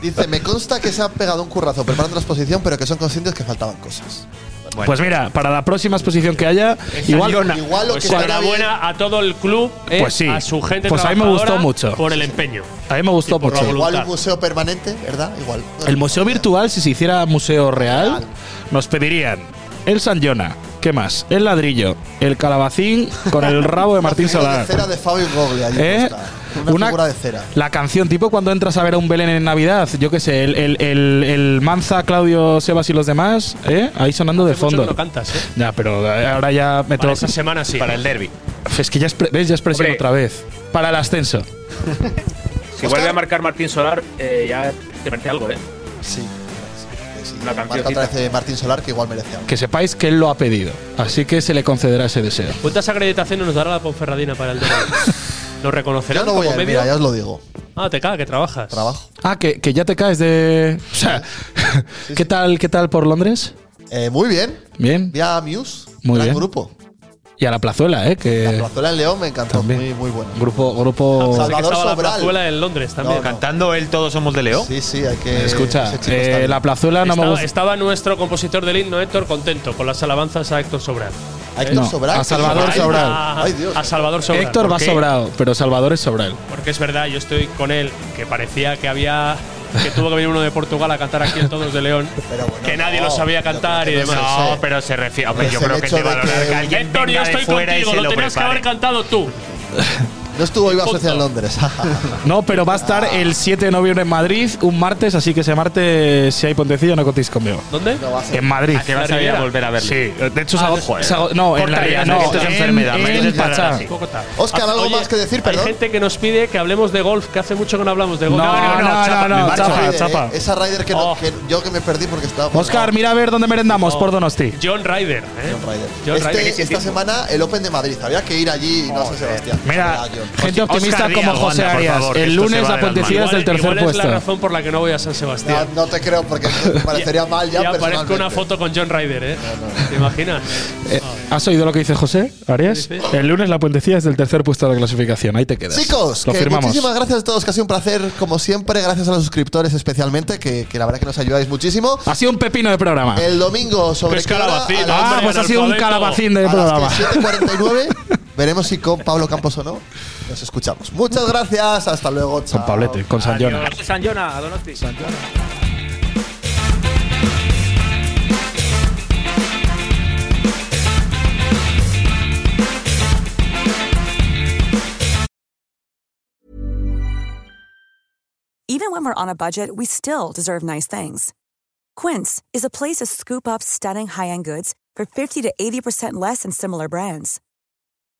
S3: Dice, me consta que se han pegado un currazo preparando la exposición, pero que son conscientes que faltaban cosas.
S6: Bueno.
S4: Pues mira, para la próxima exposición que haya, igual.
S6: Saliona.
S3: Igual lo
S7: Pues
S3: que será bien-
S7: enhorabuena a todo el club, eh,
S4: Pues sí.
S7: a su gente
S4: Pues a mí me
S7: trabajadora
S4: gustó mucho.
S7: por el empeño.
S4: A mí me gustó
S7: por
S4: mucho.
S7: la
S3: Igual
S7: voluntad.
S3: un museo permanente, ¿verdad? Igual.
S4: El museo virtual, si se hiciera museo real,
S3: Real.
S4: nos pedirían el San Jona, ¿qué más? El ladrillo, el calabacín con el rabo de Martín
S3: Una figura
S4: Solar.
S3: de cera de Fabio Gogli allí
S4: ¿Eh?
S3: puesta. Una, figura de cera.
S4: La canción, tipo cuando entras a ver a un Belén en Navidad, yo qué sé, el, el- el- el Manza, Claudio, Sebas y los demás, ¿eh? ahí sonando de
S7: Hace mucho que
S4: fondo.
S7: no cantas, ¿eh?
S4: Ya, pero ahora ya me
S7: Para
S4: tengo
S7: esa semana sí.
S6: Para el derby.
S4: Es que ya es, pre- ves, ya es presión
S8: Hombre.
S4: otra vez. Para el ascenso.
S8: Si vuelve a marcar Martín Solar, eh, ya te merece algo, ¿eh?
S3: Sí. Sí,
S8: Una
S3: marca
S8: cancioncita.
S3: otra vez de Martín Solar que igual merece algo.
S4: Que sepáis que él lo ha pedido. Así que se le concederá ese deseo.
S7: ¿Cuántas acreditaciones nos dará la Ponferradina para el derbi? ¿Nos reconocerán
S3: Yo no voy
S7: como
S3: a ir,
S7: medio?
S3: mira, ya os lo digo.
S7: Ah, te caga que trabajas.
S3: Trabajo.
S4: Ah, que, que ya te caes de. O sea, ¿qué tal, qué tal por Londres?
S3: Eh, muy bien.
S4: Bien.
S3: Vi a Muse,
S4: Muy
S3: gran
S4: bien.
S3: grupo.
S4: Y a la plazuela, ¿eh?
S3: La
S4: Que
S3: plazuela en León me encantó.
S4: también.
S3: Muy, muy buena.
S4: grupo,
S7: Pensé
S4: grupo.
S7: que
S3: Salvador
S7: estaba la
S3: Sobral.
S7: plazuela en Londres también.
S3: No, no.
S6: Cantando el Todos somos de León.
S3: Sí, sí, hay que.
S4: Escucha,
S3: ese chico está
S4: eh,
S3: bien.
S4: la plazuela no me
S7: Estaba,
S4: gusta.
S7: estaba nuestro compositor del himno, Héctor, contento con las alabanzas a Héctor Sobral.
S3: A Héctor
S4: no,
S3: Sobral,
S4: a
S3: que
S4: Salvador
S3: es-
S4: Sobral.
S7: A,
S3: Ay, Dios.
S7: a Salvador Sobral.
S4: Héctor
S7: ¿Por
S4: va
S7: qué?
S4: sobrado, pero Salvador es Sobral.
S7: Porque es verdad, yo estoy con él, que parecía que había que tuvo que venir uno de Portugal a cantar aquí en Todos de León, que nadie lo sabía cantar y demás.
S6: No, pero se refiere. Hombre,
S3: Es
S6: yo
S3: el
S6: creo que
S3: hecho
S6: te
S3: de
S6: valorar
S3: que-
S6: que alguien
S7: Héctor, yo
S6: venga de
S7: estoy
S6: fuera y
S7: contigo,
S6: se
S7: lo
S6: lo
S7: tenías que
S6: prepare.
S7: haber cantado tú.
S3: No estuvo Iba a
S7: Punto.
S3: Suecia en Londres.
S4: No, pero va a estar el 7 de noviembre en Madrid, un martes, así que ese martes, si hay Pontecillo, no cotéis conmigo.
S7: ¿Dónde?
S3: No va a ser.
S4: En Madrid.
S6: ¿A que vas a ir a volver a verlo?
S4: Sí, de hecho, es
S6: Ah,
S4: agosto.
S6: joder.
S4: es agosto- No, en la
S6: Corta ya,
S4: no,
S6: no, esto es
S4: en-
S6: enfermedad, me
S4: en
S6: tienes que parar
S4: Pachá.
S6: así.
S7: Poco tarde.
S3: Óscar, ¿algo
S7: Oye,
S3: más que decir, perdón?
S7: Hay gente que nos pide que hablemos de golf, que hace mucho que no hablamos de golf.
S4: No, no, no,
S6: chapa,
S4: no,
S6: me
S4: no,
S6: marcho.
S4: chapa,
S3: Rider,
S4: chapa.
S3: ¿eh? Esa Ryder que, no-
S7: Oh.
S3: que yo que me perdí porque estaba.
S4: Oscar, mira a ver dónde merendamos por Donosti.
S7: John Ryder. ¿eh?
S3: Ryder.
S7: John
S3: Este-
S7: Ryder.
S3: esta semana el Open de Madrid. Había que ir allí y
S7: Oh,
S3: no a
S7: eh,
S3: San Sebastián.
S4: Mira,
S3: Ah, John.
S4: gente
S6: Oscar
S4: optimista
S6: Díaz,
S4: como José
S6: Wanda, por
S4: Arias.
S6: favor, que
S4: el
S6: esto se
S4: pontecillo
S6: va de las
S4: Pontecillas
S6: manos.
S4: del tercer
S7: igual es la
S4: puesto.
S7: razón por la que no voy a San
S3: No,
S7: Sebastián.
S3: no te creo porque me parecería mal ya.
S7: y aparezco
S3: personalmente.
S7: una foto con John Ryder, ¿eh? ¿Te imaginas?
S4: Eh, ¿Has oído lo que dice José Arias?
S7: ¿Qué dice?
S4: El lunes la puentecilla es del tercer puesto de la clasificación. Ahí te quedas.
S3: Chicos,
S4: lo
S3: que
S4: firmamos.
S3: muchísimas gracias a todos, que ha sido un placer, como siempre, gracias a los suscriptores especialmente, que, que la verdad que nos ayudáis muchísimo.
S4: Ha sido un pepino de programa.
S3: El domingo sobre
S7: Es
S3: qué hora?
S7: calabacín,
S3: a
S4: ah,
S7: hombre,
S4: pues ha
S7: el
S4: sido un
S7: alfabeto.
S4: calabacín de
S3: las, a
S4: programa.
S3: las que 7.49 veremos si con Pablo Campos o no nos escuchamos. Muchas gracias, hasta luego.
S4: Con
S3: chao.
S4: Pablete, con San Jonas.
S8: San Jona, a Donosti.
S1: Even when we're on a budget, we still deserve nice things. Quince is a place to scoop up stunning high-end goods for 50 to 80% less than similar brands.